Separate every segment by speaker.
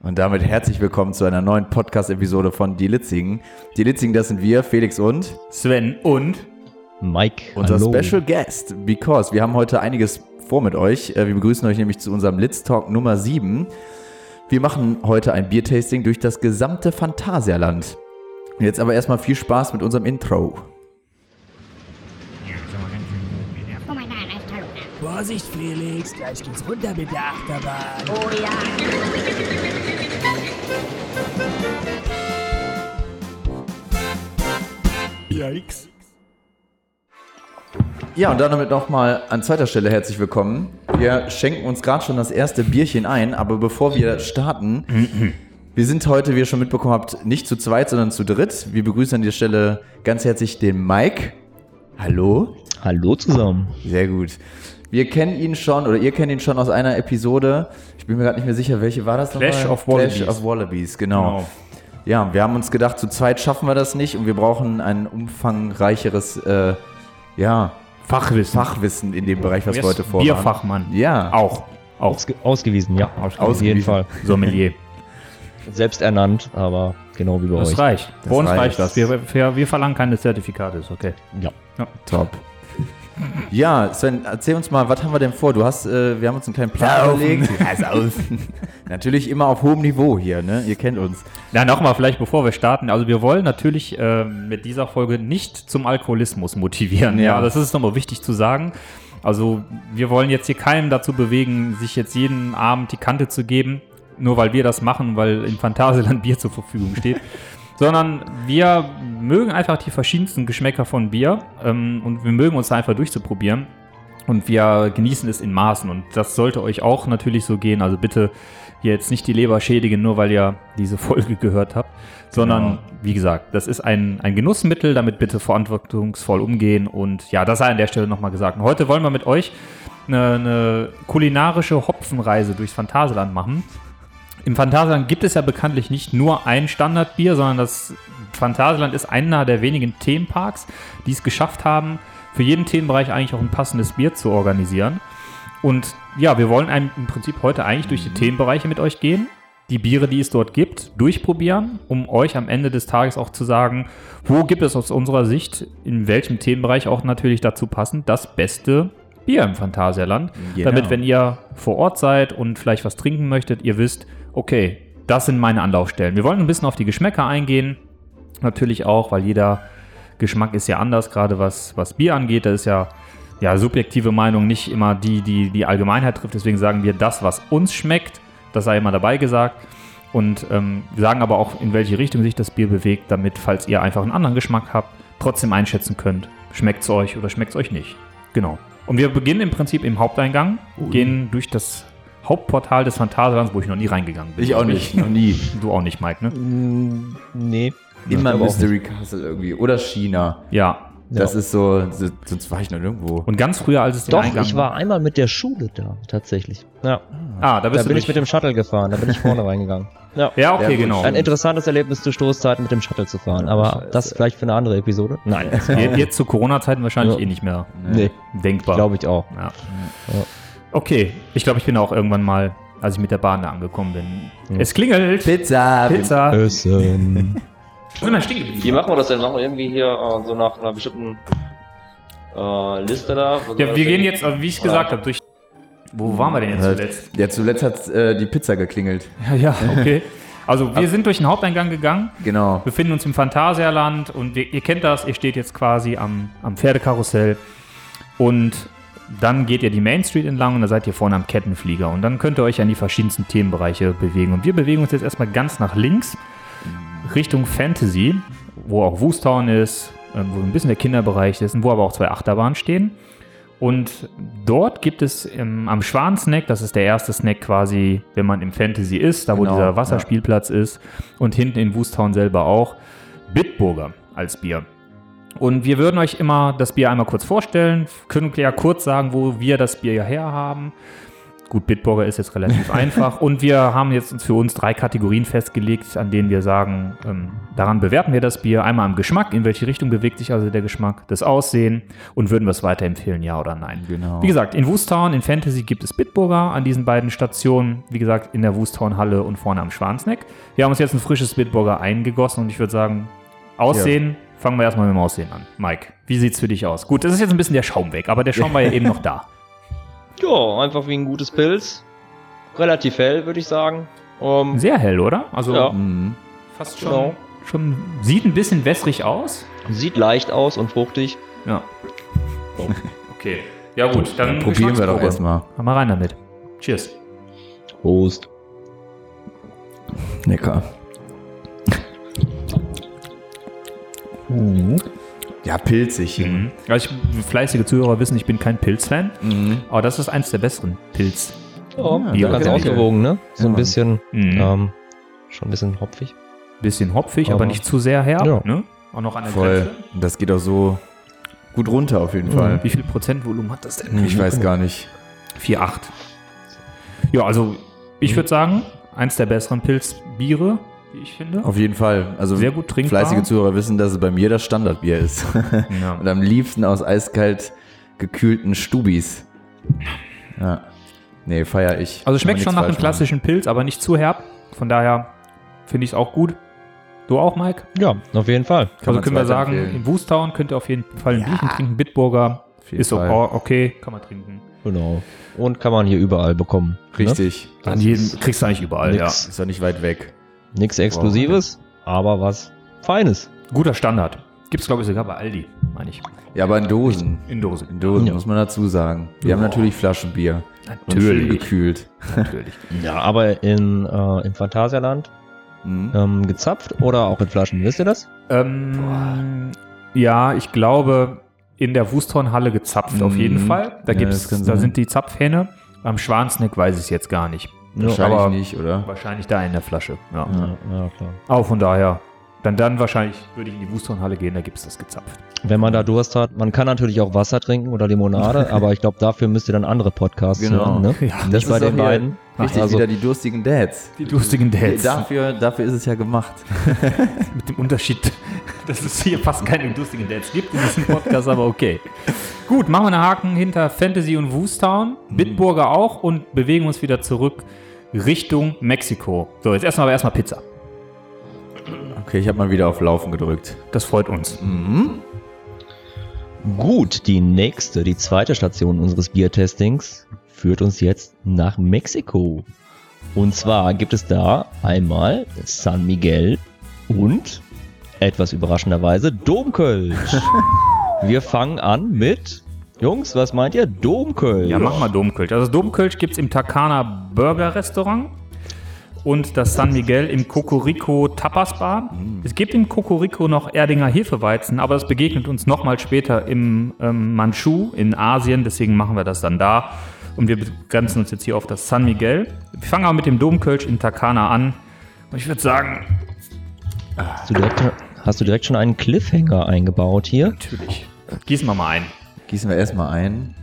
Speaker 1: Und damit herzlich willkommen zu einer neuen Podcast-Episode von Die Litzigen. Die Litzigen, das sind wir, Felix und
Speaker 2: Sven und
Speaker 3: Mike.
Speaker 1: unser
Speaker 3: hallo.
Speaker 1: Special Guest, because wir haben heute einiges vor mit euch. Äh, Wir begrüßen euch nämlich zu unserem Litz Talk Nummer 7. Wir machen heute ein Biertasting durch das gesamte Phantasialand. Und Jetzt aber erstmal viel Spaß mit unserem Intro.
Speaker 4: Oh mein Gott, ein Tarot.
Speaker 5: Vorsicht, Felix, gleich geht's runter mit der Achterbahn.
Speaker 1: Ja, und dann damit nochmal an zweiter Stelle herzlich willkommen. Wir schenken uns gerade schon das erste Bierchen ein, aber bevor wir starten, wir sind heute, wie ihr schon mitbekommen habt, nicht zu zweit, sondern zu dritt. Wir begrüßen an dieser Stelle ganz herzlich den Mike. Hallo.
Speaker 3: Hallo zusammen.
Speaker 1: Sehr gut. Wir kennen ihn schon, oder ihr kennt ihn schon aus einer Episode. Ich bin mir gerade nicht mehr sicher, welche war das
Speaker 2: Clash
Speaker 1: nochmal?
Speaker 2: of Wallabies.
Speaker 1: Clash of Wallabies, genau. Ja, wir haben uns gedacht, zu zweit schaffen wir das nicht und wir brauchen ein umfangreicheres, äh, ja,
Speaker 2: Fachwissen.
Speaker 1: Fachwissen in dem Bereich, was
Speaker 2: Yes,
Speaker 1: wir heute vorhaben.
Speaker 2: Bierfachmann.
Speaker 1: Ja.
Speaker 2: Auch. Auch.
Speaker 3: Ausge ausgewiesen, ja. Auf jeden Fall.
Speaker 2: Sommelier.
Speaker 3: Selbst ernannt, aber genau wie bei euch.
Speaker 2: Das reicht. Bei uns
Speaker 1: reicht.
Speaker 2: reicht, das. Wir, wir, wir verlangen keine Zertifikate, ist okay.
Speaker 3: Ja.
Speaker 1: Top. Ja, Sven, erzähl uns mal, was haben wir denn vor? Du hast, äh, wir haben uns einen kleinen Plan überlegt. Natürlich immer auf hohem Niveau hier, ne? Ihr kennt uns.
Speaker 2: Na, nochmal, vielleicht bevor wir starten. Also, wir wollen natürlich ähm, mit dieser Folge nicht zum Alkoholismus motivieren.
Speaker 1: Ja.
Speaker 2: Ja, das ist nochmal wichtig zu sagen. Also, wir wollen jetzt hier keinem dazu bewegen, sich jetzt jeden Abend die Kante zu geben, nur weil wir das machen, weil im Phantasialand Bier zur Verfügung steht. Sondern wir mögen einfach die verschiedensten Geschmäcker von Bier ähm, und wir mögen uns da einfach durchzuprobieren. Und wir genießen es in Maßen. Und das sollte euch auch natürlich so gehen. Also bitte hier jetzt nicht die Leber schädigen, nur weil ihr diese Folge gehört habt. Sondern, wie gesagt, das ist ein, ein Genussmittel, damit bitte verantwortungsvoll umgehen. Und ja, das sei an der Stelle nochmal gesagt. Und heute wollen wir mit euch eine, eine kulinarische Hopfenreise durchs Phantasialand machen. Im Phantasialand gibt es ja bekanntlich nicht nur ein Standardbier, sondern das Phantasialand ist einer der wenigen Themenparks, die es geschafft haben, für jeden Themenbereich eigentlich auch ein passendes Bier zu organisieren. Und ja, wir wollen einem im Prinzip heute eigentlich durch die Themenbereiche mit euch gehen, die Biere, die es dort gibt, durchprobieren, um euch am Ende des Tages auch zu sagen, wo gibt es aus unserer Sicht, in welchem Themenbereich auch natürlich dazu passend, das beste Bier im Phantasialand.
Speaker 1: Genau.
Speaker 2: Damit, wenn ihr vor Ort seid und vielleicht was trinken möchtet, ihr wisst, okay, das sind meine Anlaufstellen. Wir wollen ein bisschen auf die Geschmäcker eingehen, natürlich auch, weil jeder Geschmack ist ja anders, gerade was, was Bier angeht. Da ist ja, ja subjektive Meinung nicht immer die, die die Allgemeinheit trifft. Deswegen sagen wir, das, was uns schmeckt, das sei immer dabei gesagt. Und ähm, wir sagen aber auch, in welche Richtung sich das Bier bewegt, damit, falls ihr einfach einen anderen Geschmack habt, trotzdem einschätzen könnt, schmeckt es euch oder schmeckt es euch nicht. Genau. Und wir beginnen im Prinzip im Haupteingang, gehen durch das Hauptportal des Phantasialands, wo ich noch nie reingegangen bin.
Speaker 1: Ich auch nicht, noch nie.
Speaker 2: Du auch nicht, Mike, ne?
Speaker 3: Nee.
Speaker 1: Immer
Speaker 3: Ich glaub auch
Speaker 1: Mystery Castle irgendwie. Oder China.
Speaker 2: Ja.
Speaker 1: Das
Speaker 3: Ja.
Speaker 1: ist so, so- sonst war ich noch irgendwo.
Speaker 2: Und ganz früher, als es den
Speaker 3: Doch,
Speaker 2: Eingang
Speaker 3: ich war einmal mit der Schule da, tatsächlich. Ja.
Speaker 2: Ah, da
Speaker 3: Da
Speaker 2: bist
Speaker 3: bin
Speaker 2: du
Speaker 3: ich mit dem Shuttle gefahren, da bin ich vorne reingegangen. Ja.
Speaker 2: Ja, okay,
Speaker 1: Ja, gut.
Speaker 2: genau.
Speaker 3: Ein interessantes Erlebnis zu Stoßzeiten mit dem Shuttle zu fahren, aber das vielleicht für eine andere Episode. Nein, das war-
Speaker 2: Jetzt, jetzt zu Corona-Zeiten wahrscheinlich
Speaker 3: Ja.
Speaker 2: eh nicht mehr
Speaker 3: nee,
Speaker 2: denkbar.
Speaker 3: glaube ich auch.
Speaker 2: Ja.
Speaker 3: Ja.
Speaker 2: Okay, ich glaube, ich bin auch irgendwann mal, als ich mit der Bahn da angekommen bin. Es klingelt.
Speaker 1: Pizza.
Speaker 3: Äh.
Speaker 2: Pizza.
Speaker 3: Essen.
Speaker 2: Sind wir stehen geblieben?
Speaker 6: Wie machen wir das denn? Machen wir irgendwie hier äh, so nach einer bestimmten äh, Liste da? Also
Speaker 2: Ja, wir gehen jetzt, äh, wie ich gesagt habe, durch. Wo waren wir denn
Speaker 1: Halt.
Speaker 2: jetzt zuletzt?
Speaker 1: Ja, zuletzt hat äh, die Pizza geklingelt.
Speaker 2: Ja, ja, okay. Also, wir sind durch den Haupteingang gegangen,
Speaker 1: Genau.
Speaker 2: befinden uns im Phantasialand und ihr, ihr kennt das, ihr steht jetzt quasi am, am Pferdekarussell und dann geht ihr die Main Street entlang und da seid ihr vorne am Kettenflieger und dann könnt ihr euch an die verschiedensten Themenbereiche bewegen. Und wir bewegen uns jetzt erstmal ganz nach links Richtung Fantasy, wo auch Woostown ist, ähm, wo ein bisschen der Kinderbereich ist und wo aber auch zwei Achterbahnen stehen. Und dort gibt es ähm, am Schwan-Snack, das ist der erste Snack quasi, wenn man im Fantasy ist, da wo
Speaker 1: Genau,
Speaker 2: dieser Wasserspielplatz ist und hinten in Woostown selber auch, Bitburger als Bier. Und wir würden euch immer das Bier einmal kurz vorstellen, können ja kurz sagen, wo wir das Bier her haben. Gut, Bitburger ist jetzt relativ einfach. Und wir haben jetzt uns für uns drei Kategorien festgelegt, an denen wir sagen, ähm, daran bewerten wir das Bier. Einmal am Geschmack, in welche Richtung bewegt sich also der Geschmack, das Aussehen und würden wir es weiterempfehlen, ja oder nein.
Speaker 1: Genau.
Speaker 2: Wie gesagt, in Wustown, in Fantasy gibt es Bitburger an diesen beiden Stationen. Wie gesagt, in der Wustown-Halle und vorne am Schwansneck. Wir haben uns jetzt ein frisches Bitburger eingegossen und ich würde sagen, Aussehen, fangen wir erstmal mit dem Aussehen an. Mike, wie sieht's für dich aus? Gut, das ist jetzt ein bisschen der Schaum weg, aber der Schaum war ja eben noch da.
Speaker 6: Ja, einfach wie ein gutes Pilz. Relativ hell, würde ich sagen. Ähm,
Speaker 2: Sehr hell, oder? Also
Speaker 6: Ja.
Speaker 1: Mhm.
Speaker 2: fast schon,
Speaker 6: genau.
Speaker 2: schon. Sieht ein bisschen wässrig aus.
Speaker 6: Sieht leicht aus und fruchtig.
Speaker 2: Ja. Okay. Ja, gut, dann
Speaker 1: Probieren wir doch
Speaker 2: Geschmacksprobe.
Speaker 1: erstmal.
Speaker 2: Mal rein damit. Cheers.
Speaker 3: Prost.
Speaker 1: Lecker. Ja, pilzig.
Speaker 2: Mhm. Also ich, fleißige Zuhörer wissen, ich bin kein Pilz-Fan,
Speaker 1: Mhm.
Speaker 2: aber das ist eins der besseren Pilz.
Speaker 6: Ja.
Speaker 1: Ja,
Speaker 2: Bier.
Speaker 3: Ganz
Speaker 1: lecker.
Speaker 3: ausgewogen, ne? So
Speaker 1: Ja,
Speaker 3: ein
Speaker 1: Mann.
Speaker 3: bisschen,
Speaker 2: Mhm.
Speaker 3: ähm, schon ein bisschen hopfig.
Speaker 2: Bisschen hopfig, aber,
Speaker 3: Aber-
Speaker 2: nicht zu sehr herb.
Speaker 3: Ja.
Speaker 2: Ne? Auch noch an der
Speaker 1: Voll.
Speaker 2: Grenze.
Speaker 1: Und Das geht auch so gut runter auf jeden Fall.
Speaker 2: Wie viel Prozent Volumen hat das denn?
Speaker 1: Ich weiß gar nicht.
Speaker 2: 4,8. Ja, also
Speaker 1: Mhm.
Speaker 2: ich würde sagen, eins der besseren Pilzbiere, wie ich finde.
Speaker 1: Auf jeden Fall. Also
Speaker 2: Sehr gut trinkbar.
Speaker 1: fleißige Zuhörer wissen, dass es bei mir das Standardbier ist.
Speaker 2: Ja.
Speaker 1: Und am liebsten aus eiskalt gekühlten Stubis. Ja. Nee, feier ich.
Speaker 2: Also
Speaker 1: Kann man
Speaker 2: schmeckt schon
Speaker 1: nichts
Speaker 2: nach einem
Speaker 1: falsch machen.
Speaker 2: klassischen Pilz, aber nicht zu herb. Von daher finde ich es auch gut. Du auch, Mike?
Speaker 3: Ja, auf jeden Fall.
Speaker 1: Kann
Speaker 2: also
Speaker 1: man's
Speaker 2: können wir sagen,
Speaker 1: weiterempfehlen.
Speaker 2: in Wustown könnt ihr auf jeden Fall ein Bierchen trinken. Bitburger
Speaker 1: Auf jeden
Speaker 2: ist
Speaker 1: Fall.
Speaker 2: auch okay, kann man trinken.
Speaker 3: Genau. Und kann man hier überall bekommen. ne?
Speaker 2: ne?
Speaker 1: Richtig.
Speaker 2: An jedem kriegst du eigentlich überall,
Speaker 3: Nix,
Speaker 1: Ist doch nicht weit weg.
Speaker 3: nix Exklusives, aber was Feines.
Speaker 2: ja. Guter Standard. Gibt es, glaube ich, sogar bei Aldi, meine ich.
Speaker 1: Ja, aber in Dosen.
Speaker 2: In Dose.
Speaker 1: In Dosen,
Speaker 3: Ja.
Speaker 1: muss man dazu sagen. Wir haben natürlich Flaschenbier. Und schön gekühlt.
Speaker 2: natürlich.
Speaker 3: Ja, aber in, äh, im Phantasialand
Speaker 1: Mhm.
Speaker 3: ähm, gezapft oder auch in Flaschen, wisst ihr das?
Speaker 2: Ähm, ja, ich glaube, in der Wusterhalle gezapft auf
Speaker 1: Mhm.
Speaker 2: jeden Fall. Da,
Speaker 1: Ja,
Speaker 2: gibt's,
Speaker 1: das kann
Speaker 2: da
Speaker 1: sein.
Speaker 2: sind die Zapfhähne. Am Schwansneck weiß ich es jetzt gar nicht.
Speaker 1: Wahrscheinlich
Speaker 2: aber-
Speaker 1: nicht, oder?
Speaker 2: Wahrscheinlich da in der Flasche. Ja.
Speaker 3: Ja, ja, klar.
Speaker 2: Aber von daher, dann, dann wahrscheinlich würde ich in die Wusterhalle gehen, da gibt es das gezapft.
Speaker 3: Wenn man da Durst hat, man kann natürlich auch Wasser trinken oder Limonade, aber ich glaube, dafür müsst ihr dann andere Podcasts
Speaker 1: Genau.
Speaker 3: hören. Ne?
Speaker 2: Ja,
Speaker 1: Das
Speaker 3: Nicht bei
Speaker 1: ist doch
Speaker 3: den
Speaker 1: hier
Speaker 3: beiden.
Speaker 1: Richtig,
Speaker 3: also,
Speaker 1: wieder die durstigen Dads.
Speaker 2: Die durstigen Dads.
Speaker 1: Dafür, dafür ist es ja gemacht.
Speaker 2: Mit dem Unterschied, dass es hier fast keine durstigen Dads gibt in diesem Podcast, aber okay. Gut, machen wir einen Haken hinter Fantasy und Woostown, Bitburger auch und bewegen uns wieder zurück Richtung Mexiko. So, jetzt erstmal aber erstmal Pizza.
Speaker 1: Okay, ich habe mal wieder auf Laufen gedrückt.
Speaker 2: Das freut uns.
Speaker 1: Mhm.
Speaker 3: Gut, die nächste, die zweite Station unseres Biertestings führt uns jetzt nach Mexiko. Und zwar gibt es da einmal San Miguel und etwas überraschenderweise Domkölsch. Wir fangen an mit, Jungs, was meint ihr? Domkölsch.
Speaker 2: Ja, mach mal Domkölsch. Also das Domkölsch gibt es im Takana Burger Restaurant und das San Miguel im Cocorico Tapas Bar. Es gibt im Cocorico noch Erdinger Hefeweizen, aber das begegnet uns nochmal später im ähm, Manchu in Asien, deswegen machen wir das dann da. Und wir begrenzen uns jetzt hier auf das San Miguel. Wir fangen aber mit dem Domkölsch in Takana an. Und ich würde sagen,
Speaker 3: Hast du, direkt, hast du direkt schon einen Cliffhanger eingebaut hier?
Speaker 2: natürlich, gießen wir mal ein.
Speaker 1: Gießen wir erstmal ein.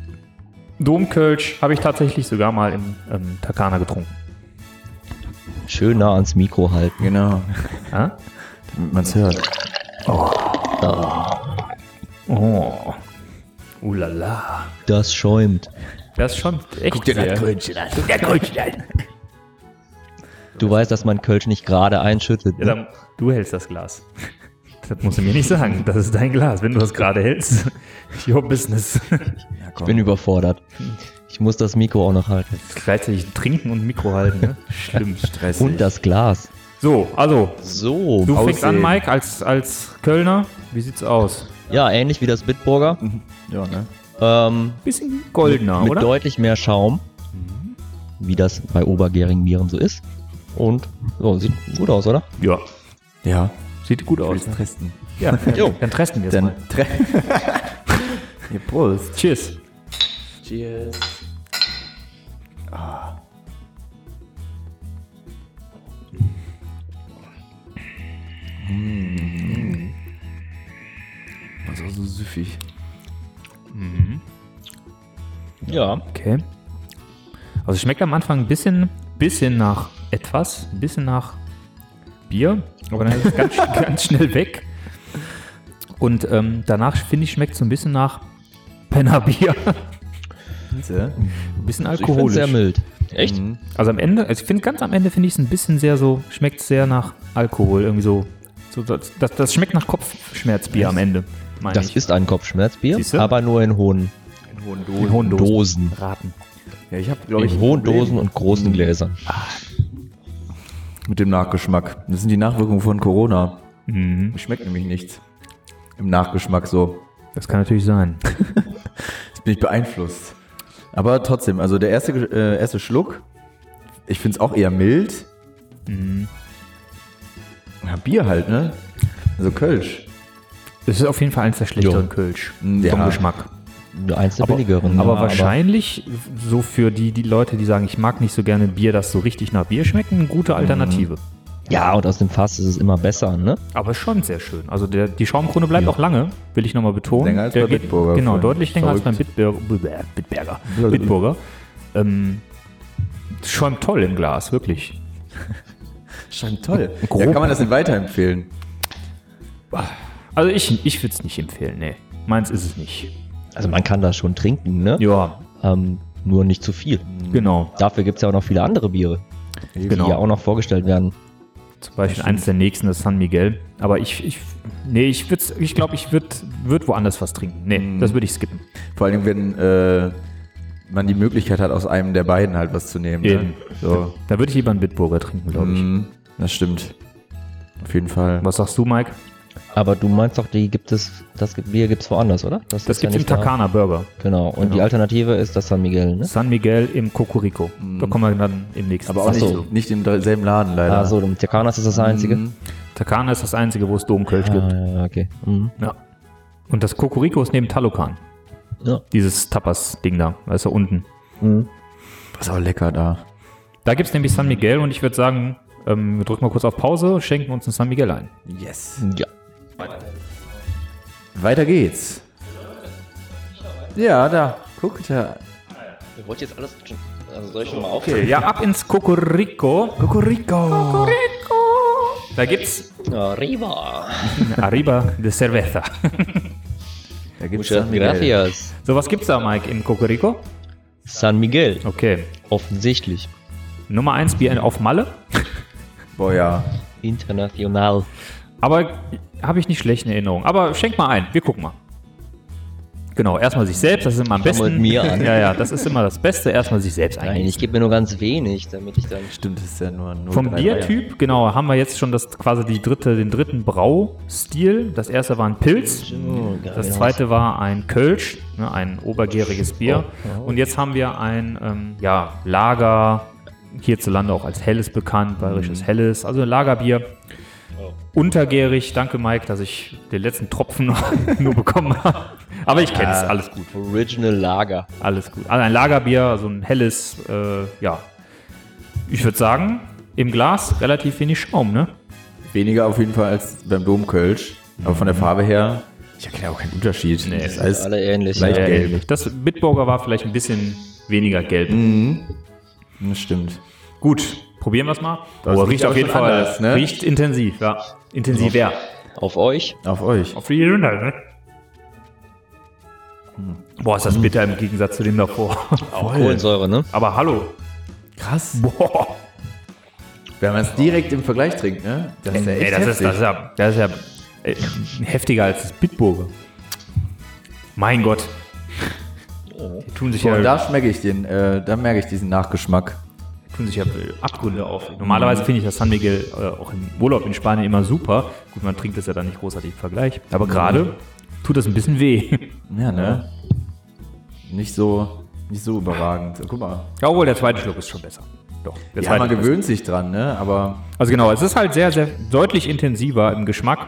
Speaker 2: Domkölsch habe ich tatsächlich sogar mal im ähm, Takana getrunken.
Speaker 3: Schön nah ans Mikro halten.
Speaker 1: Genau,
Speaker 2: Ja?
Speaker 1: damit man es hört.
Speaker 2: Oh, ulala.
Speaker 3: Das schäumt.
Speaker 2: Das ist schon echt Guck dir sehr.
Speaker 1: Krönchen an.
Speaker 3: Du weißt, dass man Kölsch nicht gerade einschüttet.
Speaker 2: Ja,
Speaker 3: Ne?
Speaker 2: dann, du hältst das Glas. Das musst du mir nicht sagen. Das ist dein Glas, wenn du das gerade hältst. Your business.
Speaker 1: Ja,
Speaker 3: Ich
Speaker 1: komm.
Speaker 3: bin überfordert. Ich muss das Mikro auch noch halten.
Speaker 2: Gleichzeitig trinken und Mikro halten. Ne? Schlimm.
Speaker 1: stressig.
Speaker 3: Und das Glas.
Speaker 2: So, also,
Speaker 3: So.
Speaker 2: du fängst an,
Speaker 1: Aussehen.
Speaker 2: Mike, als, als Kölner. Wie sieht's aus?
Speaker 3: Ja, ähnlich wie das Bitburger.
Speaker 1: Ja, ne?
Speaker 3: Ähm,
Speaker 2: Bisschen goldener,
Speaker 3: mit
Speaker 2: oder?
Speaker 3: deutlich mehr Schaum. Wie das bei obergärigen Bieren so ist. Und so, sieht gut aus, oder?
Speaker 2: Ja.
Speaker 1: Ja,
Speaker 2: Sieht gut
Speaker 1: wir
Speaker 2: aus. ne?
Speaker 1: testen.
Speaker 2: Ja,
Speaker 3: Jo.
Speaker 2: dann testen wir es mal.
Speaker 1: Dann tre Ja, Prost.
Speaker 2: Cheers.
Speaker 1: Cheers. Ah. Ah. Mm. Das ist mm. auch so süffig.
Speaker 3: Ja.
Speaker 2: Okay. Also schmeckt am Anfang ein bisschen, bisschen nach etwas, ein bisschen nach Bier, aber dann ist es ganz, sch- ganz schnell weg. Und ähm, danach finde ich, schmeckt es so ein bisschen nach Pennerbier.
Speaker 1: Hinze.
Speaker 2: Ein bisschen
Speaker 3: Also ich find's
Speaker 2: alkoholisch.
Speaker 3: sehr mild. Echt?
Speaker 1: Mhm.
Speaker 2: also am Ende, also ich finde ganz am Ende finde ich es ein bisschen sehr so, schmeckt sehr nach Alkohol, irgendwie so. so das, das, das schmeckt nach Kopfschmerzbier am Ende. meine
Speaker 3: Das
Speaker 2: ich.
Speaker 3: ist ein Kopfschmerzbier,
Speaker 2: Siehste?
Speaker 3: aber nur in hohen
Speaker 1: In hohen
Speaker 2: In
Speaker 1: Dosen.
Speaker 2: hohen Dosen.
Speaker 3: Dosen.
Speaker 2: Raten.
Speaker 1: Ja, ich habe, glaube ich,
Speaker 3: In
Speaker 1: ein
Speaker 3: hohen
Speaker 1: Problem
Speaker 3: Dosen und großen Gläsern.
Speaker 1: mit dem Nachgeschmack. Das sind die Nachwirkungen von Corona.
Speaker 2: Mhm.
Speaker 1: Schmeckt nämlich nichts. Im Nachgeschmack so.
Speaker 2: Das kann natürlich sein.
Speaker 1: Jetzt bin ich beeinflusst. Aber trotzdem, also der erste, äh, erste Schluck, ich finde es auch eher mild.
Speaker 2: Mhm.
Speaker 1: Ja, Bier halt, ne? Also Kölsch.
Speaker 2: Es ist auf jeden Fall eins der schlechteren
Speaker 3: Jo.
Speaker 2: Kölsch.
Speaker 1: Ja.
Speaker 2: Vom Geschmack.
Speaker 3: Eins der
Speaker 2: Aber-
Speaker 3: billigeren.
Speaker 2: Aber
Speaker 3: Ja,
Speaker 2: wahrscheinlich so für die, die Leute, die sagen, ich mag nicht so gerne Bier, das so richtig nach Bier schmeckt, eine
Speaker 1: Mhm.
Speaker 2: gute Alternative.
Speaker 3: Ja, und aus dem Fass ist es immer besser, ne?
Speaker 2: Aber schon sehr schön. Also der, die Schaumkrone bleibt auch lange, will ich nochmal betonen.
Speaker 1: Länger als
Speaker 2: der
Speaker 1: bei
Speaker 2: geht-
Speaker 1: Bitburger
Speaker 2: Genau,
Speaker 1: vorhin.
Speaker 2: deutlich länger als beim
Speaker 1: Verrückt.
Speaker 2: Bitburger. Bitburger. Bitburger. Ähm, schäumt toll im Glas, wirklich.
Speaker 1: Scheint toll.
Speaker 2: Grob.
Speaker 1: Ja, kann man das denn weiterempfehlen?
Speaker 2: Also ich, ich würde es nicht empfehlen, nee. Meins ist es nicht.
Speaker 3: Also man kann das schon trinken, ne?
Speaker 2: Ja,
Speaker 3: Ähm, nur nicht zu viel.
Speaker 2: genau.
Speaker 3: Dafür gibt es ja auch noch viele andere Biere,
Speaker 2: Genau.
Speaker 3: die ja auch noch vorgestellt werden.
Speaker 2: Zum Beispiel eins der nächsten ist San Miguel. Aber ich, ich nee, ich würde, ich glaube, ich würde würd woanders was trinken. Nee,
Speaker 1: Mhm.
Speaker 2: das würde ich skippen.
Speaker 1: Vor allem, wenn äh, man die Möglichkeit hat, aus einem der beiden halt was zu nehmen. Ne?
Speaker 2: Eben.
Speaker 1: So.
Speaker 2: Da würde ich lieber einen Bitburger trinken, glaube ich.
Speaker 1: Mhm, das stimmt. Auf jeden Fall.
Speaker 2: Was sagst du, Mike?
Speaker 3: Aber du meinst doch, die gibt es, das Bier gibt es woanders, oder?
Speaker 2: Das
Speaker 3: ist
Speaker 2: gibt's im
Speaker 3: nicht da.
Speaker 2: Takana Burger.
Speaker 3: Genau. Und die Alternative ist das San Miguel, ne?
Speaker 2: San Miguel im Cocorico. Da kommen wir dann im nächsten.
Speaker 1: Aber auch
Speaker 3: Ach
Speaker 1: nicht,
Speaker 3: so.
Speaker 1: nicht im selben Laden leider.
Speaker 3: Ah, so, im Takanas ist das einzige.
Speaker 1: Mhm.
Speaker 2: Takana ist das einzige, wo es Domkölsch
Speaker 3: Ah,
Speaker 2: gibt.
Speaker 3: ja, okay. Mhm.
Speaker 2: Ja. Und das Cocorico ist neben Talokan.
Speaker 3: Ja.
Speaker 2: Dieses Tapas-Ding da, weißt du, unten.
Speaker 1: Ist auch lecker da.
Speaker 2: Da gibt's nämlich San Miguel und ich würde sagen, ähm, wir drücken mal kurz auf Pause, schenken uns ein San Miguel ein.
Speaker 1: Yes.
Speaker 3: Ja.
Speaker 1: Weiter geht's. Ja, da. Guck, da.
Speaker 6: Ihr wollt jetzt alles. Also soll ich schon mal auf?
Speaker 2: Okay, ja, ab ins Cocorico.
Speaker 1: Cocorico.
Speaker 2: Da gibt's
Speaker 6: Arriba.
Speaker 2: Arriba de Cerveza.
Speaker 1: Da gibt's
Speaker 6: Muchas
Speaker 1: San Miguel.
Speaker 3: Gracias.
Speaker 2: So, was gibt's da, Mike, im Cocorico?
Speaker 3: San Miguel.
Speaker 2: Okay.
Speaker 3: Offensichtlich.
Speaker 2: Nummer 1 Bier auf Malle.
Speaker 1: Boah, ja.
Speaker 3: International.
Speaker 2: Aber habe ich nicht schlecht in Erinnerung. Aber schenk mal ein, wir gucken mal. Genau, erstmal sich selbst, das ist immer am
Speaker 3: Fang
Speaker 2: besten.
Speaker 3: mal mit mir an.
Speaker 2: Ja, ja, das ist immer das Beste, erstmal sich selbst
Speaker 3: Nein, ich
Speaker 2: eigentlich.
Speaker 3: gebe mir nur ganz wenig, damit ich dann.
Speaker 1: Stimmt, das ist ja nur ein
Speaker 2: Vom Biertyp, genau, haben wir jetzt schon das quasi die dritte, den dritten Braustil. Das erste war ein Pilz,
Speaker 3: Genau.
Speaker 2: das zweite war ein Kölsch, ne, ein obergäriges Bier. Und jetzt haben wir ein ähm, ja, Lager, hierzulande auch als Helles bekannt, bayerisches Helles, also ein Lagerbier. Untergärig, danke Mike, dass ich den letzten Tropfen nur bekommen habe. Aber ich kenne es, alles gut.
Speaker 3: Original Lager.
Speaker 2: Alles gut. Also ein Lagerbier, also ein helles, äh, ja. Ich würde sagen, im Glas relativ wenig Schaum, ne?
Speaker 1: Weniger auf jeden Fall als beim Domkölsch. Aber von der Farbe her, ich erkenne auch keinen Unterschied. Nee, das ist alles
Speaker 3: Alle ähnlich.
Speaker 1: leicht
Speaker 3: ja.
Speaker 1: gelb.
Speaker 2: Das Bitburger war vielleicht ein bisschen weniger gelb.
Speaker 1: Das hm, stimmt. Gut.
Speaker 2: Probieren wir es mal. Oh,
Speaker 1: Das riecht auch schon anders, ne?
Speaker 2: Riecht intensiv, ja. Intensiver.
Speaker 3: Auf euch.
Speaker 1: Auf euch.
Speaker 2: Auf die Runde, ne? Hm. Boah, ist das bitter im Gegensatz zu dem davor.
Speaker 3: Kohlensäure, ne?
Speaker 2: Aber hallo.
Speaker 1: Krass.
Speaker 2: Boah.
Speaker 1: Wenn man es direkt im Vergleich trinkt, ne? Das ist ja
Speaker 2: Ey, das, ist, das ist ja, das ist ja äh, heftiger als das Bitburger. Mein Gott. Die tun sich,
Speaker 1: Oh. Boah,
Speaker 2: ja,
Speaker 1: da schmecke ich den, äh, da merke ich diesen Nachgeschmack.
Speaker 2: tun sich ja Abgründe auf. Normalerweise finde ich das San Miguel äh, auch im Urlaub in Spanien immer super. Gut, man trinkt das ja dann nicht großartig im Vergleich. Aber
Speaker 1: Mhm.
Speaker 2: gerade tut das ein bisschen weh.
Speaker 1: Ja, ne? Nicht so, nicht so überragend. Guck mal.
Speaker 2: Ja, obwohl der zweite Schluck ist schon besser. Doch, der
Speaker 1: Ja, man
Speaker 2: Schluck ist-
Speaker 1: gewöhnt sich dran, ne? Aber
Speaker 2: Also genau, es ist halt sehr, sehr deutlich intensiver im Geschmack,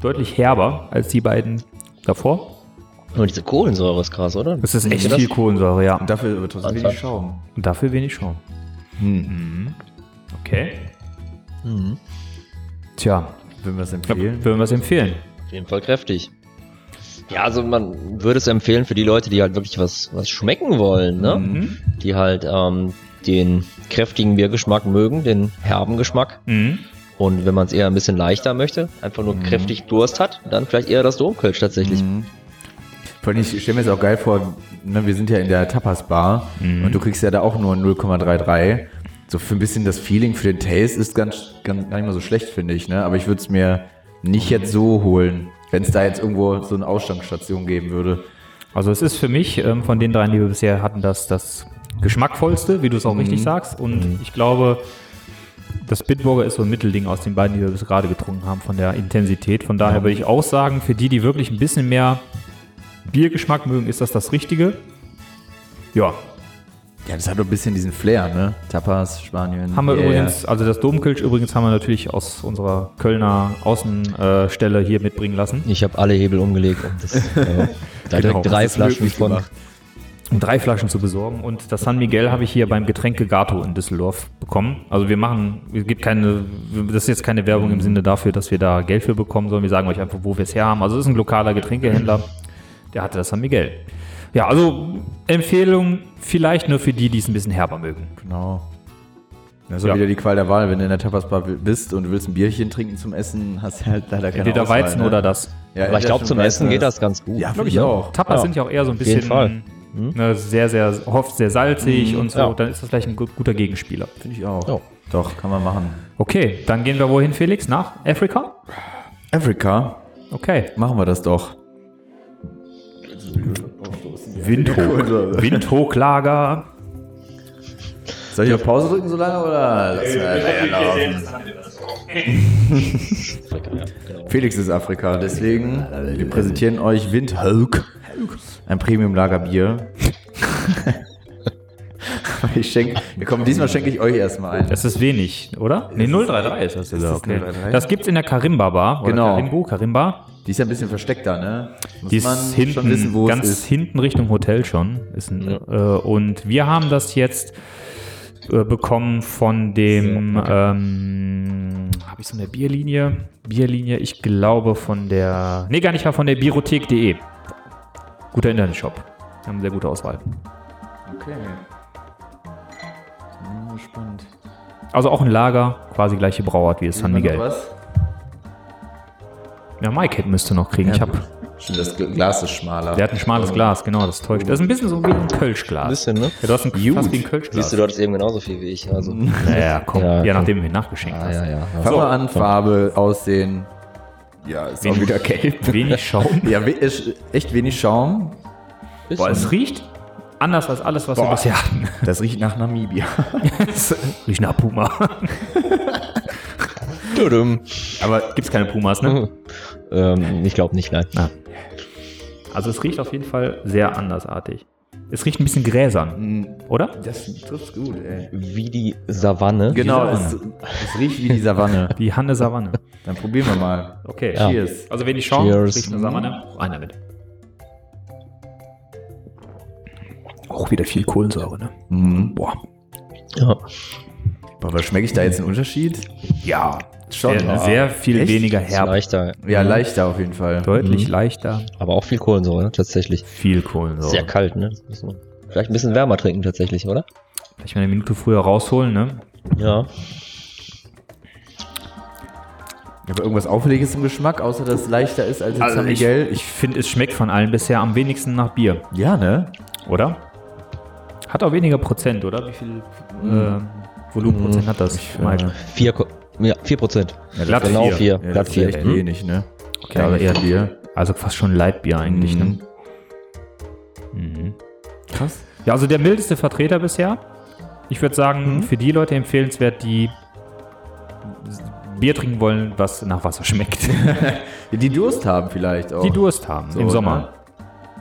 Speaker 2: deutlich herber als die beiden davor.
Speaker 3: Aber diese Kohlensäure ist krass, oder?
Speaker 2: Es ist echt
Speaker 3: Hm, das?
Speaker 2: viel Kohlensäure, ja.
Speaker 1: Und dafür aber trotzdem wenig Schaum.
Speaker 2: Und dafür wenig Schaum. Hm. Okay. Tja,
Speaker 1: Würden wir es
Speaker 2: ich glaub,
Speaker 1: empfehlen?
Speaker 2: würden wir es empfehlen.
Speaker 3: Auf jeden Fall kräftig. Ja, also
Speaker 2: Mhm.
Speaker 3: man würde es empfehlen für die Leute, die halt wirklich was, was schmecken wollen, ne? Die halt ähm, den kräftigen Biergeschmack mögen, den herben Geschmack.
Speaker 2: Mhm.
Speaker 3: Und wenn man es eher ein bisschen leichter möchte, einfach nur kräftig Durst hat, dann vielleicht eher das Domkölsch tatsächlich.
Speaker 2: Mhm.
Speaker 1: Vor allem, ich stelle mir jetzt auch geil vor, ne, wir sind ja in der Tapas-Bar
Speaker 2: Mhm.
Speaker 1: und du kriegst ja da auch nur 0,33. So für ein bisschen das Feeling für den Taste ist ganz, ganz gar nicht mal so schlecht, finde ich. Ne? Aber ich würde es mir nicht jetzt so holen, wenn es da jetzt irgendwo so eine Ausstandsstation geben würde.
Speaker 2: Also es ist für mich ähm, von den dreien, die wir bisher hatten, das, das geschmackvollste, wie du es auch richtig sagst. Und ich glaube, das Bitburger ist so ein Mittelding aus den beiden, die wir bis gerade getrunken haben, von der Intensität. Von daher würde ich auch sagen, für die, die wirklich ein bisschen mehr Biergeschmack mögen, ist das das Richtige. Ja,
Speaker 1: Ja, das hat doch ein bisschen diesen Flair, ne? Tapas, Spanien.
Speaker 2: haben wir
Speaker 1: yeah.
Speaker 2: übrigens, also das Domkölsch übrigens haben wir natürlich aus unserer Kölner Außenstelle hier mitbringen lassen.
Speaker 3: Ich habe alle Hebel umgelegt und das, äh, da
Speaker 2: Genau,
Speaker 3: direkt drei
Speaker 1: das ist
Speaker 3: Flaschen
Speaker 1: möglich
Speaker 3: von.
Speaker 1: gemacht.
Speaker 2: um drei Flaschen zu besorgen. Und das San Miguel habe ich hier beim Getränke Gato in Düsseldorf bekommen. Also wir machen, es gibt keine, das ist jetzt keine Werbung im Sinne dafür, dass wir da Geld für bekommen, sondern wir sagen euch einfach, wo wir es her haben. Also es ist ein lokaler Getränkehändler, der hatte das San Miguel. Ja, also Empfehlung vielleicht nur für die, die es ein bisschen herber mögen.
Speaker 1: Genau. Das ist
Speaker 2: Ja.
Speaker 1: ja. wieder die Qual der Wahl. Wenn du in der Tapasbar bist und du willst ein Bierchen trinken zum Essen, hast du halt leider keine
Speaker 2: Entweder
Speaker 1: Auswahl,
Speaker 2: Weizen
Speaker 1: ne?
Speaker 2: oder
Speaker 1: Ja,
Speaker 2: das.
Speaker 3: Aber ich
Speaker 1: entweder
Speaker 3: glaube,
Speaker 1: schon
Speaker 3: zum
Speaker 1: Weizen
Speaker 3: Essen
Speaker 1: oder
Speaker 3: geht das ganz gut.
Speaker 1: Ja,
Speaker 3: Ja,
Speaker 1: finde ich auch.
Speaker 2: Tapas
Speaker 3: Ja.
Speaker 2: sind ja auch eher so ein bisschen
Speaker 3: jeden Fall.
Speaker 1: Hm?
Speaker 2: Ne, sehr, sehr, oft sehr salzig und so.
Speaker 3: ja.
Speaker 2: Dann ist das vielleicht ein gut, guter Gegenspieler.
Speaker 1: Finde ich auch.
Speaker 3: Ja.
Speaker 1: Doch, kann man machen.
Speaker 2: Okay, dann gehen wir wohin, Felix? Nach Afrika?
Speaker 1: Afrika,
Speaker 2: Okay.
Speaker 1: machen wir das doch.
Speaker 2: Windhoek. Windhoeklager.
Speaker 1: Soll ich auf Pause drücken so lange oder? Lass mal weiterlaufen.
Speaker 2: genau.
Speaker 1: Felix ist Afrika, deswegen wir präsentieren euch Windhoek, ein Premium-Lagerbier. ich schenke, komm, diesmal schenke ich euch erstmal ein.
Speaker 2: Das ist wenig, oder? Nee, 033 ist das. Ja,
Speaker 1: das
Speaker 2: okay.
Speaker 1: 033?
Speaker 2: Das gibt's in der Karimba Bar. Oder
Speaker 1: Genau.
Speaker 2: Karimbu, Karimba.
Speaker 1: Die ist ja ein bisschen versteckter, ne? Muss
Speaker 2: Die ist
Speaker 1: man
Speaker 2: hinten,
Speaker 1: schon wissen, wo
Speaker 2: ganz
Speaker 1: es ist.
Speaker 2: hinten Richtung Hotel schon. Ist ein, äh, und wir haben das jetzt äh, bekommen von dem, ähm, habe ich so eine Bierlinie? Bierlinie, ich glaube von der, nee, gar nicht, war von der Bierothek.de. Guter Internetshop. Wir haben sehr gute Auswahl.
Speaker 1: Okay. Hm, Spannend.
Speaker 2: Also auch ein Lager, quasi gleiche Brauart wie das San
Speaker 1: Jemand noch
Speaker 2: Miguel.
Speaker 1: Was?
Speaker 2: Ja, Mike hätte- müsste noch kriegen. ich habe
Speaker 1: Stimmt, das Glas ist schmaler.
Speaker 2: Der hat ein schmales Glas, genau, das täuscht. Das ist ein bisschen so wie ein Kölschglas.
Speaker 3: Ein bisschen, ne?
Speaker 2: Ja, du hast ein, fast wie ein Kölschglas.
Speaker 3: Siehst du, du hattest eben genauso viel wie ich. Also.
Speaker 1: Mhm.
Speaker 2: Ja, ja, komm.
Speaker 3: Ja,
Speaker 2: Ja,
Speaker 3: komm.
Speaker 2: nachdem du mir nachgeschenkt
Speaker 3: Ah,
Speaker 2: hast.
Speaker 3: ja, ja.
Speaker 1: Fangen wir an, Farbe, Aussehen. Ja, ist auch
Speaker 2: Wenig-
Speaker 1: wieder gelb.
Speaker 2: Wenig Schaum.
Speaker 1: Ja, we ist echt wenig Schaum.
Speaker 2: Boah, es riecht anders als alles, was wir bisher hatten.
Speaker 1: Das riecht nach Namibia.
Speaker 2: Es riecht nach Puma.
Speaker 3: Tudum.
Speaker 2: Aber gibt's keine Pumas,
Speaker 3: Mhm.
Speaker 2: ne?
Speaker 3: Ähm, ich glaube nicht, nein.
Speaker 2: Also es riecht auf jeden Fall sehr andersartig. Es riecht ein bisschen gräsern, oder?
Speaker 1: mm, Das trifft's gut, ey.
Speaker 3: Wie die Savanne.
Speaker 1: Genau,
Speaker 2: Die
Speaker 1: es, es riecht wie die Savanne.
Speaker 2: Die Hanne Savanne.
Speaker 1: Dann probieren wir mal.
Speaker 2: Okay.
Speaker 3: Ja.
Speaker 1: Cheers.
Speaker 2: Also wenig Schaum,
Speaker 3: Cheers.
Speaker 2: riecht eine Savanne. Rein damit.
Speaker 5: Auch wieder viel Kohlensäure, ne?
Speaker 1: Mhm.
Speaker 5: Boah.
Speaker 3: Ja.
Speaker 1: Boah, was schmecke ich da jetzt einen Unterschied?
Speaker 2: Ja.
Speaker 1: Schon.
Speaker 2: sehr, Äh, sehr viel
Speaker 1: Echt?
Speaker 2: weniger
Speaker 3: Ist Mhm.
Speaker 2: herb.
Speaker 3: leichter.
Speaker 1: Ja, leichter auf jeden Fall.
Speaker 2: Deutlich leichter.
Speaker 3: Aber auch viel Kohlensäure, ne? tatsächlich.
Speaker 2: Viel Kohlensäure.
Speaker 3: Sehr kalt, ne? Das muss man vielleicht ein bisschen wärmer trinken, tatsächlich, oder?
Speaker 2: Vielleicht mal eine Minute früher rausholen, ne?
Speaker 3: Ja.
Speaker 1: Aber irgendwas Auffälliges im Geschmack, außer dass es leichter ist als in San
Speaker 2: Also ich,
Speaker 1: Miguel.
Speaker 2: ich finde, es schmeckt von allen bisher am wenigsten nach Bier,
Speaker 1: ja, ne?
Speaker 2: oder? Hat auch weniger Prozent, oder? Wie viel äh, Volumenprozent hat das? Mike?
Speaker 3: Vier, Ko- ja, vier Prozent.
Speaker 2: Glatt
Speaker 3: genau
Speaker 2: vier.
Speaker 3: vier.
Speaker 1: Ja,
Speaker 3: Glatt
Speaker 1: das ist echt
Speaker 3: vier. Hm?
Speaker 1: wenig, ne?
Speaker 2: Okay, aber eher Bier. Also fast schon Leitbier eigentlich,
Speaker 1: Mhm.
Speaker 2: ne? Ja, also der mildeste Vertreter bisher. Ich würde sagen, für die Leute empfehlenswert, die s- Bier trinken wollen, was nach Wasser schmeckt.
Speaker 1: Die Durst haben vielleicht auch.
Speaker 2: Die Durst haben
Speaker 1: So,
Speaker 2: im Sommer.
Speaker 1: ne?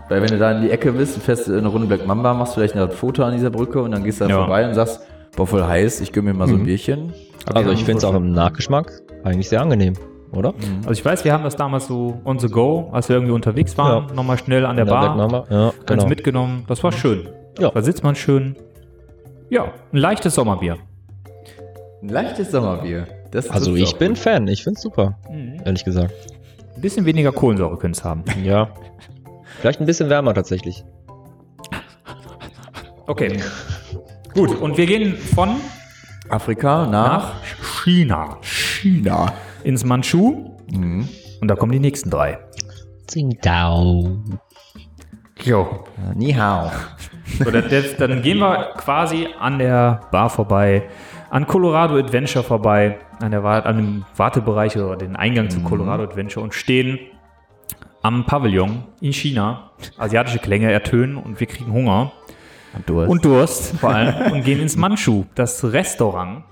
Speaker 1: Weil wenn du da in die Ecke bist, fährst du eine Runde Black Mamba, machst vielleicht ein Foto an dieser Brücke und dann gehst du da
Speaker 2: Ja. Mhm.
Speaker 1: vorbei und sagst, boah, voll heiß, ich gönn mir mal so ein Bierchen.
Speaker 3: Also ich finde es auch im Nachgeschmack eigentlich sehr angenehm, oder?
Speaker 2: Also ich weiß, wir haben das damals so on the go, als wir irgendwie unterwegs waren,
Speaker 3: Ja.
Speaker 2: nochmal schnell an der
Speaker 3: Ja, Black
Speaker 2: Bar,
Speaker 3: Mamba. Ja,
Speaker 2: ganz
Speaker 3: genau.
Speaker 2: mitgenommen. Das war schön.
Speaker 3: Ja.
Speaker 2: Da sitzt man schön. Ja, ein leichtes Sommerbier.
Speaker 1: Ein leichtes Sommerbier. Das
Speaker 3: Also
Speaker 1: trifft's
Speaker 3: ich
Speaker 1: auch. Mhm.
Speaker 3: bin Fan, ich finde es super, ehrlich gesagt.
Speaker 2: Ein bisschen weniger Kohlensäure können es haben.
Speaker 3: Ja. Vielleicht ein bisschen wärmer tatsächlich.
Speaker 2: Okay. Gut, und wir gehen von
Speaker 1: Afrika nach,
Speaker 2: nach China
Speaker 1: Ah. China.
Speaker 2: ins Manchu. Und da kommen die nächsten drei.
Speaker 3: Tsingtao.
Speaker 2: Jo.
Speaker 1: Ni hao.
Speaker 2: So, das, das, dann gehen wir quasi an der Bar vorbei, an Colorado Adventure vorbei, an, der, Wa- an dem Wartebereich oder den Eingang zu Colorado Adventure und stehen am Pavillon in China. Asiatische Klänge ertönen und wir kriegen Hunger
Speaker 1: Du hast
Speaker 2: und Durst vor allem und gehen ins Manchu, das Restaurant,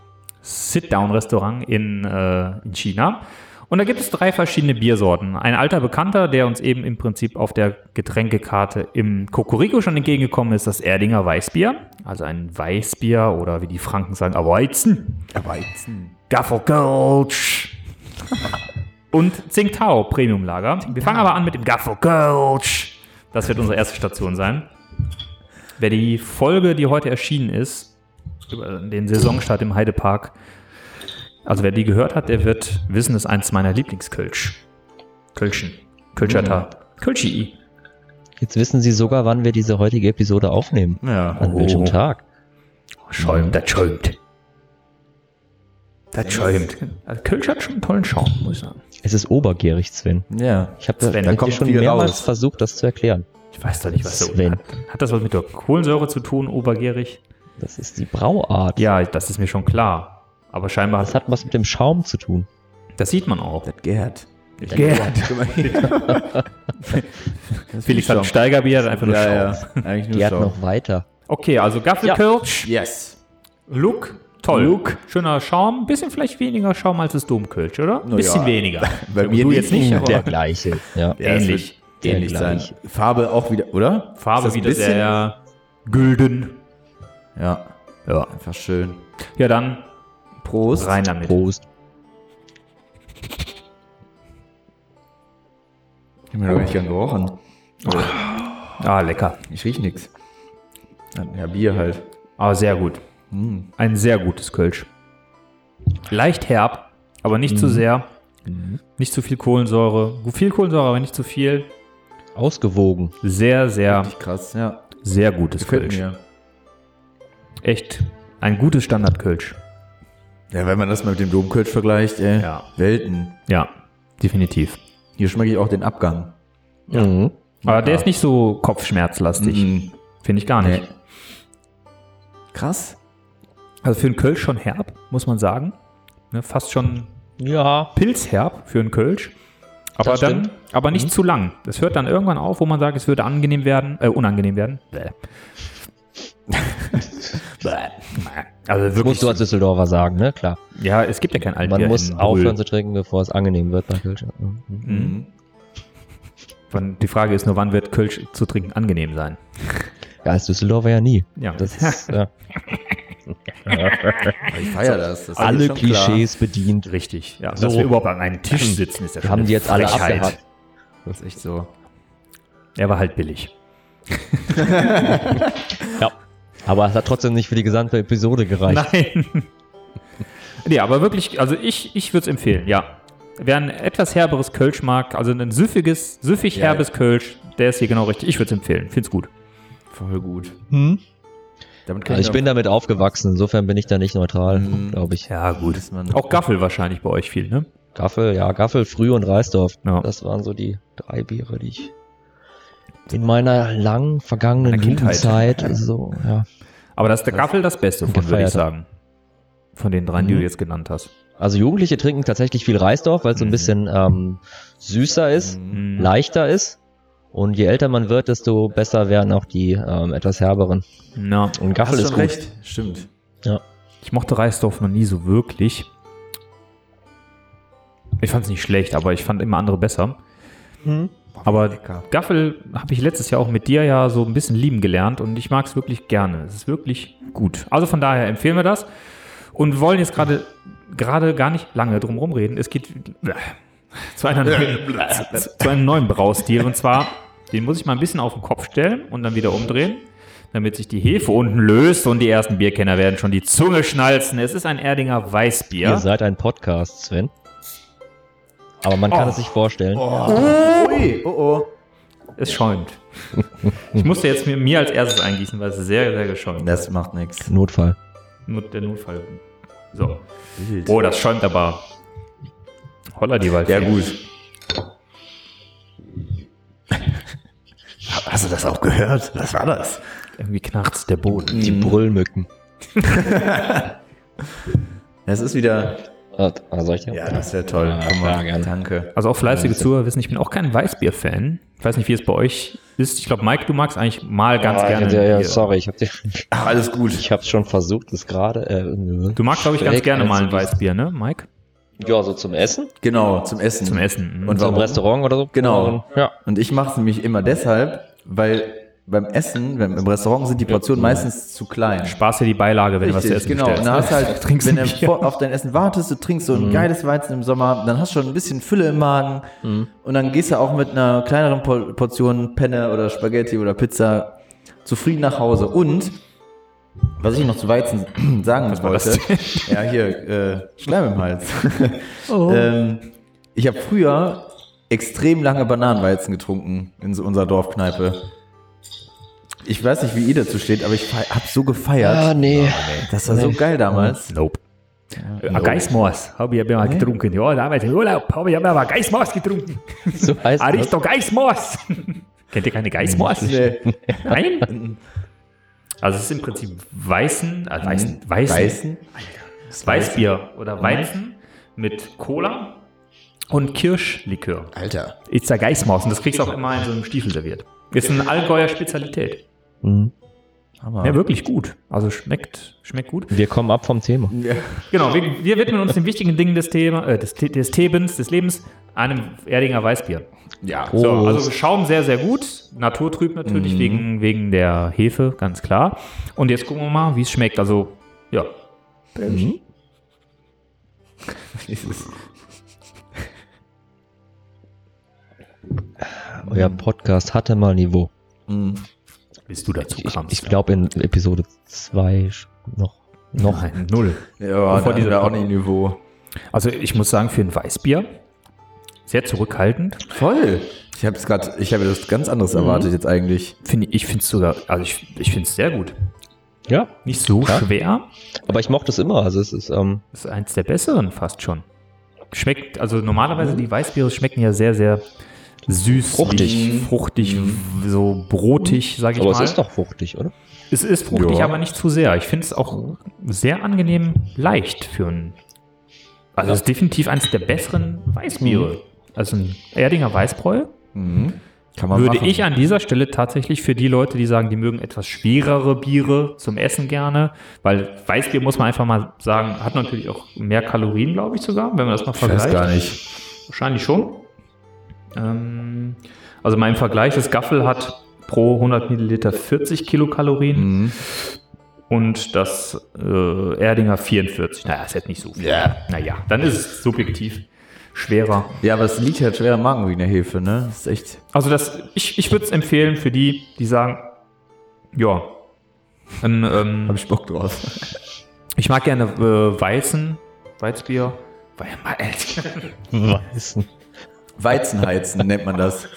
Speaker 2: Sit-Down-Restaurant in, äh, in China. Und da gibt es drei verschiedene Biersorten. Ein alter Bekannter, der uns eben im Prinzip auf der Getränkekarte im Kokoriko schon entgegengekommen ist, das Erdinger Weißbier. Also ein Weißbier oder wie die Franken sagen, ein Weizen.
Speaker 1: Weizen.
Speaker 2: Gaffelkölsch. Und Tsingtao Premium Lager. Wir fangen aber an mit dem Gaffelkölsch. Das wird unsere erste Station sein. Wer die Folge, die heute erschienen ist, über den Saisonstart im Heidepark, also wer die gehört hat, der wird wissen, das ist eins meiner Lieblingskölsch. Kölschen. Kölschata. Kölschi.
Speaker 3: Jetzt wissen Sie sogar, wann wir diese heutige Episode aufnehmen.
Speaker 1: Ja.
Speaker 2: Oh.
Speaker 3: An welchem Tag?
Speaker 2: Schäumt, das schäumt. Das schäumt. Also Kölsch hat schon einen tollen Schaum, muss ich sagen.
Speaker 3: Es ist obergierig, Sven.
Speaker 1: Ja.
Speaker 3: Ich habe das
Speaker 2: Sven,
Speaker 3: hab
Speaker 2: da
Speaker 3: dir
Speaker 1: kommt
Speaker 3: schon
Speaker 1: viel
Speaker 3: mehrmals
Speaker 1: raus.
Speaker 3: versucht, das zu erklären.
Speaker 2: Ich weiß doch nicht, was da
Speaker 3: Sven.
Speaker 2: unten hat. Hat das was mit der Kohlensäure zu tun, obergierig?
Speaker 3: Das ist die Brauart.
Speaker 2: Ja, das ist mir schon klar. Aber scheinbar
Speaker 3: Das
Speaker 2: hat,
Speaker 3: hat was mit dem Schaum zu tun.
Speaker 2: das sieht man auch.
Speaker 1: Das gärt.
Speaker 2: Gerd.
Speaker 1: Guck mal hier. Das
Speaker 2: Felix hat ein
Speaker 1: Schaum.
Speaker 2: Steigerbier, hat einfach nur
Speaker 1: ja,
Speaker 2: Schaum.
Speaker 1: ja. Eigentlich nur
Speaker 3: Die hat
Speaker 1: Schaum.
Speaker 3: noch weiter.
Speaker 2: Okay, also Gaffelkölsch,
Speaker 1: Yes.
Speaker 2: Look, toll.
Speaker 1: Look.
Speaker 2: Schöner Schaum, bisschen vielleicht weniger Schaum als das Domkölsch, oder?
Speaker 1: Na
Speaker 2: bisschen
Speaker 1: ja.
Speaker 2: weniger.
Speaker 1: Bei
Speaker 2: Also
Speaker 1: mir
Speaker 2: du
Speaker 1: die-
Speaker 2: jetzt nicht, aber
Speaker 3: Der gleiche. Ja.
Speaker 1: Ja, das
Speaker 2: Ähnlich.
Speaker 1: wird Ähnlich
Speaker 3: Der
Speaker 1: sein.
Speaker 3: gleich.
Speaker 1: Farbe auch wieder, oder? Ist
Speaker 2: Farbe
Speaker 1: das ein
Speaker 2: wieder
Speaker 1: bisschen?
Speaker 2: sehr gülden.
Speaker 1: Ja. Ja. Einfach schön.
Speaker 2: Ja, dann
Speaker 1: Prost.
Speaker 2: rein damit.
Speaker 3: Prost.
Speaker 1: Ich hab mir noch nicht gern gerochen.
Speaker 2: Ah, lecker.
Speaker 1: Ich riech nix. Ja, Bier halt.
Speaker 2: Aber sehr gut.
Speaker 1: Mm.
Speaker 2: Ein sehr gutes Kölsch. Leicht herb, aber nicht
Speaker 1: Mm.
Speaker 2: zu sehr. Nicht zu viel Kohlensäure. Viel Kohlensäure, aber nicht zu viel.
Speaker 3: Ausgewogen.
Speaker 2: Sehr, sehr,
Speaker 1: Richtig krass, ja.
Speaker 2: sehr gutes
Speaker 1: Gefällt
Speaker 2: Kölsch.
Speaker 1: mir.
Speaker 2: Echt ein gutes Standard-Kölsch.
Speaker 1: Ja, wenn man das mal mit dem Domkölsch vergleicht, ey.
Speaker 2: Ja.
Speaker 1: Welten.
Speaker 2: Ja, definitiv.
Speaker 1: Hier schmecke ich auch den Abgang.
Speaker 3: Mhm.
Speaker 2: Aber der ist nicht so kopfschmerzlastig.
Speaker 1: Mhm.
Speaker 2: Finde ich gar nicht.
Speaker 1: Nee. Krass.
Speaker 2: Also für einen Kölsch schon herb, muss man sagen. Ne, fast schon
Speaker 3: Ja.
Speaker 2: pilzherb für einen Kölsch. Aber
Speaker 3: Das
Speaker 2: dann,
Speaker 3: stimmt. Mhm.
Speaker 2: aber nicht zu lang. Das hört dann irgendwann auf, wo man sagt, es würde angenehm werden, äh, unangenehm werden. Bäh. Bäh. also
Speaker 3: Das
Speaker 2: wirklich.
Speaker 3: musst du als Düsseldorfer sagen, ne? Klar.
Speaker 2: ja, es gibt ja kein Altbier.
Speaker 3: Man muss
Speaker 2: in
Speaker 3: aufhören
Speaker 2: Brühl.
Speaker 3: zu trinken, bevor es angenehm wird bei Kölsch. Mhm.
Speaker 1: Mhm.
Speaker 2: Wann- Die Frage ist nur, wann wird Kölsch zu trinken angenehm sein?
Speaker 3: Ja, als Düsseldorfer ja nie.
Speaker 2: Ja.
Speaker 3: Das ist, ja.
Speaker 1: Ich feier das. das ist mir
Speaker 3: alle
Speaker 1: schon klar.
Speaker 3: Klischees bedient.
Speaker 2: Richtig. Ja,
Speaker 3: So.
Speaker 2: Dass wir überhaupt an einem Tisch sitzen, ist ja
Speaker 3: Wir
Speaker 2: schon
Speaker 3: haben
Speaker 2: eine
Speaker 3: die jetzt alle
Speaker 2: Frechheit.
Speaker 3: abgehakt.
Speaker 1: Das ist echt so.
Speaker 2: Er war halt billig.
Speaker 3: Ja. Aber es hat trotzdem nicht für die gesamte Episode gereicht.
Speaker 2: Nein. nee, aber wirklich, also ich, ich würde es empfehlen, ja. Wer ein etwas herberes Kölsch mag, also ein süffiges, süffig
Speaker 1: Ja,
Speaker 2: herbes Kölsch, der ist hier genau richtig. Ich würde es empfehlen, find's gut.
Speaker 1: Voll gut.
Speaker 3: Hm?
Speaker 1: Damit kann
Speaker 3: Also ich bin damit aufgewachsen, insofern bin ich da nicht neutral,
Speaker 1: Mhm.
Speaker 3: glaube ich.
Speaker 2: Ja, gut.
Speaker 1: dass man
Speaker 2: Auch Gaffel wahrscheinlich bei euch viel, ne?
Speaker 3: Gaffel, ja, Gaffel, Früh und Reisdorf.
Speaker 2: Ja.
Speaker 3: Das waren so die drei Biere, die ich in meiner lang vergangenen
Speaker 2: Meiner Kindheit.
Speaker 3: Jugendzeit so, ja.
Speaker 2: Aber das ist der Gaffel das Beste von, würde ich
Speaker 3: Gefeiert.
Speaker 2: sagen. Von den dreien, die du
Speaker 3: Mhm.
Speaker 2: jetzt genannt hast.
Speaker 3: Also Jugendliche trinken tatsächlich viel Reisdorf, weil es so ein
Speaker 2: Mhm.
Speaker 3: bisschen ähm, süßer ist,
Speaker 2: Mhm.
Speaker 3: leichter ist. Und je älter man wird, desto besser werden auch die ähm, etwas herberen.
Speaker 2: Na,
Speaker 3: Und Gaffel
Speaker 1: Hast
Speaker 3: ist
Speaker 1: schon
Speaker 3: gut.
Speaker 1: recht. Stimmt.
Speaker 2: ich mochte Reisdorf noch nie so wirklich. Ich fand's nicht schlecht, aber ich fand immer andere besser. Aber
Speaker 1: Lecker.
Speaker 2: Gaffel habe ich letztes Jahr auch mit dir ja so ein bisschen lieben gelernt und ich mag es wirklich gerne. Es ist wirklich gut. Also von daher empfehlen wir das und wollen jetzt gerade gerade gar nicht lange drum rumreden. Es geht zu, einer neuen, zu einem neuen Braustil und zwar den muss ich mal ein bisschen auf den Kopf stellen und dann wieder umdrehen, damit sich die Hefe unten löst und die ersten Bierkenner werden schon die Zunge schnalzen. Es ist ein Erdinger Weißbier.
Speaker 3: Ihr seid ein Podcast, Sven. Aber man kann
Speaker 2: Oh.
Speaker 3: es sich vorstellen.
Speaker 1: Ui, oh oh.
Speaker 2: Es schäumt. Ich musste jetzt mir, mir als erstes eingießen, weil es sehr, sehr geschäumt hat.
Speaker 1: Das macht nichts.
Speaker 3: Notfall.
Speaker 2: Not, der Notfall. So. Oh, das schäumt aber. Holla die Wald.
Speaker 1: Ja, gut. Hast du das auch gehört? Was war das?
Speaker 2: Irgendwie knarzt der Boden.
Speaker 3: Die Brüllmücken.
Speaker 1: Das ist wieder.
Speaker 3: Ah, ah, soll ich dir?
Speaker 1: Ja, das ist ja toll.
Speaker 3: Ah,
Speaker 1: Guck mal,
Speaker 3: klar, gerne.
Speaker 1: Danke.
Speaker 2: Also auch fleißige Zuhörer wissen, ich bin auch kein Weißbier-Fan. Ich weiß nicht, wie es bei euch ist. Ich glaube, Mike, du magst eigentlich mal ganz
Speaker 3: Ah,
Speaker 2: gerne.
Speaker 3: Ja, ja,
Speaker 2: Bier.
Speaker 3: sorry, ich habe
Speaker 1: Ach, alles gut.
Speaker 3: ich hab's schon versucht, das gerade. Äh, nö.
Speaker 2: Du magst, glaube ich, ganz
Speaker 3: Schräg
Speaker 2: gerne mal ein
Speaker 3: einzugießen.
Speaker 2: Weißbier, ne, Mike?
Speaker 3: Ja, so zum Essen,
Speaker 1: Genau, zum Essen.
Speaker 2: Zum Essen. mhm.
Speaker 1: Und
Speaker 3: zum
Speaker 1: warum?
Speaker 3: Restaurant oder so.
Speaker 1: Genau.
Speaker 3: Ja.
Speaker 1: Und ich mache es nämlich immer deshalb, weil beim Essen, wenn, im Restaurant sind die Portionen meistens zu klein.
Speaker 2: Sparst dir die Beilage, wenn du was zu
Speaker 1: Richtig,
Speaker 2: essen
Speaker 1: genau. Und
Speaker 2: bestellst.
Speaker 1: dann hast du halt,
Speaker 2: Trinkst Mhm.
Speaker 1: wenn
Speaker 2: ein
Speaker 1: du
Speaker 2: Bier.
Speaker 1: vor, auf dein Essen wartest, du trinkst so ein geiles Weizen im Sommer, dann hast du schon ein bisschen Fülle im Magen
Speaker 2: Mhm.
Speaker 1: und dann gehst du auch mit einer kleineren Por- Portion Penne oder Spaghetti oder Pizza zufrieden nach Hause. Und was ich noch zu Weizen sagen wollte, ja hier, äh, Schleim im Hals. ähm, ich habe früher extrem lange Bananenweizen getrunken in so unserer Dorfkneipe. Ich weiß nicht, wie ihr dazu steht, aber ich habe so gefeiert.
Speaker 3: Ah, nee.
Speaker 1: Das war so geil damals.
Speaker 2: Nope. Ja, Geismors habe ich aber mal getrunken. Ja, damals im Urlaub habe ich aber mal Geismors getrunken.
Speaker 3: So heißt das.
Speaker 2: Aristo Geismors. Kennt ihr keine Geismors?
Speaker 1: Nee.
Speaker 2: Nein? Also es ist im Prinzip Weißen, äh, Weißen, Weißen,
Speaker 1: Mhm. Weißen? Mhm.
Speaker 2: Weißbier oder Weizen mit Cola und Kirschlikör.
Speaker 1: Alter.
Speaker 2: Ist der Geismaus und das kriegst du auch immer in so einem Stiefel serviert. Ist eine Allgäuer Spezialität.
Speaker 3: Mhm.
Speaker 1: Hammer.
Speaker 2: Ja, wirklich gut. Also schmeckt, schmeckt gut.
Speaker 3: Wir kommen ab vom Thema.
Speaker 2: Genau, wir, wir widmen uns den wichtigen Dingen des, Thema, äh, des, The- des Thebens, des Lebens, einem Erdinger Weißbier.
Speaker 1: ja.
Speaker 2: So,
Speaker 3: Prost.
Speaker 2: also Schaum sehr, sehr gut. Naturtrüb natürlich
Speaker 3: Mhm.
Speaker 2: wegen, wegen der Hefe, ganz klar. Und jetzt gucken wir mal, wie es schmeckt. Also, ja.
Speaker 3: Euer Podcast hatte mal Niveau.
Speaker 1: Mhm.
Speaker 2: Bist du dazu
Speaker 3: Ich,
Speaker 2: kamst.
Speaker 3: ich glaube in Episode 2 noch. noch.
Speaker 2: Nein, null.
Speaker 1: Ja,
Speaker 2: Bevor
Speaker 1: da
Speaker 2: diese-
Speaker 1: diese auch nicht Niveau.
Speaker 2: Also ich muss sagen, für ein Weißbier sehr zurückhaltend.
Speaker 1: Voll. Ich habe gerade, ich habe das ganz anderes erwartet jetzt eigentlich.
Speaker 2: Finde ich- ich finde es sogar, also ich, ich finde es sehr gut.
Speaker 3: Ja.
Speaker 2: Nicht so
Speaker 3: Ja.
Speaker 2: schwer.
Speaker 3: Aber ich mochte es immer. Also es ist, ähm,
Speaker 2: Ist eins der besseren fast schon. Schmeckt, also normalerweise die Weißbiere schmecken ja sehr, sehr süß,
Speaker 3: Fruchtig. Mhm.
Speaker 2: fruchtig, w- so brotig, sage ich
Speaker 3: aber
Speaker 2: mal.
Speaker 3: es ist doch fruchtig, oder?
Speaker 2: Es ist fruchtig,
Speaker 1: Ja.
Speaker 2: aber nicht zu sehr. Ich finde es auch sehr angenehm leicht für ein. Also es ist definitiv eins der besseren Weißbiere.
Speaker 3: Mhm.
Speaker 2: Also ein Erdinger Weißbräu
Speaker 1: Mhm. Kann man
Speaker 2: würde
Speaker 1: machen.
Speaker 2: ich an dieser Stelle tatsächlich für die Leute, die sagen, die mögen etwas schwerere Biere zum Essen gerne, weil Weißbier muss man einfach mal sagen, hat natürlich auch mehr Kalorien, glaube ich sogar, wenn man das mal
Speaker 1: ich
Speaker 2: vergleicht.
Speaker 1: weiß gar nicht.
Speaker 2: Wahrscheinlich schon. Ähm, also mein Vergleich, das Gaffel hat pro 100 Milliliter 40 Kilokalorien
Speaker 1: Mhm.
Speaker 2: und das äh, Erdinger 44. Naja, ist jetzt nicht so viel.
Speaker 1: Ja.
Speaker 2: Naja, dann ist es subjektiv schwerer.
Speaker 1: Ja, aber es liegt halt schwer im Magen wegen der Hefe, ne? Das ist echt.
Speaker 2: Also das, ich, ich würde es empfehlen für die, die sagen, ja, ein, ähm,
Speaker 1: Hab ich Bock drauf.
Speaker 2: ich mag gerne äh, Weizen, Weizbier. Weil- Weiz-
Speaker 3: Weißen.
Speaker 1: Weizenheizen nennt man das.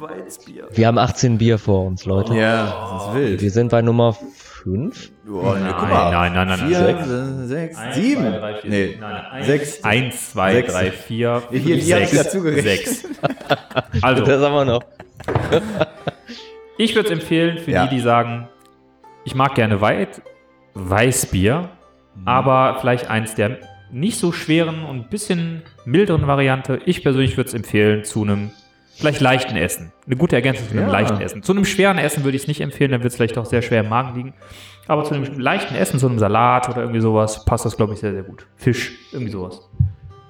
Speaker 2: Weizbier.
Speaker 3: Wir haben 18 Bier vor uns,
Speaker 2: Oh.
Speaker 3: Leute.
Speaker 1: Ja, das ist
Speaker 3: Wir
Speaker 1: wild.
Speaker 3: sind bei Nummer 5.
Speaker 1: Oh, ne, guck mal.
Speaker 2: Nein, nein, nein, nein, nein.
Speaker 1: Vier,
Speaker 2: Sechs.
Speaker 1: sechs, sechs
Speaker 2: Eins,
Speaker 1: sieben.
Speaker 2: zwei, drei, vier.
Speaker 1: nee,
Speaker 2: Nein, nein,
Speaker 1: sechs.
Speaker 2: Eins, zwei,
Speaker 1: Sechs.
Speaker 2: drei, vier,
Speaker 1: Hier, hier hab ich dazugerechnet.
Speaker 2: sechs. Also,
Speaker 3: Das haben wir noch.
Speaker 2: ich würde es empfehlen für
Speaker 1: Ja.
Speaker 2: die, die sagen, ich mag gerne Weiz, Weißbier,
Speaker 1: Mhm.
Speaker 2: aber vielleicht eins der nicht so schweren und ein bisschen milderen Variante. Ich persönlich würde es empfehlen zu einem vielleicht leichten Essen. Eine gute Ergänzung zu einem
Speaker 1: Ja.
Speaker 2: leichten Essen. Zu einem schweren Essen würde ich es nicht empfehlen, dann wird es vielleicht auch sehr schwer im Magen liegen. Aber zu einem leichten Essen, zu einem Salat oder irgendwie sowas, passt das, glaube ich, sehr, sehr gut. Fisch, irgendwie sowas.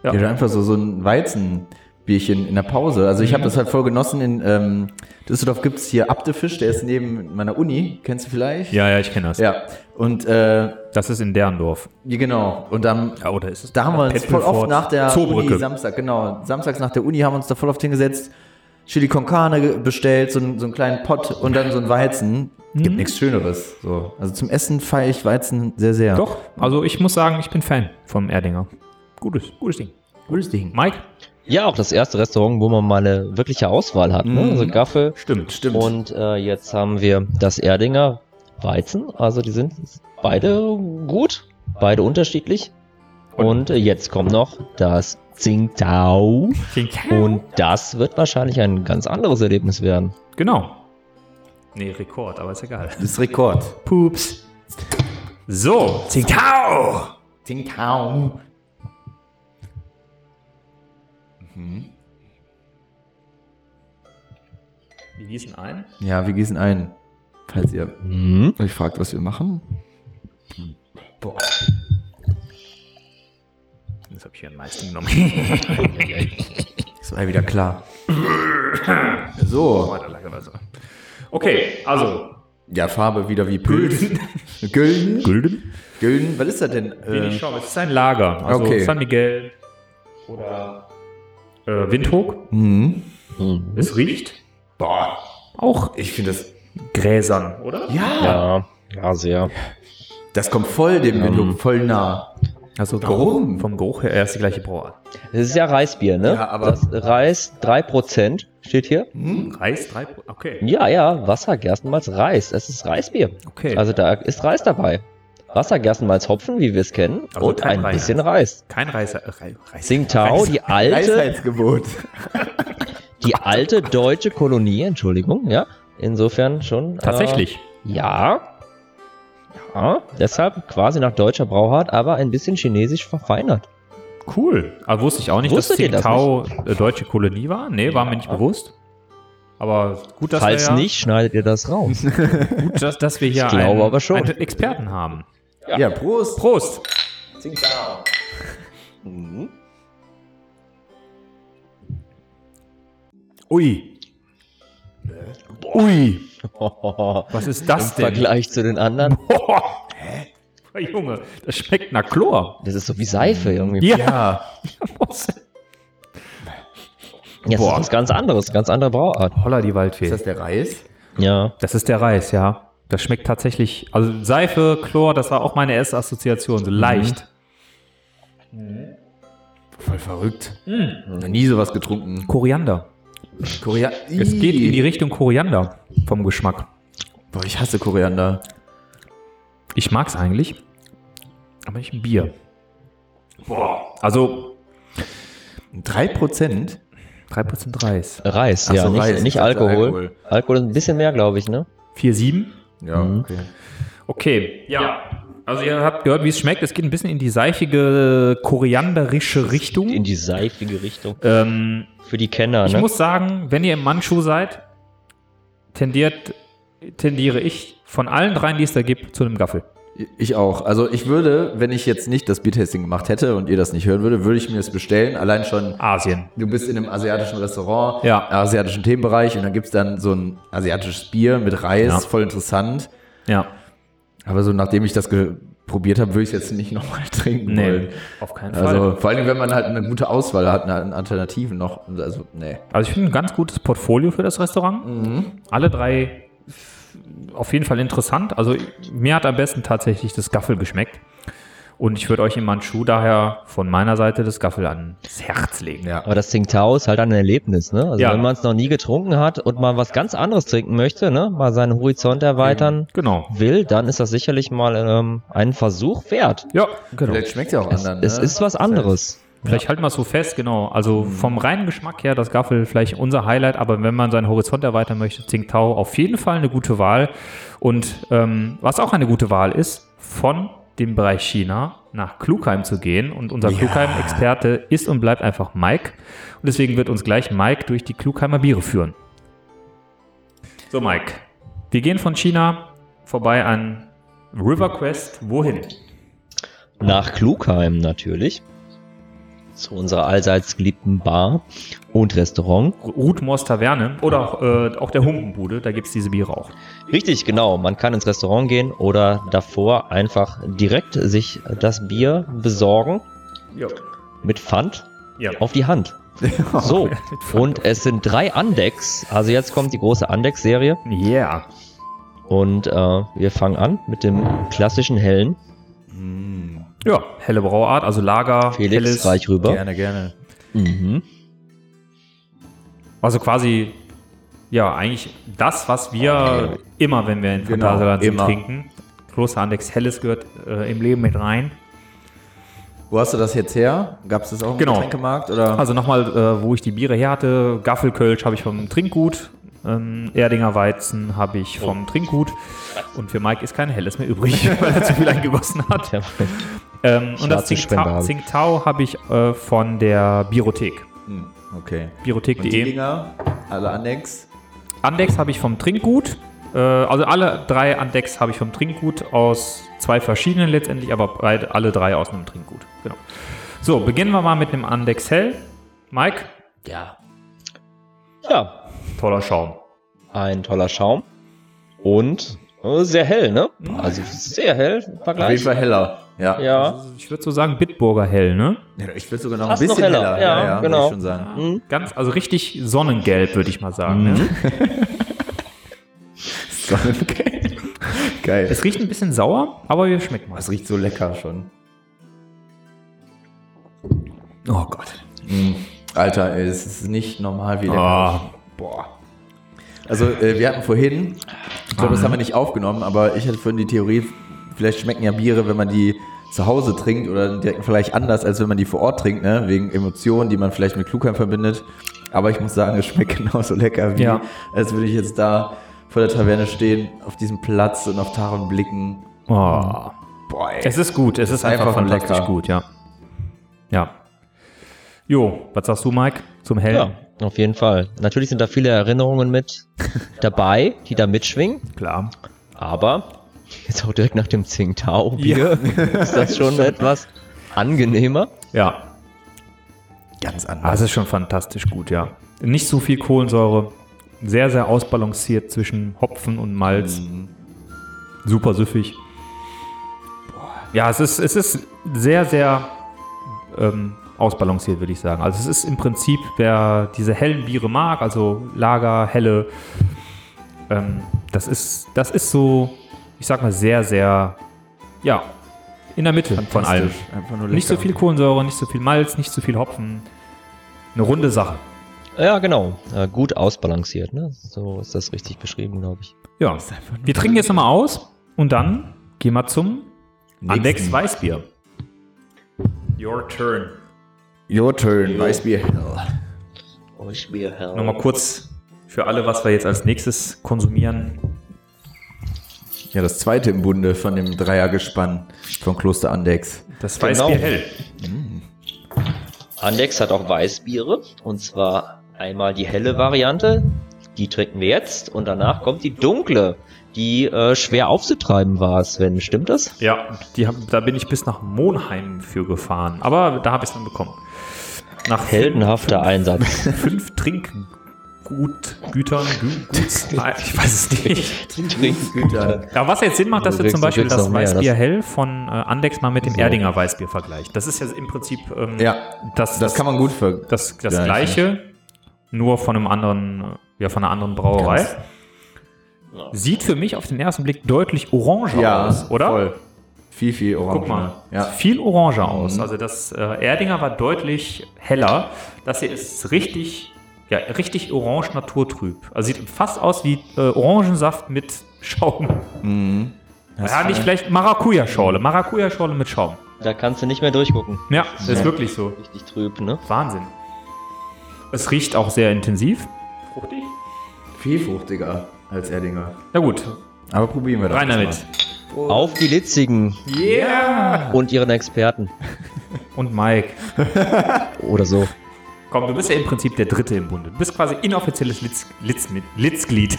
Speaker 1: Ja. Ja, einfach so, so ein Weizenbierchen in der Pause. Also ich habe das halt voll genossen. In ähm, Düsseldorf gibt's hier Abtefisch, der ist neben meiner Uni, kennst du vielleicht?
Speaker 2: Ja, ja, ich kenne das.
Speaker 1: Ja. Und äh, ja,
Speaker 2: Das ist in Derndorf.
Speaker 1: genau. Und dann,
Speaker 2: Ja, oder ist es?
Speaker 1: da haben wir uns voll oft
Speaker 2: Pettelfort.
Speaker 1: nach der
Speaker 2: Zoobrücke.
Speaker 1: Uni, Samstag, genau, samstags nach der Uni haben wir uns da voll oft hingesetzt, Chili con Carne ge- bestellt, so, einen- so einen kleinen Pott und dann so ein Weizen. Gibt nichts Schöneres. So. Also zum Essen feiere ich Weizen sehr, sehr.
Speaker 2: Doch, also ich muss sagen, ich bin Fan vom Erdinger. Gutes, gutes Ding.
Speaker 1: Gutes Ding.
Speaker 2: Mike?
Speaker 3: Ja, auch das erste Restaurant, wo man mal eine wirkliche Auswahl hat. Ne?
Speaker 1: Mhm.
Speaker 3: Also Gaffel.
Speaker 2: Stimmt.
Speaker 1: Stimmt.
Speaker 3: Und äh, jetzt haben wir das Erdinger Weizen. Also die sind beide gut, beide unterschiedlich. Und äh, jetzt kommt noch das Tsingtao. Und das wird wahrscheinlich ein ganz anderes Erlebnis werden.
Speaker 2: Genau. Nee, Rekord, aber ist egal.
Speaker 1: Das ist Rekord.
Speaker 2: Pups. So. Zingtau!
Speaker 1: Tsingtao. Mhm.
Speaker 2: Wir gießen ein.
Speaker 1: Ja, wir gießen ein. Falls ihr
Speaker 3: Mhm.
Speaker 1: euch fragt, was wir machen.
Speaker 2: Boah. Das habe ich hier am meisten genommen.
Speaker 1: Das war ja wieder klar. So.
Speaker 2: Okay, also.
Speaker 1: Ja, Farbe wieder wie Pilz. Gülden.
Speaker 2: Gülden?
Speaker 1: Gülden. Was ist das denn?
Speaker 2: Bin
Speaker 1: Äh,
Speaker 2: ich schon. Es ist ein Lager. Also
Speaker 1: Okay.
Speaker 2: San Miguel oder äh, Windhoek.
Speaker 1: mhm.
Speaker 3: Mhm.
Speaker 2: Es riecht
Speaker 1: Boah,
Speaker 2: auch
Speaker 1: ich finde das.
Speaker 2: gräsern, oder?
Speaker 1: Ja.
Speaker 3: Ja, ja, sehr.
Speaker 1: Das kommt voll dem
Speaker 3: Ähm.
Speaker 1: Menü, voll nah.
Speaker 2: Also
Speaker 1: Warum?
Speaker 2: vom Geruch her, er ist die gleiche Brauer.
Speaker 3: Es ist ja Reisbier, ne?
Speaker 1: Ja, aber-
Speaker 3: das Reis 3% steht hier.
Speaker 1: Hm?
Speaker 2: Reis, drei. Okay.
Speaker 3: Ja, ja, Wasser, Gerstenmalz, Reis. Es ist Reisbier.
Speaker 2: Okay.
Speaker 3: Also da ist Reis dabei. Wasser, Gerstenmalz, Hopfen, wie wir es kennen.
Speaker 2: Also
Speaker 3: und
Speaker 2: kein
Speaker 3: ein
Speaker 2: Reis.
Speaker 3: bisschen Reis.
Speaker 2: kein Reis. äh, Reis. Reis. halt.
Speaker 3: Tsingtao, die alte,
Speaker 1: Weisheitsgebot.
Speaker 3: die alte deutsche Kolonie, Entschuldigung, ja. Insofern schon. äh,
Speaker 2: Tatsächlich.
Speaker 3: ja. Ja, deshalb quasi nach deutscher Brauart, aber ein bisschen chinesisch verfeinert.
Speaker 2: Cool. Aber wusste ich auch nicht,
Speaker 3: Wusstet ihr
Speaker 2: dass
Speaker 3: das
Speaker 2: Tsingtau äh, deutsche Kolonie war. Nee, war mir nicht bewusst. Aber gut, dass
Speaker 3: Falls
Speaker 2: wir ja,
Speaker 3: nicht, schneidet ihr das raus.
Speaker 2: gut, dass, dass wir hier
Speaker 3: Ich glaube
Speaker 2: einen,
Speaker 3: aber schon.
Speaker 2: einen Experten haben.
Speaker 1: Ja, Prost.
Speaker 2: Prost.
Speaker 3: Mhm.
Speaker 2: Ui. Ui. Was ist
Speaker 3: Im
Speaker 2: das denn?
Speaker 3: Vergleich zu den anderen.
Speaker 2: Boah. Hä? Junge, das schmeckt nach Chlor.
Speaker 3: Das ist so wie Seife irgendwie.
Speaker 2: Ja.
Speaker 3: Ja, das
Speaker 2: Boah.
Speaker 3: ist was ganz anderes, ganz andere Brauart.
Speaker 2: Holla die Waldfee.
Speaker 1: Ist das der Reis?
Speaker 3: Ja.
Speaker 2: Das ist der Reis, ja. Das schmeckt tatsächlich. Also Seife, Chlor, das war auch meine erste Assoziation. So
Speaker 3: Mhm.
Speaker 2: leicht.
Speaker 1: Voll verrückt.
Speaker 3: Mhm.
Speaker 1: Noch nie sowas getrunken.
Speaker 2: Koriander.
Speaker 1: Korea
Speaker 2: Es geht in die Richtung Koriander vom Geschmack.
Speaker 1: Boah, ich hasse Koriander.
Speaker 2: Ich mag es eigentlich. Aber nicht ein Bier. Boah. Also
Speaker 1: 3%?
Speaker 2: 3% Reis.
Speaker 3: Reis,
Speaker 1: Ach
Speaker 3: ja.
Speaker 1: so,
Speaker 3: nicht
Speaker 1: Reis,
Speaker 3: nicht
Speaker 1: ich dachte
Speaker 3: Alkohol. Alkohol.
Speaker 1: Alkohol.
Speaker 3: ist ein bisschen mehr, glaube ich, ne?
Speaker 2: 4,7.
Speaker 1: Ja,
Speaker 3: Mhm.
Speaker 1: okay.
Speaker 2: Okay, ja. Also ihr habt gehört, wie es schmeckt. Es geht ein bisschen in die seifige, korianderische Richtung.
Speaker 1: Hm?
Speaker 3: In die seifige Richtung.
Speaker 2: ähm,
Speaker 3: Für die Kenner,
Speaker 2: Ich
Speaker 3: ne?
Speaker 2: muss sagen, wenn ihr im Mannschuh seid, tendiert, tendiere ich von allen dreien, die es da gibt, zu einem Gaffel.
Speaker 1: Ich auch. Also ich würde, wenn ich jetzt nicht das Biertasting gemacht hätte und ihr das nicht hören würde, würde ich mir das bestellen. Allein schon,
Speaker 2: Asien.
Speaker 1: du bist in einem asiatischen Restaurant,
Speaker 2: Ja.
Speaker 1: asiatischen Themenbereich und dann gibt es dann so ein asiatisches Bier mit Reis,
Speaker 2: Ja.
Speaker 1: voll interessant.
Speaker 2: Ja.
Speaker 1: Aber so nachdem ich das ge- probiert habe, würde ich es jetzt nicht nochmal trinken
Speaker 2: Nee,
Speaker 1: wollen.
Speaker 2: auf keinen Fall.
Speaker 1: Also
Speaker 2: Also,
Speaker 1: vor allem, wenn man halt eine gute Auswahl hat, eine Alternativen noch. Also, nee.
Speaker 2: ich finde ein ganz gutes Portfolio für das Restaurant.
Speaker 1: Mhm.
Speaker 2: Alle drei f- auf jeden Fall interessant. Also mir hat am besten tatsächlich das Gaffel geschmeckt. Und ich würde euch im Mannschuh daher von meiner Seite das Gaffel ans Herz legen.
Speaker 1: Ja.
Speaker 3: Aber das Tsingtao ist halt ein Erlebnis, ne? Also
Speaker 2: Ja.
Speaker 3: wenn man es noch nie getrunken hat und mal was ganz anderes trinken möchte, ne? Mal seinen
Speaker 1: Hm.
Speaker 3: Horizont erweitern
Speaker 2: Genau.
Speaker 3: will, dann ist das sicherlich mal ähm, einen Versuch wert.
Speaker 2: Ja, genau.
Speaker 1: Vielleicht schmeckt ja auch
Speaker 3: Es,
Speaker 1: anderen.
Speaker 3: es
Speaker 1: ne?
Speaker 3: ist was anderes.
Speaker 2: Vielleicht halten wir es so fest, genau. Also vom reinen Geschmack her, das Gaffel vielleicht unser Highlight, aber wenn man seinen Horizont erweitern möchte, Tsingtao auf jeden Fall eine gute Wahl. Und ähm, was auch eine gute Wahl ist, von dem Bereich China nach Klugheim zu gehen. Und unser Klugheim-Experte ist und bleibt einfach Mike. Und deswegen wird uns gleich Mike durch die Klugheimer Biere führen. So, Mike, wir gehen von China vorbei an River Quest. Wohin?
Speaker 3: Nach Klugheim natürlich. Zu unserer allseits geliebten Bar und Restaurant.
Speaker 2: Rudmors Taverne oder äh, auch der Humpenbude, da gibt es diese Biere auch.
Speaker 3: Richtig, genau. Man kann ins Restaurant gehen oder davor einfach direkt sich das Bier besorgen
Speaker 2: Ja.
Speaker 3: mit Pfand
Speaker 2: Ja.
Speaker 3: auf die Hand. So, und es sind drei Andecks. Also jetzt kommt die große Andex-Serie
Speaker 2: Yeah.
Speaker 3: und äh, wir fangen an mit dem klassischen hellen
Speaker 1: Mm,
Speaker 2: Ja, helle Brauart, also Lager,
Speaker 3: Felix
Speaker 2: helles.
Speaker 3: reich rüber.
Speaker 1: gerne, gerne.
Speaker 3: Mhm.
Speaker 2: Also quasi, ja, eigentlich das, was wir immer, wenn wir in
Speaker 1: Genau,
Speaker 2: Phantasialand sind,
Speaker 1: immer.
Speaker 2: trinken. Großer Andex Helles gehört äh, im Leben mit rein.
Speaker 1: Wo hast du das jetzt her? Gab es das auch im
Speaker 2: Genau.
Speaker 1: Getränkemarkt? Oder?
Speaker 2: Also nochmal, äh, wo ich die Biere her hatte. Gaffelkölsch habe ich vom Trinkgut. Ähm, Erdinger Weizen habe ich
Speaker 3: Oh.
Speaker 2: vom Trinkgut. Und für Mike ist kein Helles mehr übrig, weil er zu viel eingegossen hat.
Speaker 3: Tja,
Speaker 2: Ähm, und das
Speaker 3: Schwarze Spender
Speaker 2: Tsingtao
Speaker 3: habe ich.
Speaker 2: Tsingtao habe ich äh, von der Birothek.
Speaker 1: Hm, okay. Und die
Speaker 2: Birothek.de.
Speaker 1: Dinger, alle Annex.
Speaker 2: Andex habe ich vom Trinkgut. Äh, also alle drei Andex habe ich vom Trinkgut aus zwei verschiedenen letztendlich, aber beide, alle drei aus einem Trinkgut. Genau. So, beginnen wir mal mit einem Andex Hell. Mike,
Speaker 6: Ja,
Speaker 2: toller Schaum.
Speaker 6: ein toller Schaum. Und äh, sehr hell, ne? Also sehr hell im
Speaker 1: Auf jeden
Speaker 6: Vergleich.
Speaker 1: Fall heller. Ja.
Speaker 6: Ja.
Speaker 2: Also ich würde so sagen Bitburger Hell, ne?
Speaker 1: Ich würde sogar noch
Speaker 6: Fast
Speaker 1: ein bisschen
Speaker 6: noch
Speaker 1: heller.
Speaker 6: heller. Ja,
Speaker 1: ja,
Speaker 6: genau.
Speaker 1: würde ich schon sagen.
Speaker 2: Ganz, also richtig Sonnengelb, würde ich mal sagen. Ne?
Speaker 1: Geil. Geil.
Speaker 2: Es riecht ein bisschen sauer, aber wir schmecken was.
Speaker 1: Es riecht so lecker schon.
Speaker 2: Oh Gott.
Speaker 1: Mm. Alter, ey, es ist nicht normal, wie lecker.
Speaker 2: Ah, boah.
Speaker 1: Also, äh, wir hatten vorhin, ich glaube, das haben wir nicht aufgenommen, aber ich hatte vorhin die Theorie, vielleicht schmecken ja Biere, wenn man die zu Hause trinkt oder direkt vielleicht anders, als wenn man die vor Ort trinkt, ne? wegen Emotionen, die man vielleicht mit Klugheim verbindet. Aber ich muss sagen, es schmeckt genauso lecker, wie
Speaker 2: Ja.
Speaker 1: als würde ich jetzt da vor der Taverne stehen, auf diesem Platz und auf Taren blicken.
Speaker 2: Oh.
Speaker 1: Boah, ey.
Speaker 2: Es ist gut, es ist, einfach,
Speaker 1: einfach
Speaker 2: fantastisch
Speaker 1: lecker.
Speaker 2: gut, ja. Ja. Jo, was sagst du, Mike, zum
Speaker 3: ja,
Speaker 2: Hellen?
Speaker 3: auf jeden Fall. Natürlich sind da viele Erinnerungen mit dabei, die da mitschwingen.
Speaker 2: Klar.
Speaker 3: Aber jetzt auch direkt nach dem Tsingtao-Bier ist das schon etwas angenehmer.
Speaker 2: Ja,
Speaker 1: ganz
Speaker 2: ah,
Speaker 1: anders.
Speaker 2: es ist schon fantastisch gut, ja. Nicht so viel Kohlensäure, sehr, sehr ausbalanciert zwischen Hopfen und Malz.
Speaker 1: Mhm.
Speaker 2: Super süffig. Ja, es ist, es ist sehr, sehr ähm, ausbalanciert, würde ich sagen. Also es ist im Prinzip, wer diese hellen Biere mag, also Lager, helle, ähm, das, ist, das ist so, ich sag mal, sehr, sehr, ja, in der Mitte von allem.
Speaker 1: Fantastisch. Einfach nur
Speaker 2: Nicht so
Speaker 1: lecker.
Speaker 2: viel Kohlensäure, nicht so viel Malz, nicht so viel Hopfen. Eine runde Sache.
Speaker 3: Ja, genau. Äh, gut ausbalanciert, ne? So ist das richtig beschrieben, glaube ich.
Speaker 2: Ja. Wir trinken jetzt nochmal aus und dann gehen wir zum Andex Weißbier. Your turn.
Speaker 1: Your turn, Weißbier Hell.
Speaker 2: Nochmal kurz für alle, was wir jetzt als nächstes konsumieren.
Speaker 1: Ja, das zweite im Bunde von dem Dreiergespann von Kloster Andex.
Speaker 2: Das
Speaker 6: Genau.
Speaker 2: Weißbier hell.
Speaker 6: Andex hat auch Weißbiere.
Speaker 3: Und zwar einmal die helle Variante, die trinken wir jetzt. Und danach kommt die dunkle, die äh, schwer aufzutreiben war, Sven. Stimmt das?
Speaker 2: Ja, die hab, da bin ich bis nach Monheim für gefahren. Aber da habe ich es dann bekommen. Nach
Speaker 3: Heldenhafter Einsatz.
Speaker 2: fünf Trinkgutgütern. Gü- Guts- Nein, ich weiß es nicht.
Speaker 1: Güter.
Speaker 2: Ja, was jetzt Sinn macht, dass
Speaker 3: Du
Speaker 2: du zum
Speaker 3: kriegst- du
Speaker 2: Beispiel
Speaker 3: kriegst
Speaker 2: das
Speaker 3: noch mehr, das-
Speaker 2: Weißbier Hell von äh, Andex mal mit dem Erdinger Weißbier vergleicht. Das ist ja im Prinzip ähm,
Speaker 1: Ja,
Speaker 2: das,
Speaker 1: das kann man gut ver...
Speaker 2: das, das
Speaker 1: Ja, ich
Speaker 2: gleiche, nur von einem anderen, äh, ja, von einer anderen Brauerei.
Speaker 1: Ganz-
Speaker 2: Sieht für mich auf den ersten Blick deutlich oranger aus, oder?
Speaker 1: voll. Viel, viel Orange. ne?
Speaker 2: Guck mal,
Speaker 1: Ja.
Speaker 2: viel oranger aus.
Speaker 1: Mhm.
Speaker 2: Also das äh, Erdinger war deutlich heller. Das hier ist richtig, ja, richtig orange naturtrüb. Also sieht fast aus wie äh, Orangensaft mit Schaum.
Speaker 1: Mhm. Das
Speaker 2: Ja,
Speaker 1: war-
Speaker 2: nicht vielleicht Maracuja-Schorle. Maracuja-Schorle mit Schaum.
Speaker 3: da kannst du nicht mehr durchgucken.
Speaker 2: Ja, das ist wirklich so.
Speaker 3: Richtig trüb, ne?
Speaker 2: Wahnsinn. Es riecht auch sehr intensiv. Fruchtig?
Speaker 1: Viel fruchtiger als Erdinger.
Speaker 2: Na gut,
Speaker 1: Aber probieren wir das.
Speaker 2: rein
Speaker 1: mal.
Speaker 2: damit.
Speaker 3: Auf die Litzigen
Speaker 2: Yeah!
Speaker 3: und ihren Experten.
Speaker 2: Und Mike.
Speaker 3: Oder so.
Speaker 2: Komm, du bist ja im Prinzip der Dritte im Bunde. Du bist quasi inoffizielles Litz, Litz, Litzglied.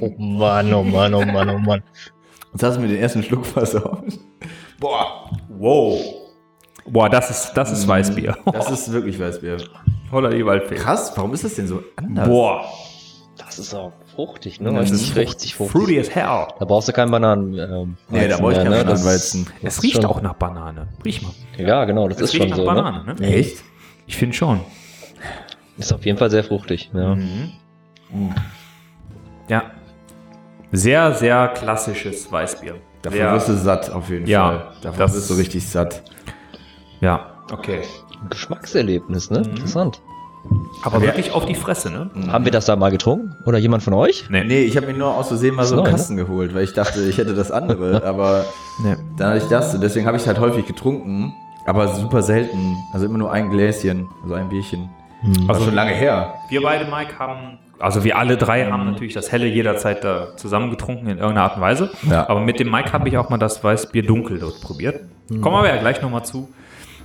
Speaker 3: Oh Mann, oh Mann, oh Mann, oh Mann.
Speaker 1: Jetzt hast du mir den ersten Schluck versaut. Boah.
Speaker 2: Wow. Boah, das ist, das
Speaker 3: Mhm.
Speaker 2: ist Weißbier.
Speaker 1: Das ist wirklich Weißbier.
Speaker 2: Holler die Waldfee.
Speaker 1: Krass, warum ist das denn so anders?
Speaker 2: Boah.
Speaker 3: Das ist auch fruchtig, ne?
Speaker 1: Das
Speaker 3: Das
Speaker 1: ist
Speaker 3: ist richtig fruchtig.
Speaker 2: Fruity as hell.
Speaker 3: Da brauchst du keinen Bananen. Ähm,
Speaker 1: Nee, da brauche ich keinen
Speaker 3: Das-
Speaker 1: Weizen.
Speaker 3: das
Speaker 2: Es
Speaker 3: ist
Speaker 2: riecht
Speaker 3: schon-
Speaker 2: auch nach Banane. Riech mal.
Speaker 3: Ja, genau, das,
Speaker 2: Es
Speaker 3: ist
Speaker 2: riecht
Speaker 3: schon so.
Speaker 2: nach
Speaker 3: Ne?
Speaker 2: Banane, ne?
Speaker 1: Echt?
Speaker 2: Ich finde schon.
Speaker 3: Ist auf jeden Fall sehr fruchtig. Ja.
Speaker 2: Mhm. Ja. Sehr, sehr klassisches Weißbier.
Speaker 1: Dafür
Speaker 2: Sehr-
Speaker 1: wirst du satt auf jeden
Speaker 2: Ja,
Speaker 1: Fall. Dafür
Speaker 2: das-
Speaker 1: wirst du richtig satt.
Speaker 2: Ja. Okay. Mhm.
Speaker 3: Geschmackserlebnis, ne? Interessant.
Speaker 2: Aber wirklich auf die Fresse, ne?
Speaker 3: Haben wir das da mal getrunken? Oder jemand von euch?
Speaker 1: Nee, ich habe mir nur aus Versehen mal so einen
Speaker 3: Neu, ne?
Speaker 1: Kasten geholt, weil ich dachte, ich hätte das andere, aber
Speaker 2: Nee.
Speaker 1: dann hatte ich das und deswegen habe ich es halt häufig getrunken, aber super selten. Also immer nur ein Gläschen, also ein Bierchen. War
Speaker 7: Also-
Speaker 1: schon lange her.
Speaker 2: Wir beide, Mike, haben, also wir alle drei haben natürlich das Helle jederzeit da zusammengetrunken in irgendeiner Art und Weise.
Speaker 1: Ja.
Speaker 2: Aber mit dem Mike habe ich auch mal das Weißbier dunkel dort probiert.
Speaker 1: Hm.
Speaker 2: Kommen wir ja gleich nochmal zu.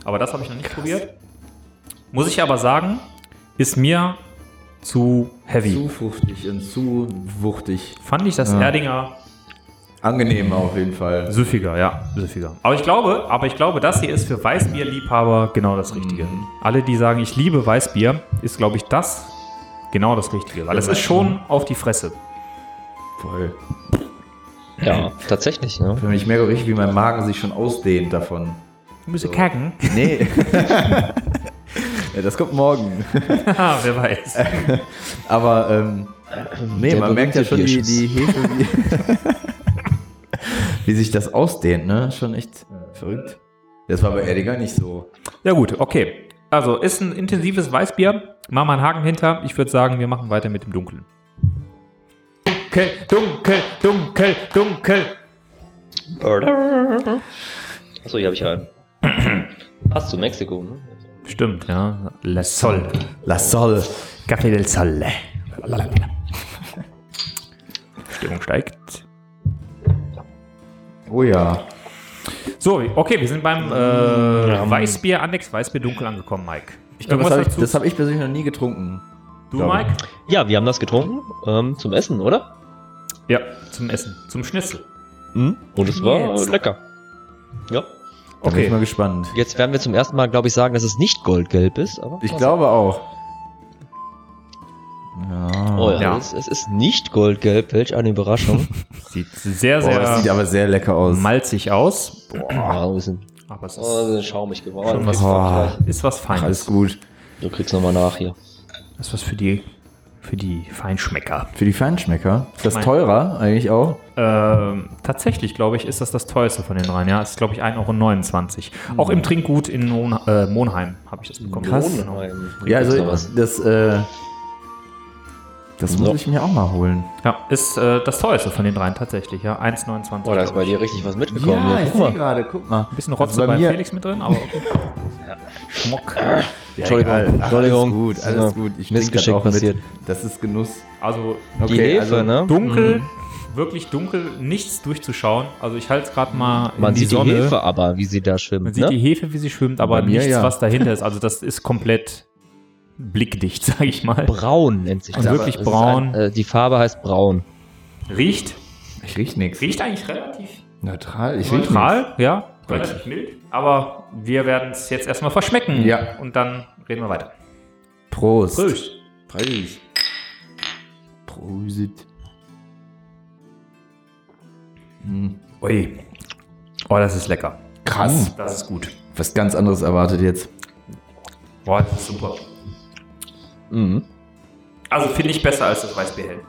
Speaker 2: Aber das habe ich noch nicht probiert. Muss ich aber sagen, ist mir zu heavy.
Speaker 1: Zu fruchtig und zu wuchtig.
Speaker 2: Fand ich das
Speaker 1: Ja.
Speaker 2: Erdinger
Speaker 1: Angenehm auf jeden Fall.
Speaker 2: süffiger, ja, süffiger. Aber ich glaube, aber ich glaube, das hier ist für Weißbierliebhaber genau das Richtige.
Speaker 1: Hm.
Speaker 2: Alle, die sagen, ich liebe Weißbier, ist, glaube ich, das genau das Richtige. Weil es ist schon auf die Fresse.
Speaker 1: Voll.
Speaker 3: Ja, tatsächlich. Ne?
Speaker 1: Wenn ich merke richtig, wie mein Magen sich schon ausdehnt davon.
Speaker 2: Du musst kacken.
Speaker 1: Nee. ja, das kommt morgen.
Speaker 2: Ah, wer weiß.
Speaker 1: Aber ähm, nee,
Speaker 3: Der
Speaker 1: man merkt ja schon
Speaker 3: berühmte
Speaker 1: die,
Speaker 3: Bierschiss.
Speaker 1: die Hefe, wie, wie sich das ausdehnt, ne? Schon echt verrückt. Das war bei Erdinger nicht so.
Speaker 2: Ja gut, okay. Also ist ein intensives Weißbier. Mach mal einen Haken hinter. Ich würde sagen, wir machen weiter mit dem Dunkeln. Dunkel, dunkel, dunkel, dunkel.
Speaker 3: Achso, hier habe ich einen. Passt zu Mexiko, ne?
Speaker 2: Stimmt, ja. La Sol.
Speaker 1: La Sol.
Speaker 2: Café del Sol. Lalalala. Stimmung steigt.
Speaker 1: Oh ja.
Speaker 2: So, okay, wir sind beim äh, Weißbier, Annex Weißbier dunkel angekommen, Mike.
Speaker 1: Ich glaube, das
Speaker 2: Irgendwas
Speaker 1: habe ich,
Speaker 2: dazu?
Speaker 1: das hab ich persönlich noch nie getrunken.
Speaker 2: du,
Speaker 1: glaube
Speaker 2: Mike?
Speaker 3: Ja, wir haben das getrunken ähm, zum Essen, oder?
Speaker 2: Ja, zum Essen, zum Schnitzel.
Speaker 3: Und es war
Speaker 2: Mhm. Jetzt.
Speaker 3: äh, lecker. Ja.
Speaker 1: Da bin
Speaker 2: Okay.
Speaker 1: ich mal gespannt.
Speaker 3: Jetzt werden wir zum ersten Mal, glaube ich, sagen, dass es nicht goldgelb ist. Aber
Speaker 1: Ich glaube auch. Ja.
Speaker 3: Oh ja,
Speaker 2: Ja.
Speaker 3: Es, es ist nicht goldgelb. Welch eine Überraschung.
Speaker 2: Sieht sehr,
Speaker 1: Boah, das sieht
Speaker 2: sehr
Speaker 1: aber sehr lecker aus.
Speaker 2: malzig aus. Boah,
Speaker 3: Ah, wir sind,
Speaker 2: aber es
Speaker 3: oh, wir
Speaker 2: ist,
Speaker 3: sind schaumig geworden.
Speaker 2: Schon was-
Speaker 1: Boah,
Speaker 2: ist was Feines.
Speaker 1: alles gut.
Speaker 3: Du kriegst nochmal nach hier.
Speaker 2: Das ist was für die, für die Feinschmecker.
Speaker 1: Für die Feinschmecker. Ist das
Speaker 2: Mein-
Speaker 1: teurer eigentlich auch?
Speaker 2: Ähm, tatsächlich, glaube ich, ist das das teuerste von den dreien. Ja, ist, glaube ich, 1,29 Euro. Auch im Trinkgut in Mon äh, Monheim habe ich das bekommen.
Speaker 3: Hohenheim.
Speaker 1: Ja, also
Speaker 3: ne? Noch was.
Speaker 1: das, äh, das muss
Speaker 3: So.
Speaker 1: ich mir auch mal holen.
Speaker 2: Ja, ist äh, das teuerste von den dreien tatsächlich. Ja, 1,29
Speaker 3: Boah, Oh, da ist
Speaker 2: glaub
Speaker 3: bei
Speaker 2: ich.
Speaker 3: dir richtig was mitgekommen. hier. Guck
Speaker 1: sehe
Speaker 3: mal.
Speaker 1: gerade, guck mal.
Speaker 2: Ein bisschen Rotze
Speaker 1: Also bei
Speaker 2: bei,
Speaker 1: mir-
Speaker 2: Felix mit drin, aber okay. Schmuck.
Speaker 3: Entschuldigung, Entschuldigung.
Speaker 1: Alles gut, alles gut. Ich trinke das
Speaker 3: Missgeschick
Speaker 1: auch
Speaker 3: passiert.
Speaker 1: mit. Das ist Genuss.
Speaker 2: Also
Speaker 1: Okay,
Speaker 3: Die Hefe, ne?
Speaker 2: dunkel,
Speaker 1: Mhm.
Speaker 2: wirklich dunkel, nichts durchzuschauen. Also ich halte es gerade mal in
Speaker 3: Man
Speaker 2: die
Speaker 3: sieht
Speaker 2: Sonne.
Speaker 3: die Hefe aber, wie sie da
Speaker 2: Man
Speaker 3: schwimmt,
Speaker 2: sieht die
Speaker 3: ne?
Speaker 2: Hefe, wie sie schwimmt, aber
Speaker 1: Bei mir,
Speaker 2: nichts,
Speaker 1: ja.
Speaker 2: was dahinter ist. Also das ist komplett blickdicht, sage ich mal.
Speaker 3: Braun nennt sich
Speaker 2: Und
Speaker 3: das.
Speaker 2: wirklich
Speaker 3: Es ist
Speaker 2: braun.
Speaker 3: Ein, äh, die Farbe heißt braun.
Speaker 2: Riecht,
Speaker 1: Ich riech nichts.
Speaker 2: riecht eigentlich relativ
Speaker 1: Neutral, ich riech
Speaker 2: neutral, ja, relativ mild. Aber wir werden es jetzt erstmal verschmecken.
Speaker 1: Ja.
Speaker 2: Und dann reden wir weiter.
Speaker 1: nichts. Prost.
Speaker 2: Prost.
Speaker 1: Prost. Prosit.
Speaker 2: Ui. Oh, das ist lecker.
Speaker 1: Hm. Krass.
Speaker 2: Hm, Das ist gut.
Speaker 1: Was ganz anderes erwartet jetzt.
Speaker 2: Boah, das ist super.
Speaker 3: Mhm.
Speaker 2: Also finde ich besser als das Weißbier hell.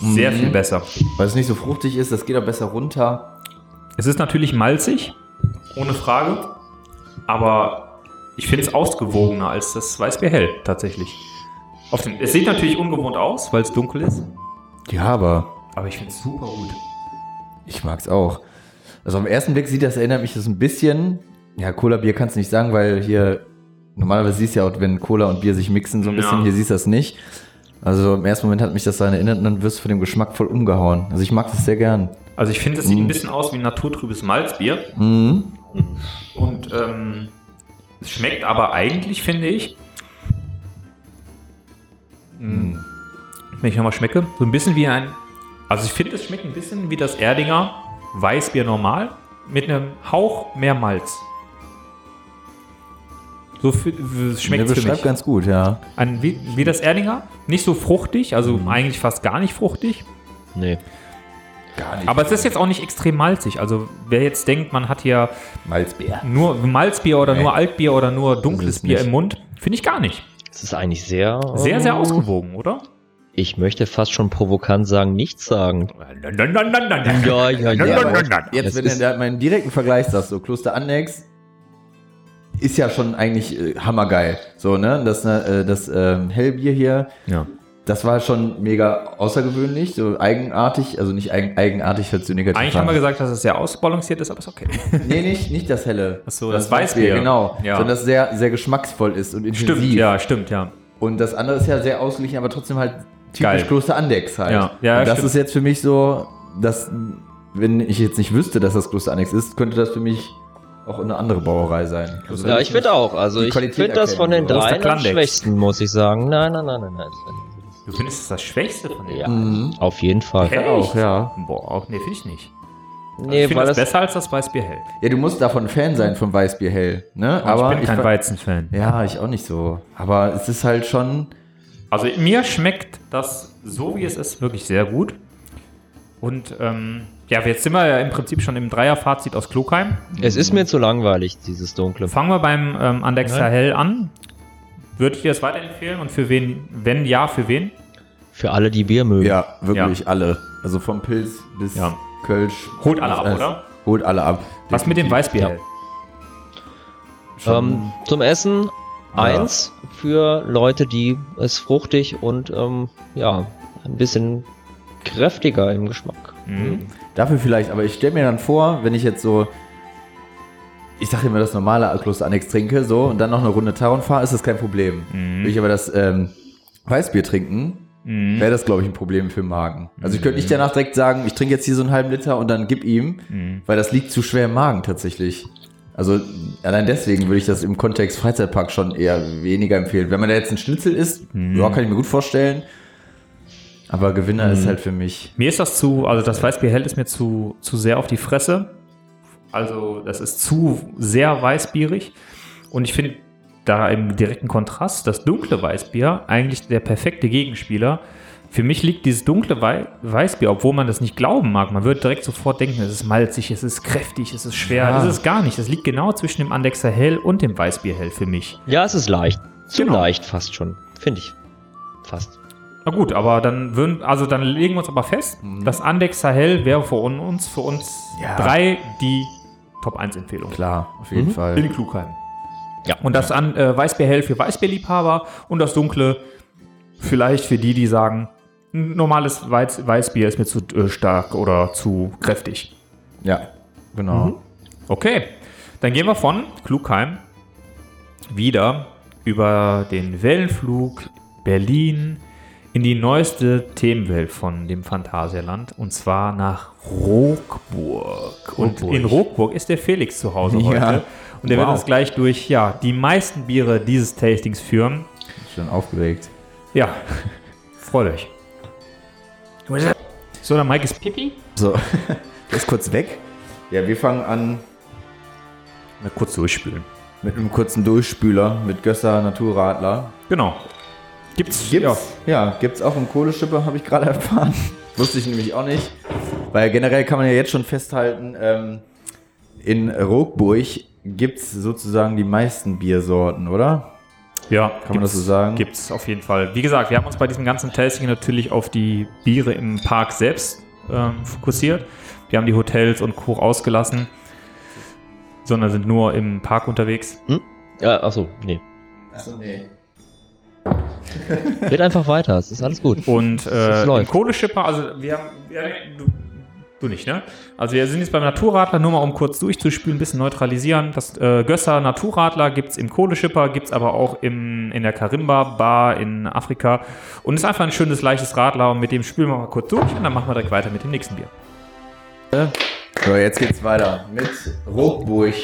Speaker 1: Mhm.
Speaker 2: Sehr viel besser.
Speaker 1: Weil es nicht so fruchtig ist, das geht auch besser runter.
Speaker 2: Es ist natürlich malzig, ohne Frage. Aber ich finde es ausgewogener als das Weißbier hell, tatsächlich. Auf den, es sieht natürlich ungewohnt aus, weil es dunkel ist.
Speaker 1: Ja, aber
Speaker 2: Aber ich finde es super gut.
Speaker 1: ich mag's auch. Also am ersten Blick sieht das, erinnert mich das ein bisschen. Ja, Cola-Bier kannst du nicht sagen, weil hier normalerweise siehst du ja auch, wenn Cola und Bier sich mixen, so ein
Speaker 2: Ja.
Speaker 1: bisschen, hier siehst du das nicht. Also im ersten Moment hat mich das daran erinnert und dann wirst du von dem Geschmack voll umgehauen. Also ich mag das sehr gern.
Speaker 2: Also ich finde, es sieht ein bisschen aus wie ein naturtrübes Malzbier.
Speaker 1: Mhm.
Speaker 2: Und ähm, es schmeckt aber eigentlich, finde ich, mh, hm, wenn ich nochmal schmecke, so ein bisschen wie ein, also ich finde, es schmeckt ein bisschen wie das Erdinger Weißbier normal mit einem Hauch mehr Malz. So fü- w- es schmeckt
Speaker 1: Der
Speaker 2: für mich.
Speaker 1: beschreibt ganz gut, ja.
Speaker 2: Ein, wie, wie das Erdinger, nicht so fruchtig, also eigentlich fast gar nicht fruchtig,
Speaker 3: Nee.
Speaker 2: aber es ist jetzt auch nicht extrem malzig. Also wer jetzt denkt, man hat hier
Speaker 1: Malzbier.
Speaker 2: nur Malzbier oder
Speaker 1: Nee.
Speaker 2: nur Altbier oder nur
Speaker 1: Das
Speaker 2: dunkles
Speaker 1: ist
Speaker 2: Bier
Speaker 1: nicht. Oh.
Speaker 2: im Mund, finde ich gar nicht.
Speaker 3: Es ist eigentlich sehr.
Speaker 2: Sehr,
Speaker 3: ähm,
Speaker 2: sehr ausgewogen, oder?
Speaker 3: Ich möchte fast schon provokant sagen, nichts sagen. Ja, ja,
Speaker 1: Ja, aber
Speaker 3: ja.
Speaker 1: jetzt,
Speaker 3: Das
Speaker 1: wenn du
Speaker 3: ist-
Speaker 1: da meinen direkten Vergleich sagst, so Kloster Annex, ist ja schon eigentlich äh, hammergeil. So, ne? Das, ne, äh, das ähm, Hellbier hier,
Speaker 8: Ja.
Speaker 1: das war schon mega außergewöhnlich, so eigenartig. Also nicht eigen, eigenartig, hört sich negativ
Speaker 2: Eigentlich
Speaker 1: an.
Speaker 2: haben wir gesagt, dass es sehr ausbalanciert ist, aber ist okay.
Speaker 1: Nee, nicht, nicht das helle.
Speaker 2: Ach so, das Weißbier.
Speaker 1: Genau,
Speaker 2: Ja.
Speaker 1: sondern das sehr, sehr geschmacksvoll ist und intensiv.
Speaker 2: Stimmt, ja, stimmt, ja.
Speaker 1: Und das andere ist ja sehr ausgeglichen, aber trotzdem halt
Speaker 2: Geil.
Speaker 1: typisch Kloster Andex halt.
Speaker 2: Ja, ja,
Speaker 1: und das
Speaker 2: stimmt.
Speaker 1: ist jetzt für mich so, dass, wenn ich jetzt nicht wüsste, dass das Kloster Andex ist, könnte das für mich auch eine andere Brauerei sein. Also
Speaker 3: Ja, ich finde auch. Also
Speaker 1: die
Speaker 3: ich
Speaker 1: Qualität
Speaker 3: finde das
Speaker 1: erkennen,
Speaker 3: von den
Speaker 1: oder?
Speaker 3: dreien am
Speaker 2: Klandex.
Speaker 3: schwächsten, muss ich sagen. Nein, nein, nein, nein, nein.
Speaker 2: Du findest es das Schwächste von denen?
Speaker 3: Ja.
Speaker 1: Mhm.
Speaker 9: Auf jeden Fall.
Speaker 2: Echt?
Speaker 1: Auch, ja.
Speaker 2: Boah, nee, finde ich nicht. Also
Speaker 3: Nee,
Speaker 2: ich finde
Speaker 3: weil
Speaker 2: das
Speaker 3: das,
Speaker 2: besser als das Weißbier hell.
Speaker 1: Ja, du musst davon Fan sein vom Weißbier hell, ne?
Speaker 2: Und
Speaker 1: aber
Speaker 2: Oh, ich bin kein
Speaker 1: ver-
Speaker 2: Weizenfan.
Speaker 1: Ja, ich auch nicht so. Aber es ist halt schon.
Speaker 2: Also mir schmeckt das so, wie es ist, wirklich sehr gut. Und ähm, ja, jetzt sind wir ja im Prinzip schon im Dreierfazit aus Klokheim.
Speaker 3: es ist mir zu langweilig, dieses dunkle.
Speaker 2: Fangen wir beim ähm, Andexter Hell an. Würdet ihr das weiterempfehlen und für wen? Wenn ja, für wen?
Speaker 9: Für alle, die Bier mögen.
Speaker 1: Ja, wirklich alle. Also vom Pilz bis
Speaker 2: Ja.
Speaker 1: Kölsch.
Speaker 2: Holt alle ab,
Speaker 1: Alles.
Speaker 2: oder?
Speaker 1: Holt alle ab.
Speaker 2: Was mit dem Weißbier? Hell?
Speaker 3: Ähm, zum Essen eins für Leute, die es fruchtig und ähm, ja, ein bisschen kräftiger im Geschmack.
Speaker 2: Mhm.
Speaker 1: Dafür vielleicht, aber ich stelle mir dann vor, wenn ich jetzt so, ich sage immer das normale Kloster Annex trinke, so und dann noch eine Runde Taron fahre, ist das kein Problem. Will ich aber das ähm, Weißbier trinken,
Speaker 2: Mhm.
Speaker 1: wäre das, glaube ich, ein Problem für den Magen. Also ich könnte nicht danach direkt sagen, ich trinke jetzt hier so einen halben Liter und dann gib ihm,
Speaker 2: Mhm.
Speaker 1: weil das liegt zu schwer im Magen tatsächlich. Also allein deswegen würde ich das im Kontext Freizeitpark schon eher weniger empfehlen. Wenn man da jetzt ein Schnitzel isst,
Speaker 2: Mhm.
Speaker 1: ja, kann ich mir gut vorstellen. Aber Gewinner ist
Speaker 2: Mhm.
Speaker 1: halt für mich.
Speaker 2: Mir ist das zu, also das Weißbier Hell ist mir zu, zu sehr auf die Fresse. Also das ist zu sehr weißbierig. Und ich finde da im direkten Kontrast das dunkle Weißbier eigentlich der perfekte Gegenspieler. Für mich liegt dieses dunkle Wei Weißbier, obwohl man das nicht glauben mag, man würde direkt sofort denken, es ist malzig, es ist kräftig, es ist schwer. Das ist es gar nicht. Das liegt genau zwischen dem Andexer Hell und dem Weißbier Hell für mich.
Speaker 3: Ja, es ist leicht. Zu
Speaker 2: Genau.
Speaker 3: leicht fast schon. Finde ich. Fast.
Speaker 2: Na
Speaker 1: Oh.
Speaker 2: gut, aber dann würden, also dann legen wir uns aber fest, das Andex Sahel wäre für un- uns, für uns
Speaker 1: Mhm. Ja.
Speaker 2: drei die Top 1 Empfehlung.
Speaker 1: Klar, auf jeden Fall.
Speaker 2: In Klugheim.
Speaker 3: Ja.
Speaker 2: Und das an, äh, Weißbier hell für Weißbierliebhaber und das dunkle vielleicht für die, die sagen, ein normales Weiz Weißbier ist mir zu äh, stark oder zu kräftig.
Speaker 1: Ja, genau.
Speaker 2: Okay, dann gehen wir von Klugheim wieder über den Wellenflug Berlin in die neueste Themenwelt von dem Phantasialand und zwar nach Rockburg. Und in Rockburg ist der Felix zu Hause heute.
Speaker 1: Ja.
Speaker 2: Und der wird
Speaker 1: Wow.
Speaker 2: uns gleich durch ja, die meisten Biere dieses Tastings führen.
Speaker 1: Schon aufgeregt.
Speaker 2: Ja, freut euch. So, der Mike ist Pipi.
Speaker 1: So, ist kurz weg. Ja, wir fangen an
Speaker 2: Mal kurz durchspülen.
Speaker 1: mit einem kurzen Durchspüler mit Gösser Naturradler.
Speaker 2: Genau. Gibt's?
Speaker 1: Ja, gibt's auch im Kohleschippe, habe ich gerade erfahren. Wusste ich nämlich auch nicht. Weil generell kann man ja jetzt schon festhalten, ähm, in Rockburg gibt's sozusagen die meisten Biersorten, oder?
Speaker 2: Ja,
Speaker 1: Kann man das so sagen?
Speaker 2: Gibt es auf jeden Fall. Wie gesagt, wir haben uns bei diesem ganzen Tasting natürlich auf die Biere im Park selbst ähm, fokussiert. Wir haben die Hotels und Co. ausgelassen, sondern sind nur im Park unterwegs.
Speaker 3: Ja, achso, nee.
Speaker 1: Achso, nee.
Speaker 3: Red einfach weiter, es ist alles gut.
Speaker 2: Und äh,
Speaker 3: Das
Speaker 2: im
Speaker 3: läuft.
Speaker 2: Kohleschipper, also wir haben. Wir, du, du nicht, ne? Also wir sind jetzt beim Naturradler, nur mal um kurz durchzuspülen, ein bisschen neutralisieren. Das äh, Gösser Naturradler gibt es im Kohleschipper, gibt es aber auch im, in der Karimba-Bar in Afrika. Und ist einfach ein schönes, leichtes Radler und mit dem spülen wir mal kurz durch und dann machen wir direkt weiter mit dem nächsten Bier.
Speaker 1: So, jetzt geht's weiter mit Rockburg.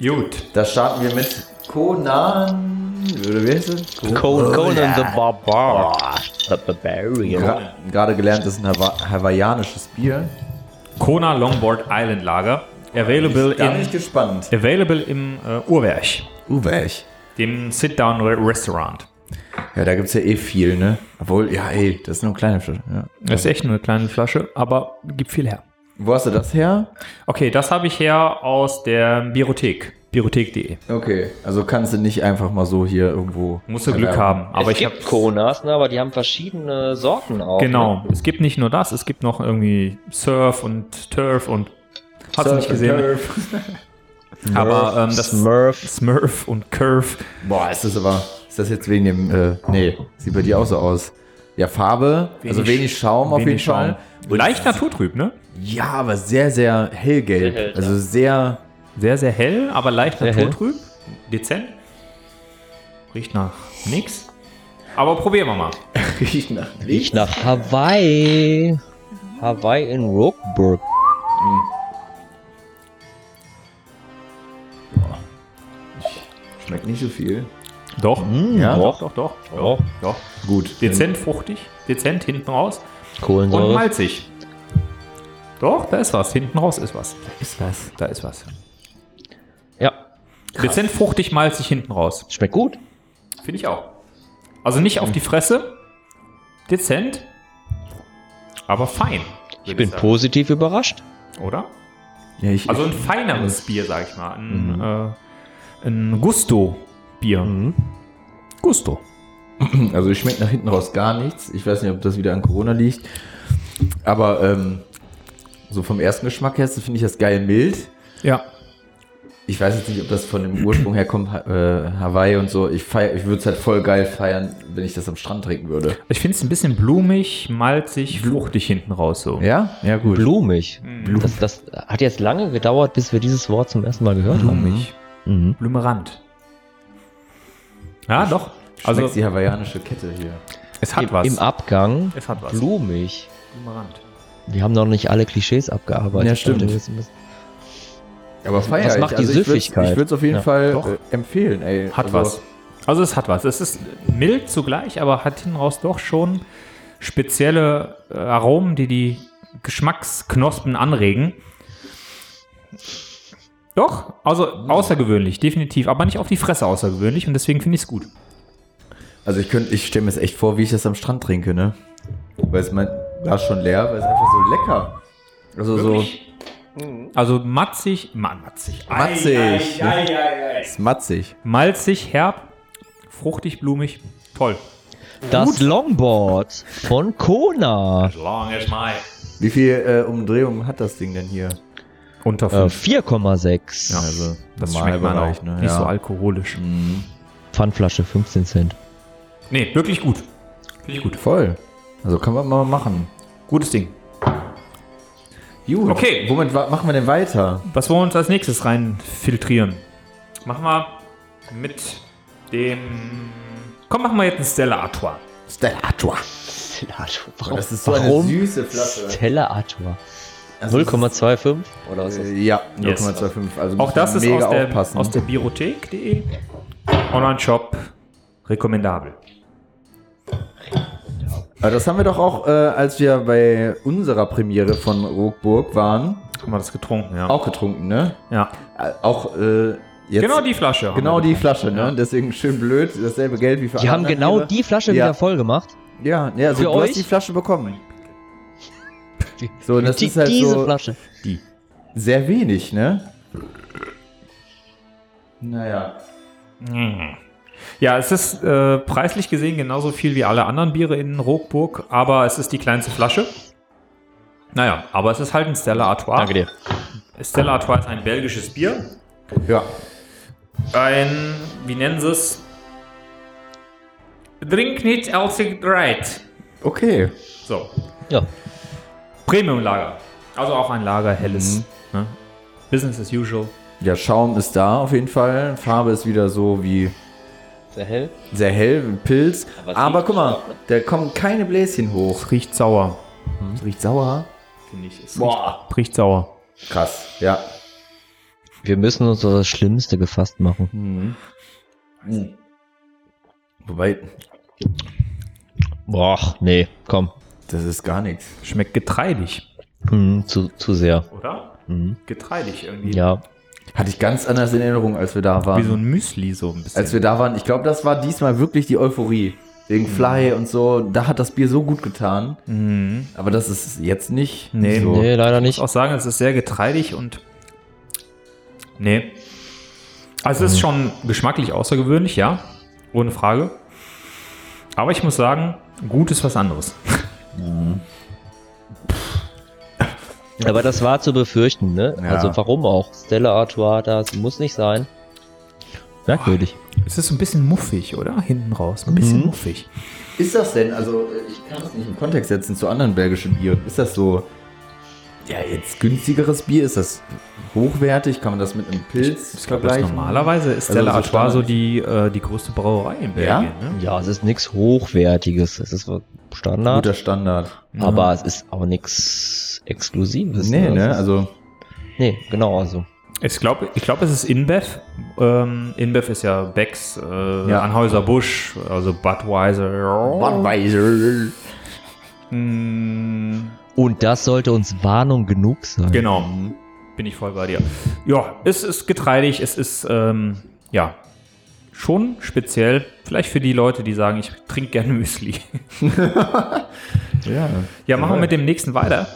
Speaker 2: Gut.
Speaker 1: Da starten wir mit Conan. Wie heißt es?
Speaker 3: Conan
Speaker 6: Oh,
Speaker 3: the Barbar. The Barbarian.
Speaker 1: Gra- Gerade gelernt, das ist ein Hawa hawaiianisches Bier.
Speaker 2: Kona Longboard Island Lager. Available,
Speaker 1: Gar nicht
Speaker 2: in,
Speaker 1: gespannt.
Speaker 2: available im äh, Uhrwerch,
Speaker 1: Uwe, Uh, ich.
Speaker 2: dem Sit-Down-Restaurant.
Speaker 1: Ja, da gibt es ja eh viel, ne? Obwohl, ja, ey, das ist nur eine kleine Flasche. Ja.
Speaker 2: Das ist echt nur eine kleine Flasche, aber gibt viel her.
Speaker 1: Wo hast du das her?
Speaker 2: Okay, das habe ich her aus der Biothek. Biothek.de.
Speaker 1: Okay, also kannst du nicht einfach mal so hier irgendwo.
Speaker 2: Musst du Glück
Speaker 1: erwerben.
Speaker 2: haben. Aber
Speaker 3: es
Speaker 2: ich
Speaker 3: gibt
Speaker 2: habe.
Speaker 3: Konas, ne, aber die haben verschiedene Sorten auch. Ne?
Speaker 2: Genau. Es gibt nicht nur das, es gibt noch irgendwie Surf und Turf und. Hast du
Speaker 1: Surf
Speaker 2: nicht
Speaker 1: and
Speaker 2: gesehen? ne?
Speaker 1: Turf.
Speaker 2: Aber ähm, das
Speaker 6: Smurf.
Speaker 2: Smurf und Curve.
Speaker 1: Boah, ist das aber. Ist das jetzt wegen dem. Äh, nee, sieht bei dir auch so aus. Ja, Farbe, also wenig Schaum auf jeden
Speaker 2: wenig Schaum.
Speaker 1: Fall.
Speaker 2: Leicht naturtrüb, ne?
Speaker 1: Ja, aber sehr, sehr hellgelb.
Speaker 6: Sehr hell,
Speaker 1: also sehr.
Speaker 2: Sehr, sehr hell, aber leicht
Speaker 6: Sehr hell.
Speaker 2: naturtrüb. Dezent. Riecht nach nix. Aber probieren wir mal.
Speaker 1: Riecht nach.
Speaker 6: Ich nach Hawaii. Hawaii in Rockburg.
Speaker 1: Schmeckt nicht so viel.
Speaker 2: Doch.
Speaker 1: Ja,
Speaker 2: doch, doch, doch, doch, doch.
Speaker 1: Gut.
Speaker 2: Dezent fruchtig, dezent hinten raus und
Speaker 6: Kohlensäure.
Speaker 2: malzig. Doch, da ist was. Hinten raus ist was. Da ist was. Da ist was.
Speaker 6: Ja,
Speaker 2: Dezent fruchtig, malzig hinten raus.
Speaker 6: schmeckt gut.
Speaker 2: Finde ich auch. Also nicht auf die Fresse. Dezent. Aber fein.
Speaker 6: Ich bin positiv überrascht.
Speaker 2: Oder?
Speaker 1: Ja, ich,
Speaker 2: Also ein feineres Bier, sag ich mal. Ein, äh, ein Gusto-Bier. Gusto.
Speaker 1: Also ich schmeckt nach hinten raus gar nichts. Ich weiß nicht, ob das wieder an Corona liegt. Aber ähm, so vom ersten Geschmack her finde ich das geil mild.
Speaker 2: Ja.
Speaker 1: Ich weiß jetzt nicht, ob das von dem Ursprung herkommt, Ha- äh, Hawaii und so. Ich, feier- ich würde es halt voll geil feiern, wenn ich das am Strand trinken würde.
Speaker 2: Ich finde es ein bisschen blumig, malzig, fruchtig hinten raus so.
Speaker 1: Ja? Ja, gut.
Speaker 6: Blumig.
Speaker 2: Mhm.
Speaker 6: Das, das hat jetzt lange gedauert, bis wir dieses Wort zum ersten Mal gehört haben. Mhm.
Speaker 2: Blumerand. Ja, doch.
Speaker 1: also
Speaker 2: Also
Speaker 1: Schmeckt die hawaiianische Kette hier.
Speaker 2: es hat
Speaker 6: Im,
Speaker 2: was.
Speaker 6: Im Abgang
Speaker 2: es hat was.
Speaker 6: blumig.
Speaker 2: Blumerand.
Speaker 6: Wir haben noch nicht alle Klischees abgearbeitet.
Speaker 1: Ja, stimmt. Aber feier
Speaker 6: Was macht
Speaker 1: ich. Also
Speaker 6: die
Speaker 1: ich würd's-
Speaker 6: Süffigkeit?
Speaker 1: Ich würde es auf jeden
Speaker 6: Ja.
Speaker 2: Doch.
Speaker 1: Fall äh, empfehlen. Ey.
Speaker 2: Hat
Speaker 1: Also,
Speaker 2: was. Also es hat was. Es ist mild zugleich, aber hat hinten raus doch schon spezielle äh, Aromen, die die Geschmacksknospen anregen. Doch, also außergewöhnlich, definitiv, aber nicht auf die Fresse außergewöhnlich und deswegen finde ich es gut.
Speaker 1: Also ich, könnt- ich stelle mir es echt vor, wie ich das am Strand trinke, ne? Weil es mein Glas schon leer, weil es einfach so lecker. Also
Speaker 2: Also matzig, ma- matzig,
Speaker 1: so matzig. Ist matzig.
Speaker 2: malzig, herb, fruchtig, blumig, toll.
Speaker 6: Das Longboard von Kona.
Speaker 1: Wie viel äh, Umdrehungen hat das Ding denn hier?
Speaker 2: Unter
Speaker 6: Äh,
Speaker 2: 5.
Speaker 6: 4,6.
Speaker 1: also
Speaker 2: das
Speaker 1: normal
Speaker 2: schmeckt man
Speaker 1: Bereich,
Speaker 2: auch.
Speaker 1: ne?
Speaker 2: Nicht
Speaker 1: Ja. Mhm.
Speaker 2: so alkoholisch.
Speaker 6: Pfandflasche 15 Cent.
Speaker 2: Nee, wirklich gut. Finde ich gut.
Speaker 1: Voll. Also kann man mal machen.
Speaker 2: Gutes Ding.
Speaker 1: Gut.
Speaker 2: Okay.
Speaker 1: Womit wa- machen wir denn weiter?
Speaker 2: Was wollen wir uns als nächstes reinfiltrieren? Machen wir mit dem. Komm, machen wir jetzt einen Stella Artois.
Speaker 1: Stella Artois.
Speaker 6: Stella Artois. Warum?
Speaker 1: Das ist so eine süße Flasche.
Speaker 6: Stella Artois.
Speaker 1: Also es ist-
Speaker 6: 0,25 oder was ist das?
Speaker 1: Äh, Ja,
Speaker 2: Yes.
Speaker 1: 0,25. Also muss
Speaker 2: Auch
Speaker 1: man
Speaker 2: das ist
Speaker 1: mega
Speaker 2: aus der,
Speaker 1: aufpassen.
Speaker 2: aus der Birothek.de. Online-Shop. Rekommendabel.
Speaker 1: Aber das haben wir doch auch, äh, als wir bei unserer Premiere von Rockburg waren,
Speaker 2: Haben wir das getrunken, ja.
Speaker 1: auch getrunken, ne?
Speaker 2: ja.
Speaker 1: Äh, Auch äh, jetzt.
Speaker 2: Genau die Flasche. haben
Speaker 1: Genau
Speaker 2: wir
Speaker 1: die
Speaker 2: getrunken.
Speaker 1: Flasche, ne? Deswegen schön blöd, dasselbe Geld wie für
Speaker 6: Die
Speaker 1: alle
Speaker 6: haben
Speaker 1: anderen
Speaker 6: genau
Speaker 1: Biere.
Speaker 6: die Flasche
Speaker 1: Äh, Ja.
Speaker 6: wieder voll gemacht.
Speaker 1: Ja, ja, also
Speaker 6: Für
Speaker 1: du
Speaker 6: euch?
Speaker 1: hast die Flasche bekommen. So, das
Speaker 6: die,
Speaker 1: ist halt
Speaker 6: diese
Speaker 1: so
Speaker 6: Flasche.
Speaker 1: sehr wenig, ne? Naja.
Speaker 2: Ja, es ist äh, preislich gesehen genauso viel wie alle anderen Biere in Rockburg, aber es ist die kleinste Flasche. Naja, aber es ist halt ein Stella Artois.
Speaker 6: Danke dir.
Speaker 2: Stella Artois ist ein belgisches Bier.
Speaker 1: Ja.
Speaker 2: Ein, wie nennen sie es? Drink nicht als ich reit.
Speaker 1: Okay.
Speaker 2: So,
Speaker 6: Ja.
Speaker 2: Premium-Lager. Also auch ein Lager, helles. Ne? Business as usual.
Speaker 1: Ja, Schaum ist da auf jeden Fall. Farbe ist wieder so wie
Speaker 6: Sehr hell.
Speaker 1: sehr hell, wie Pilz.
Speaker 6: Aber es
Speaker 1: Aber
Speaker 6: riecht
Speaker 1: guck mal,
Speaker 6: stark, ne?
Speaker 1: da kommen keine Bläschen hoch. Hm?
Speaker 2: Es riecht sauer,
Speaker 1: Es riecht sauer.
Speaker 2: finde ich. Es
Speaker 1: Boah.
Speaker 2: riecht, riecht sauer.
Speaker 1: Krass, ja.
Speaker 6: Wir müssen uns auf das Schlimmste gefasst machen.
Speaker 1: Hm. Wobei,
Speaker 6: Boah, nee, komm.
Speaker 1: das ist gar nichts.
Speaker 2: Schmeckt getreidig,
Speaker 6: Hm, zu, zu sehr.
Speaker 2: oder?
Speaker 6: Hm.
Speaker 2: Getreidig irgendwie.
Speaker 6: Ja.
Speaker 1: Hatte ich ganz anders in Erinnerung, als wir da waren.
Speaker 2: Wie so ein Müsli so ein bisschen.
Speaker 1: als wir da waren. Ich glaube, das war diesmal wirklich die Euphorie. Wegen Fly und so. Da hat das Bier so gut getan.
Speaker 2: Mhm.
Speaker 1: Aber das ist jetzt nicht
Speaker 2: Nee,
Speaker 1: so.
Speaker 6: Nee, leider nicht.
Speaker 2: Ich muss auch sagen, es ist sehr getreidig und. Nee. Also es ist schon geschmacklich außergewöhnlich, ja. Ohne Frage. Aber ich muss sagen, gut ist was anderes.
Speaker 3: Aber das war zu befürchten, ne?
Speaker 1: Ja.
Speaker 3: Also warum auch? Stella Artois, das muss nicht sein. Merkwürdig.
Speaker 2: Es ist so ein bisschen muffig, oder? Hinten raus. Ein bisschen muffig.
Speaker 1: Ist das denn, also ich kann das nicht im Kontext setzen zu anderen belgischen Bieren, ist das so, ja jetzt günstigeres Bier, ist das hochwertig, kann man das mit einem Pilz
Speaker 2: Ich glaube, das
Speaker 1: vergleichen?
Speaker 2: normalerweise ist Stella
Speaker 1: so
Speaker 2: Artois Also so
Speaker 1: Standard-
Speaker 2: die, äh, die größte Brauerei in
Speaker 1: Ja?
Speaker 2: Belgien. Ne?
Speaker 3: Ja, es ist nichts Hochwertiges. Es ist Standard,
Speaker 1: Guter Standard.
Speaker 3: aber es ist auch nichts Exklusives.
Speaker 1: Nee,
Speaker 3: Es
Speaker 1: ne,
Speaker 3: ist-
Speaker 1: also
Speaker 3: nee, genau, also.
Speaker 2: Ich glaube, ich glaub, es ist InBev. Ähm, InBev ist ja Becks, äh,
Speaker 1: Ja.
Speaker 2: Anhäuser Busch, also Budweiser.
Speaker 1: Budweiser.
Speaker 2: Mm,
Speaker 3: Und das sollte uns Warnung genug sein.
Speaker 2: Genau. Bin ich voll bei dir. Ja, es ist getreidig, es ist, ähm, ja, schon speziell. Vielleicht für die Leute, die sagen, ich trinke gerne Müsli.
Speaker 1: Ja,
Speaker 2: Ja, machen wir mit dem nächsten weiter.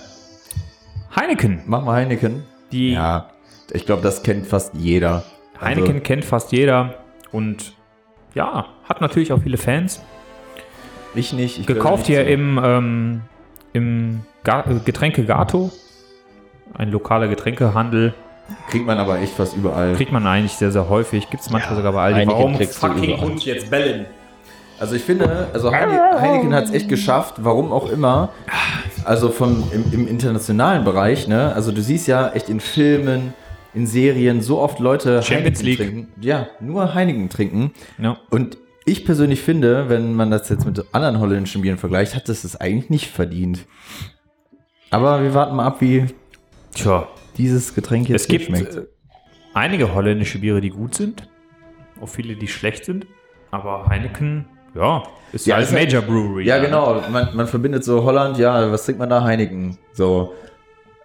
Speaker 2: Heineken.
Speaker 1: machen wir Heineken.
Speaker 2: Die
Speaker 1: Ja, ich glaube, das kennt fast jeder. Also,
Speaker 2: Heineken kennt fast jeder und ja, hat natürlich auch viele Fans.
Speaker 1: Also, ich nicht. Ich
Speaker 2: Gekauft
Speaker 1: gehöre
Speaker 2: hier
Speaker 1: nicht
Speaker 2: im, ähm, im Ga äh, Getränke Gato, ein lokaler Getränkehandel.
Speaker 1: zu. Kriegt man aber echt fast überall.
Speaker 2: Kriegt man eigentlich sehr, sehr häufig. Gibt es manchmal sogar bei Aldi.
Speaker 3: Heineken
Speaker 2: Warum
Speaker 3: kriegst du
Speaker 2: fucking
Speaker 3: überall.
Speaker 2: Hund jetzt bellen?
Speaker 1: Also ich finde, also Heine- Heineken hat es echt geschafft, warum auch immer. Also vom, im, im internationalen Bereich, ne? Also du siehst ja echt in Filmen, in Serien so oft Leute
Speaker 2: Champions
Speaker 1: Heineken
Speaker 2: League.
Speaker 1: trinken. Ja, nur Heineken trinken.
Speaker 2: Ja.
Speaker 1: Und ich persönlich finde, wenn man das jetzt mit anderen holländischen Bieren vergleicht, hat das es eigentlich nicht verdient. Aber wir warten mal ab, wie
Speaker 2: Tja,
Speaker 1: dieses Getränk jetzt
Speaker 2: es gibt
Speaker 1: schmeckt.
Speaker 2: äh, einige holländische Biere, die gut sind, auch viele, die schlecht sind, aber Heineken, ja, ist halt ja,
Speaker 1: Ja,
Speaker 2: als
Speaker 1: ist ja-
Speaker 2: Major Brewery.
Speaker 1: Ja, genau. Man, man verbindet so Holland, ja, was trinkt man da? Heineken. So.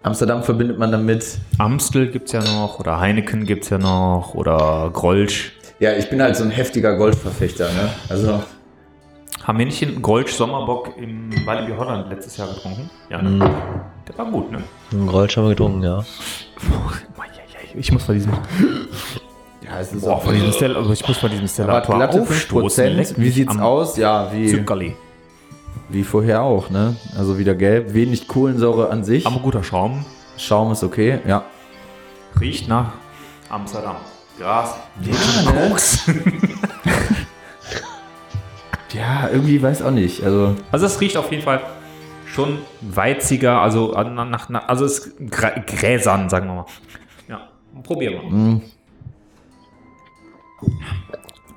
Speaker 1: Amsterdam verbindet man damit.
Speaker 2: Amstel gibt es ja noch, oder Heineken gibt es ja noch, oder Grolsch.
Speaker 1: Ja, ich bin halt so ein heftiger Golfverfechter, ne? Also.
Speaker 2: Haben wir nicht den Grolsch Sommerbock im Walibi Holland letztes Jahr getrunken? Ja, ne? Der war gut, ne?
Speaker 3: Ein Gold schon mal getrunken, ja.
Speaker 2: Ich muss bei diesem,
Speaker 1: Ja, es ist
Speaker 2: boah, von diesem Stella, also ich muss bei diesem Stella
Speaker 1: aber
Speaker 2: Artois
Speaker 1: glatte 5%.
Speaker 2: aufstoßen. Leck
Speaker 1: wie
Speaker 2: mich
Speaker 1: sieht's
Speaker 2: am
Speaker 1: aus? Ja, wie,
Speaker 2: Zuckerli.
Speaker 1: wie vorher auch, ne? Also wieder gelb, wenig Kohlensäure an sich.
Speaker 2: Aber guter Schaum.
Speaker 1: Schaum ist okay, ja.
Speaker 2: Riecht nach Amsterdam. Gras.
Speaker 1: Koks.
Speaker 2: ne?
Speaker 1: ja, irgendwie weiß auch nicht. Also,
Speaker 2: Also es riecht auf jeden Fall schon weiziger, also an- nach, nach also es ist grä- gräsern, sagen wir mal. Ja, probieren wir.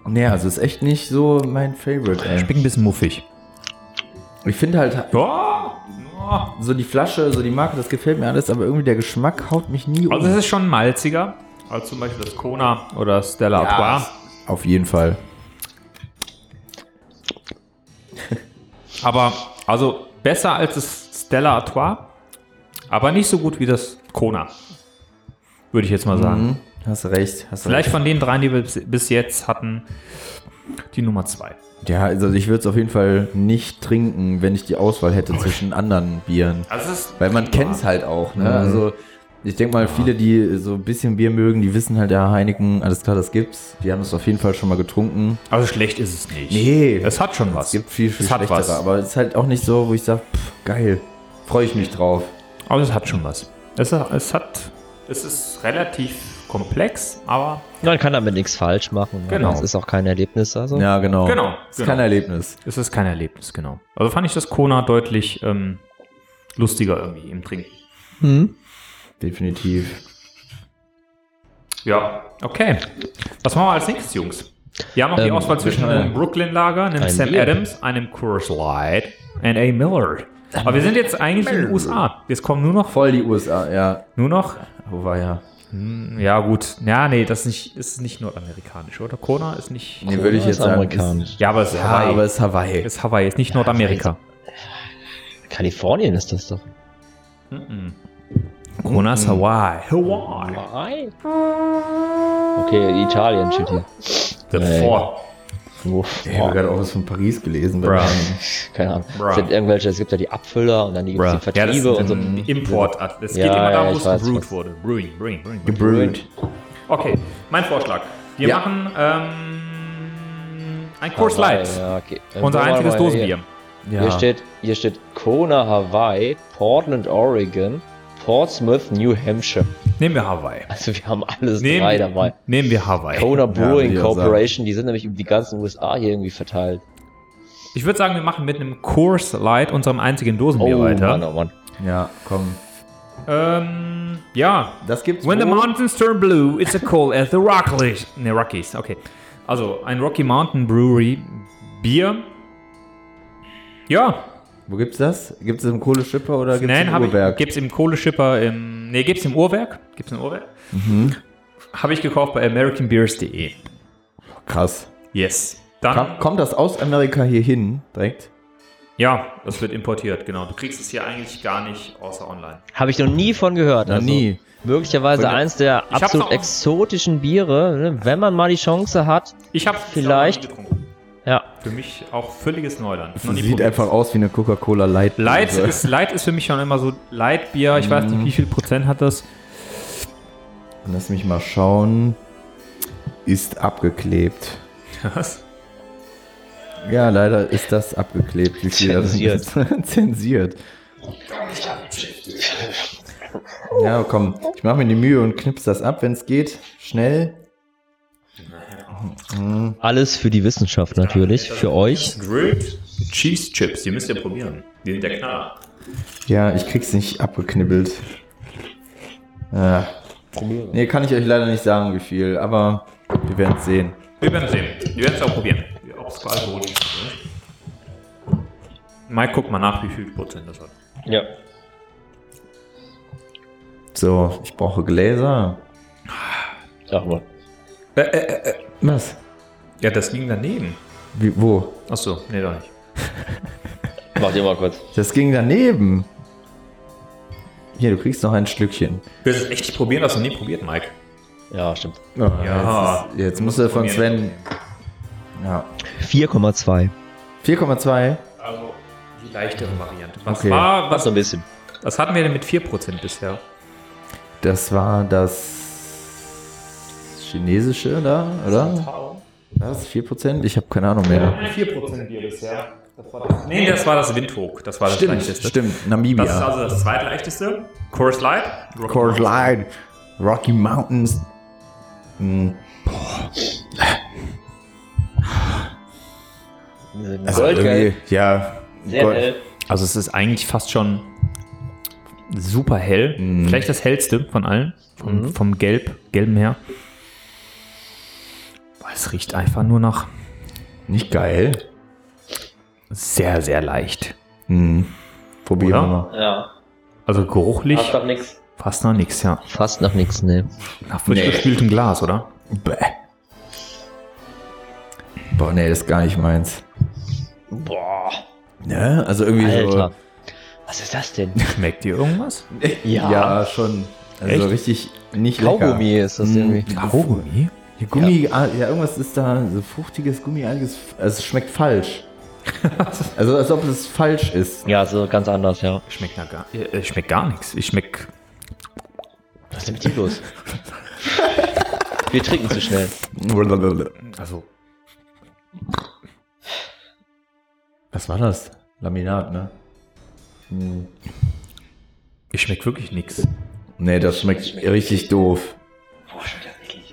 Speaker 1: nee, also ist echt nicht so mein Favorite, ey.
Speaker 2: Schmeckt ein bisschen muffig.
Speaker 1: Ich finde halt
Speaker 2: Ja. ja.
Speaker 1: so die Flasche, so die Marke, das gefällt mir alles, aber irgendwie der Geschmack haut mich nie um.
Speaker 2: Also es ist schon malziger als zum Beispiel das Kona oder das Stella Artois.
Speaker 1: Auf jeden Fall.
Speaker 2: Aber also besser als das Stella Artois, aber nicht so gut wie das Kona. Würde ich jetzt mal sagen.
Speaker 1: Mhm. Hast recht, hast
Speaker 2: Vielleicht
Speaker 1: recht.
Speaker 2: von den dreien, die wir bis- bis jetzt hatten, die Nummer zwei.
Speaker 1: Ja, also ich würde es auf jeden Fall nicht trinken, wenn ich die Auswahl hätte zwischen anderen Bieren.
Speaker 2: Also es ist
Speaker 1: Weil man kennt es halt auch, ne?
Speaker 2: Mhm.
Speaker 1: Also ich denke mal, viele, die so ein bisschen Bier mögen, die wissen halt, ja, Heineken, alles klar, das gibt's. Die haben es auf jeden Fall schon mal getrunken.
Speaker 2: Also schlecht ist es nicht.
Speaker 1: Nee.
Speaker 2: Es hat schon
Speaker 1: Es
Speaker 2: was.
Speaker 1: gibt viel, viel
Speaker 2: Es hat
Speaker 1: schlechtere,
Speaker 2: was.
Speaker 1: aber es ist halt auch nicht so, wo ich sage, geil, freue ich mich drauf.
Speaker 2: Aber Also es hat schon was. Es, hat- es hat. Es ist relativ komplex, aber.
Speaker 3: Man kann damit nichts falsch machen. weil
Speaker 2: Genau.
Speaker 3: Es ist auch kein Erlebnis, also.
Speaker 1: Ja, genau.
Speaker 2: Genau,
Speaker 1: Ist
Speaker 2: genau.
Speaker 1: kein Erlebnis.
Speaker 2: Es ist kein Erlebnis, genau. Also fand ich das Kona deutlich ähm, lustiger irgendwie im Trinken.
Speaker 1: Definitiv.
Speaker 2: Ja, okay. Was machen wir als nächstes, Jungs? Wir haben noch die
Speaker 3: Ähm,
Speaker 2: Auswahl zwischen
Speaker 1: bitte.
Speaker 2: einem Brooklyn-Lager, einem
Speaker 3: Ein
Speaker 2: Sam
Speaker 3: Bier.
Speaker 2: Adams, einem Coors Light und A. Miller. Aber wir sind jetzt eigentlich in den USA. Jetzt kommen nur noch,
Speaker 1: Voll die USA, ja.
Speaker 2: nur noch
Speaker 1: Wo war ja?
Speaker 2: Hm, Ja, gut. Ja, nee, das ist nicht, ist nicht nordamerikanisch, oder? Kona ist nicht.
Speaker 1: Nee, würde ich
Speaker 3: Das
Speaker 1: jetzt
Speaker 3: ist
Speaker 1: sagen.
Speaker 3: amerikanisch.
Speaker 2: Ja, aber es ist
Speaker 1: Ja,
Speaker 2: Hawaii.
Speaker 1: aber es ist Hawaii.
Speaker 2: ist Hawaii, ist nicht Nordamerika.
Speaker 3: Kalifornien ist das doch. Mhm.
Speaker 2: Kona ist Hawaii. Hawaii.
Speaker 3: Okay, Italien steht hier.
Speaker 2: The
Speaker 3: Nee.
Speaker 2: Four.
Speaker 3: Uff,
Speaker 1: Ich habe
Speaker 3: boah,
Speaker 1: gerade auch was von Paris gelesen. bei
Speaker 2: Bruh.
Speaker 1: dem-
Speaker 3: keine Ahnung.
Speaker 2: Bruh.
Speaker 3: Es Sind irgendwelche, es gibt ja die Abfüller und dann die, gibt's die
Speaker 2: Ja, das ist
Speaker 3: Vertriebe und so.
Speaker 2: ein Import. Es geht
Speaker 3: Ja,
Speaker 2: immer da,
Speaker 3: ja,
Speaker 2: wo
Speaker 3: ich
Speaker 2: es
Speaker 3: weiß,
Speaker 2: gebrewt
Speaker 3: was-
Speaker 2: wurde. Brewing, brewing, brewing.
Speaker 1: Gebrüht.
Speaker 2: Okay, mein Vorschlag. Wir
Speaker 1: Ja.
Speaker 2: machen ähm, ein Coors
Speaker 3: Hawaii,
Speaker 2: Light.
Speaker 3: Ja, okay. Dann
Speaker 2: Unser
Speaker 3: wollen wir
Speaker 2: einziges
Speaker 3: mal
Speaker 2: Dosenbier.
Speaker 3: Hier, hier, steht, hier steht Kona, Hawaii, Portland, Oregon, Portsmouth, New Hampshire.
Speaker 2: Nehmen wir Hawaii.
Speaker 3: Also wir haben alles
Speaker 2: Nehmen,
Speaker 3: drei dabei.
Speaker 2: nehmen wir Hawaii.
Speaker 3: Kona
Speaker 1: wie
Speaker 3: Brewing
Speaker 1: gesagt.
Speaker 3: Corporation, die sind nämlich über die ganzen USA hier irgendwie verteilt.
Speaker 2: Ich würde sagen, wir machen mit einem Coors Light, unserem einzigen Dosenbier,
Speaker 3: Mann,
Speaker 2: weiter.
Speaker 3: oh Mann.
Speaker 1: Ja, komm.
Speaker 2: Ähm, ja,
Speaker 1: Das gibt's
Speaker 2: When the
Speaker 1: wo?
Speaker 2: mountains turn blue, it's a call at the Rockies. Ne, Rockies, okay. Also, ein Rocky Mountain Brewery Bier. Ja,
Speaker 1: Wo gibt's das? Gibt's es im Kohleschipper oder gibt's
Speaker 2: nein,
Speaker 1: im
Speaker 2: hab ich,
Speaker 1: Urberg?
Speaker 2: gibt's im Kohleschipper im, nee, gibt's im Uhrwerk, gibt's im Uhrwerk.
Speaker 1: Mhm.
Speaker 2: Habe ich gekauft bei americanbeers.de.
Speaker 1: Krass.
Speaker 2: Yes. Dann,
Speaker 1: Kam, kommt das aus Amerika hier hin direkt?
Speaker 2: ja, das wird importiert, genau. Du kriegst es hier eigentlich gar nicht außer online.
Speaker 3: Habe ich noch nie von gehört. Also
Speaker 1: Noch nie.
Speaker 3: Möglicherweise
Speaker 1: Von-
Speaker 3: eins der
Speaker 2: hab's auch-
Speaker 3: absolut exotischen Biere, ne, wenn man mal die Chance hat.
Speaker 2: Ich habe
Speaker 3: Vielleicht. Ja,
Speaker 2: Für mich auch völliges Neuland. Noch nie
Speaker 1: Sieht
Speaker 2: probiert.
Speaker 1: einfach aus wie eine Coca-Cola Light.
Speaker 2: Light
Speaker 1: Also,
Speaker 2: ist, Light ist für mich schon immer so Lightbier. Ich weiß
Speaker 1: Mhm.
Speaker 2: nicht, wie viel Prozent hat das.
Speaker 1: Lass mich mal schauen. Ist abgeklebt.
Speaker 2: Was?
Speaker 1: Ja, leider ist das abgeklebt. Wie viel
Speaker 3: Zensiert.
Speaker 1: Das ist zensiert. Ja, komm. Ich mache mir die Mühe und knips das ab, wenn es geht. Schnell.
Speaker 3: alles für die Wissenschaft natürlich, für euch.
Speaker 2: Grilled Cheese Chips, die müsst ihr probieren. Die sind der Knaller.
Speaker 1: Ja, ich krieg's nicht abgeknibbelt. Äh. Nee, kann ich euch leider nicht sagen, wie viel, aber wir werden's sehen.
Speaker 2: Wir werden sehen. Wir werden es auch probieren. Ob es Alkohol ist. oder? Mike, guck mal nach, wie viel Prozent das hat.
Speaker 3: Ja.
Speaker 1: So, ich brauche Gläser.
Speaker 3: Sag mal.
Speaker 1: Äh, Was?
Speaker 2: Ja, das ging daneben.
Speaker 1: Wie, wo?
Speaker 2: Achso, nee, doch nicht.
Speaker 3: Mach dir mal kurz.
Speaker 1: Das ging daneben. Hier, du kriegst noch ein Schlückchen.
Speaker 2: Willst du es echt probieren? Das noch nie probiert, Mike.
Speaker 3: Ja, stimmt.
Speaker 2: Ja.
Speaker 1: Oh, Jetzt, ist, jetzt musst du von Sven. Ja.
Speaker 3: 4,2.
Speaker 1: 4,2.
Speaker 2: Also, die leichtere Variante. Was
Speaker 1: Okay. Also-
Speaker 2: war,
Speaker 3: So
Speaker 2: was,
Speaker 3: ein bisschen.
Speaker 2: was hatten wir denn mit 4% bisher?
Speaker 1: Das war das chinesische da, oder? Was? 4%? Ich habe keine Ahnung mehr.
Speaker 2: 4% Bier bisher. Nee, das war das Windhoek. Das war das
Speaker 1: Stimmt,
Speaker 2: leichteste.
Speaker 1: stimmt.
Speaker 2: Das ist
Speaker 1: Namibia.
Speaker 2: also das zweitleichteste. Chorus Light. Rocky
Speaker 1: Coors
Speaker 2: Mountain.
Speaker 1: Light, Rocky Mountains. Hm, also
Speaker 3: Goldgelb.
Speaker 1: irgendwie, Ja.
Speaker 3: Sehr
Speaker 1: Gold-
Speaker 3: hell.
Speaker 2: Also es ist eigentlich fast schon super hell. Vielleicht das hellste von allen. Vom, vom Gelb, gelben her. Boah, Es riecht einfach nur nach
Speaker 1: Nicht geil.
Speaker 2: sehr, sehr leicht.
Speaker 1: Hm. Probieren
Speaker 2: Oder?
Speaker 1: wir mal.
Speaker 3: Ja,
Speaker 2: Also geruchlich
Speaker 3: passt doch nix.
Speaker 2: fast noch nichts, ja.
Speaker 3: Fast nach nichts, ne.
Speaker 2: Nach frisch gespültem Glas, oder?
Speaker 1: Bäh. Boah, nee, das ist gar nicht meins.
Speaker 3: Boah,
Speaker 1: Ne? Also irgendwie
Speaker 3: Alter. Was ist das denn?
Speaker 2: Schmeckt dir irgendwas?
Speaker 1: so. Ja, schon. Also
Speaker 2: Echt?
Speaker 1: richtig nicht
Speaker 3: Kaugummi
Speaker 1: lecker.
Speaker 3: ist das
Speaker 1: Hm,
Speaker 3: irgendwie.
Speaker 2: Kaugummi?
Speaker 1: Ja, Gummi, ah, ja. irgendwas ist da, so fruchtiges Gummi, alles, also es schmeckt falsch. also als ob es falsch ist.
Speaker 3: Ja, so ganz anders, ja.
Speaker 2: Schmeckt nach gar, äh, äh, schmeckt gar nichts. Ich schmeck.
Speaker 3: Was ist denn mit dir los? Wir trinken zu schnell.
Speaker 2: Also,
Speaker 1: Was war das? Laminat, ne? Hm.
Speaker 2: ich schmeck wirklich nichts.
Speaker 1: Nee, das schmeckt richtig doof.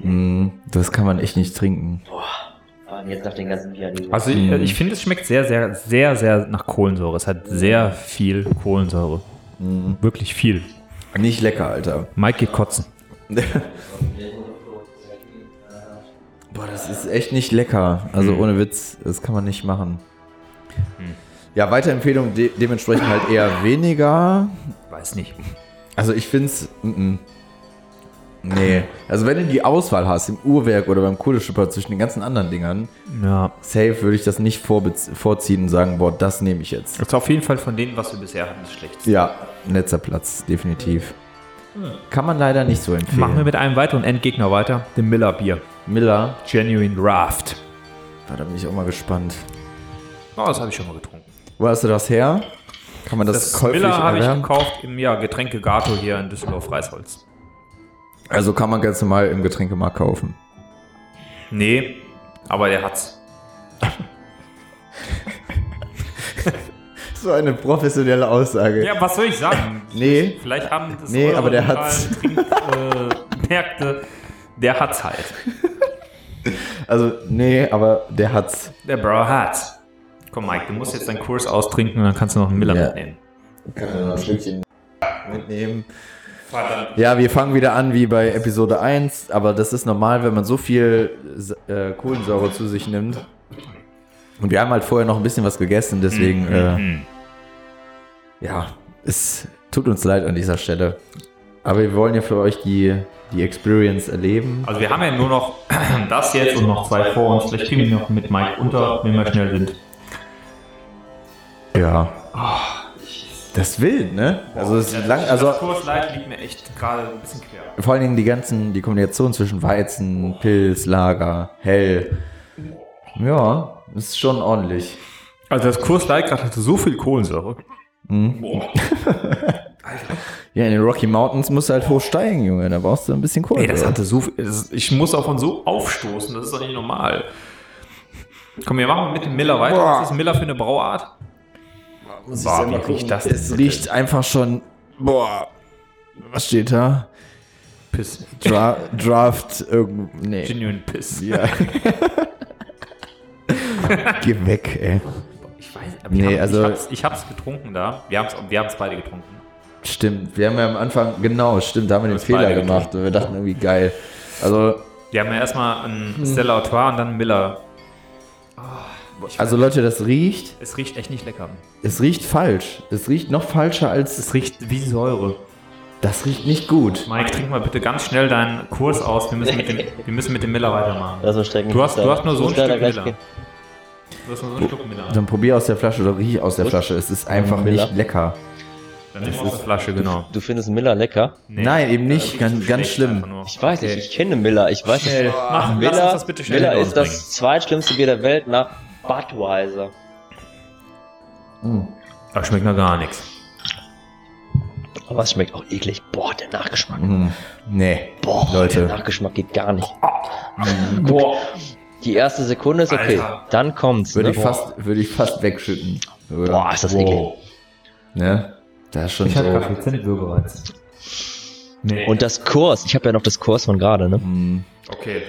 Speaker 1: Mm, das kann man echt nicht trinken.
Speaker 3: Jetzt nach den ganzen Bier.
Speaker 2: Also ich, ich finde, es schmeckt sehr, sehr, sehr, sehr nach Kohlensäure. Es hat sehr viel Kohlensäure. Wirklich viel.
Speaker 1: Nicht lecker, Alter.
Speaker 2: Mike geht kotzen.
Speaker 1: Boah, das ist echt nicht lecker. Also
Speaker 2: Hm.
Speaker 1: ohne Witz, das kann man nicht machen. Ja, Weiterempfehlung de dementsprechend halt eher weniger.
Speaker 2: Weiß nicht.
Speaker 1: Also ich find's. Mm -mm. Nee. Also wenn du die Auswahl hast im Uhrwerk oder beim Kohleschipper zwischen den ganzen anderen Dingern,
Speaker 2: Ja.
Speaker 1: safe würde ich das nicht vorbez- vorziehen und sagen, boah, das nehme ich jetzt.
Speaker 2: Das ist auf jeden Fall von denen, was wir bisher hatten, das schlechteste.
Speaker 1: Ja, letzter Platz, definitiv. Kann man leider nicht so empfehlen.
Speaker 2: Machen wir mit einem weiteren Endgegner weiter, dem Miller Bier.
Speaker 1: Miller.
Speaker 2: Genuine Draft.
Speaker 1: Ah, da bin ich auch mal gespannt.
Speaker 2: Oh, das habe ich schon mal getrunken.
Speaker 1: Wo hast du das her? Kann man das,
Speaker 2: Das
Speaker 1: käuflich
Speaker 2: Miller habe ich
Speaker 1: erwerben?
Speaker 2: gekauft im ja, Getränke Gato hier in Düsseldorf Reisholz.
Speaker 1: also kann man ganz normal im Getränkemarkt kaufen.
Speaker 2: Nee, aber der hat's.
Speaker 1: So eine professionelle Aussage.
Speaker 2: Ja, was soll ich sagen?
Speaker 1: Nee.
Speaker 2: Vielleicht haben das
Speaker 1: Nee,
Speaker 2: eure
Speaker 1: aber der
Speaker 2: lokalen
Speaker 1: hat's.
Speaker 2: Trink, äh, Märkte, der hat's halt.
Speaker 1: Also, nee, aber der hat's.
Speaker 2: Der Bro hat's. Komm, Mike, du musst jetzt deinen Kurs austrinken und dann kannst du noch einen Miller
Speaker 1: Ja.
Speaker 2: mitnehmen.
Speaker 1: Kann er noch ein Stückchen mitnehmen.
Speaker 2: Verdammt.
Speaker 1: Ja, wir fangen wieder an wie bei Episode 1, aber das ist normal, wenn man so viel S- äh, Kohlensäure zu sich nimmt. Und wir haben halt vorher noch ein bisschen was gegessen, deswegen, äh, ja, es tut uns leid an dieser Stelle. Aber wir wollen ja für euch die, die Experience erleben.
Speaker 2: Also wir haben ja nur noch das jetzt und noch zwei vor uns. Vielleicht kriegen wir die noch mit Mike unter, wenn wir schnell sind.
Speaker 1: Ja. Oh, Das ist wild, ne? Also, es ist lang, also
Speaker 2: das Kursleid liegt mir echt gerade ein bisschen quer.
Speaker 1: vor allen Dingen die ganzen, die Kombination zwischen Weizen, Pilz, Lager, Hell. Ja, ist schon ordentlich.
Speaker 2: Also das Kursleid gerade hatte so viel Kohlensäure.
Speaker 1: Ja, in den Rocky Mountains musst du halt hochsteigen, Junge. Da brauchst du ein bisschen Kohle.
Speaker 2: Ey, das hatte so viel. Das, ist- ich muss davon so aufstoßen, das ist doch nicht normal. Komm, wir machen mit dem Miller weiter. Was ist Miller für eine Brauart?
Speaker 1: muss
Speaker 2: Boah, wie riecht das denn
Speaker 1: Es
Speaker 2: bitte?
Speaker 1: riecht einfach schon. Boah. Was steht da?
Speaker 2: Piss.
Speaker 1: Dra Draft irgend. Nee.
Speaker 2: Genuine Piss.
Speaker 1: Ja. Geh weg, ey.
Speaker 2: Ich weiß, aber
Speaker 1: Nee,
Speaker 2: ich, hab,
Speaker 1: also-
Speaker 2: ich, hab's, ich hab's getrunken da. Wir haben's, wir haben's beide getrunken.
Speaker 1: Stimmt, wir haben ja am Anfang, genau, stimmt, da haben wir den
Speaker 2: Das
Speaker 1: Fehler
Speaker 2: beide
Speaker 1: gemacht und wir dachten irgendwie geil. Also,
Speaker 2: Wir haben ja erstmal ein
Speaker 1: Hm.
Speaker 2: Stella Artois und dann Miller.
Speaker 1: also Leute, das riecht,
Speaker 2: Es riecht echt nicht lecker.
Speaker 1: es riecht falsch. Es riecht noch falscher als,
Speaker 2: Es riecht wie Säure.
Speaker 1: das riecht nicht gut.
Speaker 2: Mike, trink mal bitte ganz schnell deinen Kurs aus. Wir müssen mit dem, wir müssen mit dem Miller weitermachen.
Speaker 3: Lass mal strecken.
Speaker 2: Du hast- du hast nur so
Speaker 3: Ich muss
Speaker 2: ein
Speaker 3: leider
Speaker 2: Stück
Speaker 3: gleich
Speaker 2: Miller.
Speaker 3: gehen.
Speaker 2: Du hast nur so einen Schluck Miller.
Speaker 1: Dann probier aus der Flasche oder riech aus der Flasche. Es ist einfach
Speaker 3: Miller.
Speaker 1: nicht lecker.
Speaker 2: Dann nimm aus der Flasche, genau. äh,
Speaker 3: Du findest Miller lecker?
Speaker 1: Nein, eben nicht. Ganz, ganz schlimm.
Speaker 3: Ich weiß nicht, ich kenne Miller. Ich weiß nicht.
Speaker 2: Mach, lass uns
Speaker 3: Miller,
Speaker 2: das bitte schnell
Speaker 3: Miller ist
Speaker 2: rausbringen.
Speaker 3: das zweitschlimmste Bier der Welt nach Budweiser.
Speaker 2: Das schmeckt noch gar nichts.
Speaker 3: Aber es schmeckt auch eklig. Boah, der Nachgeschmack.
Speaker 1: Hm. Nee.
Speaker 3: Boah,
Speaker 1: Leute.
Speaker 3: der Nachgeschmack geht gar nicht.
Speaker 2: Ah. Boah.
Speaker 3: Die erste Sekunde ist okay.
Speaker 2: Alter.
Speaker 3: Dann kommt's.
Speaker 1: Würde
Speaker 3: Ne?
Speaker 1: ich fast, würde ich fast wegschütten.
Speaker 3: Boah, ist das eklig.
Speaker 1: Ne? Da ist schon
Speaker 2: Ich hatte
Speaker 1: so.
Speaker 2: gerade Zentwürgereiz. Nee.
Speaker 3: Und das Kurs, ich habe ja noch das Kurs von gerade, ne?
Speaker 1: Hm.
Speaker 2: okay.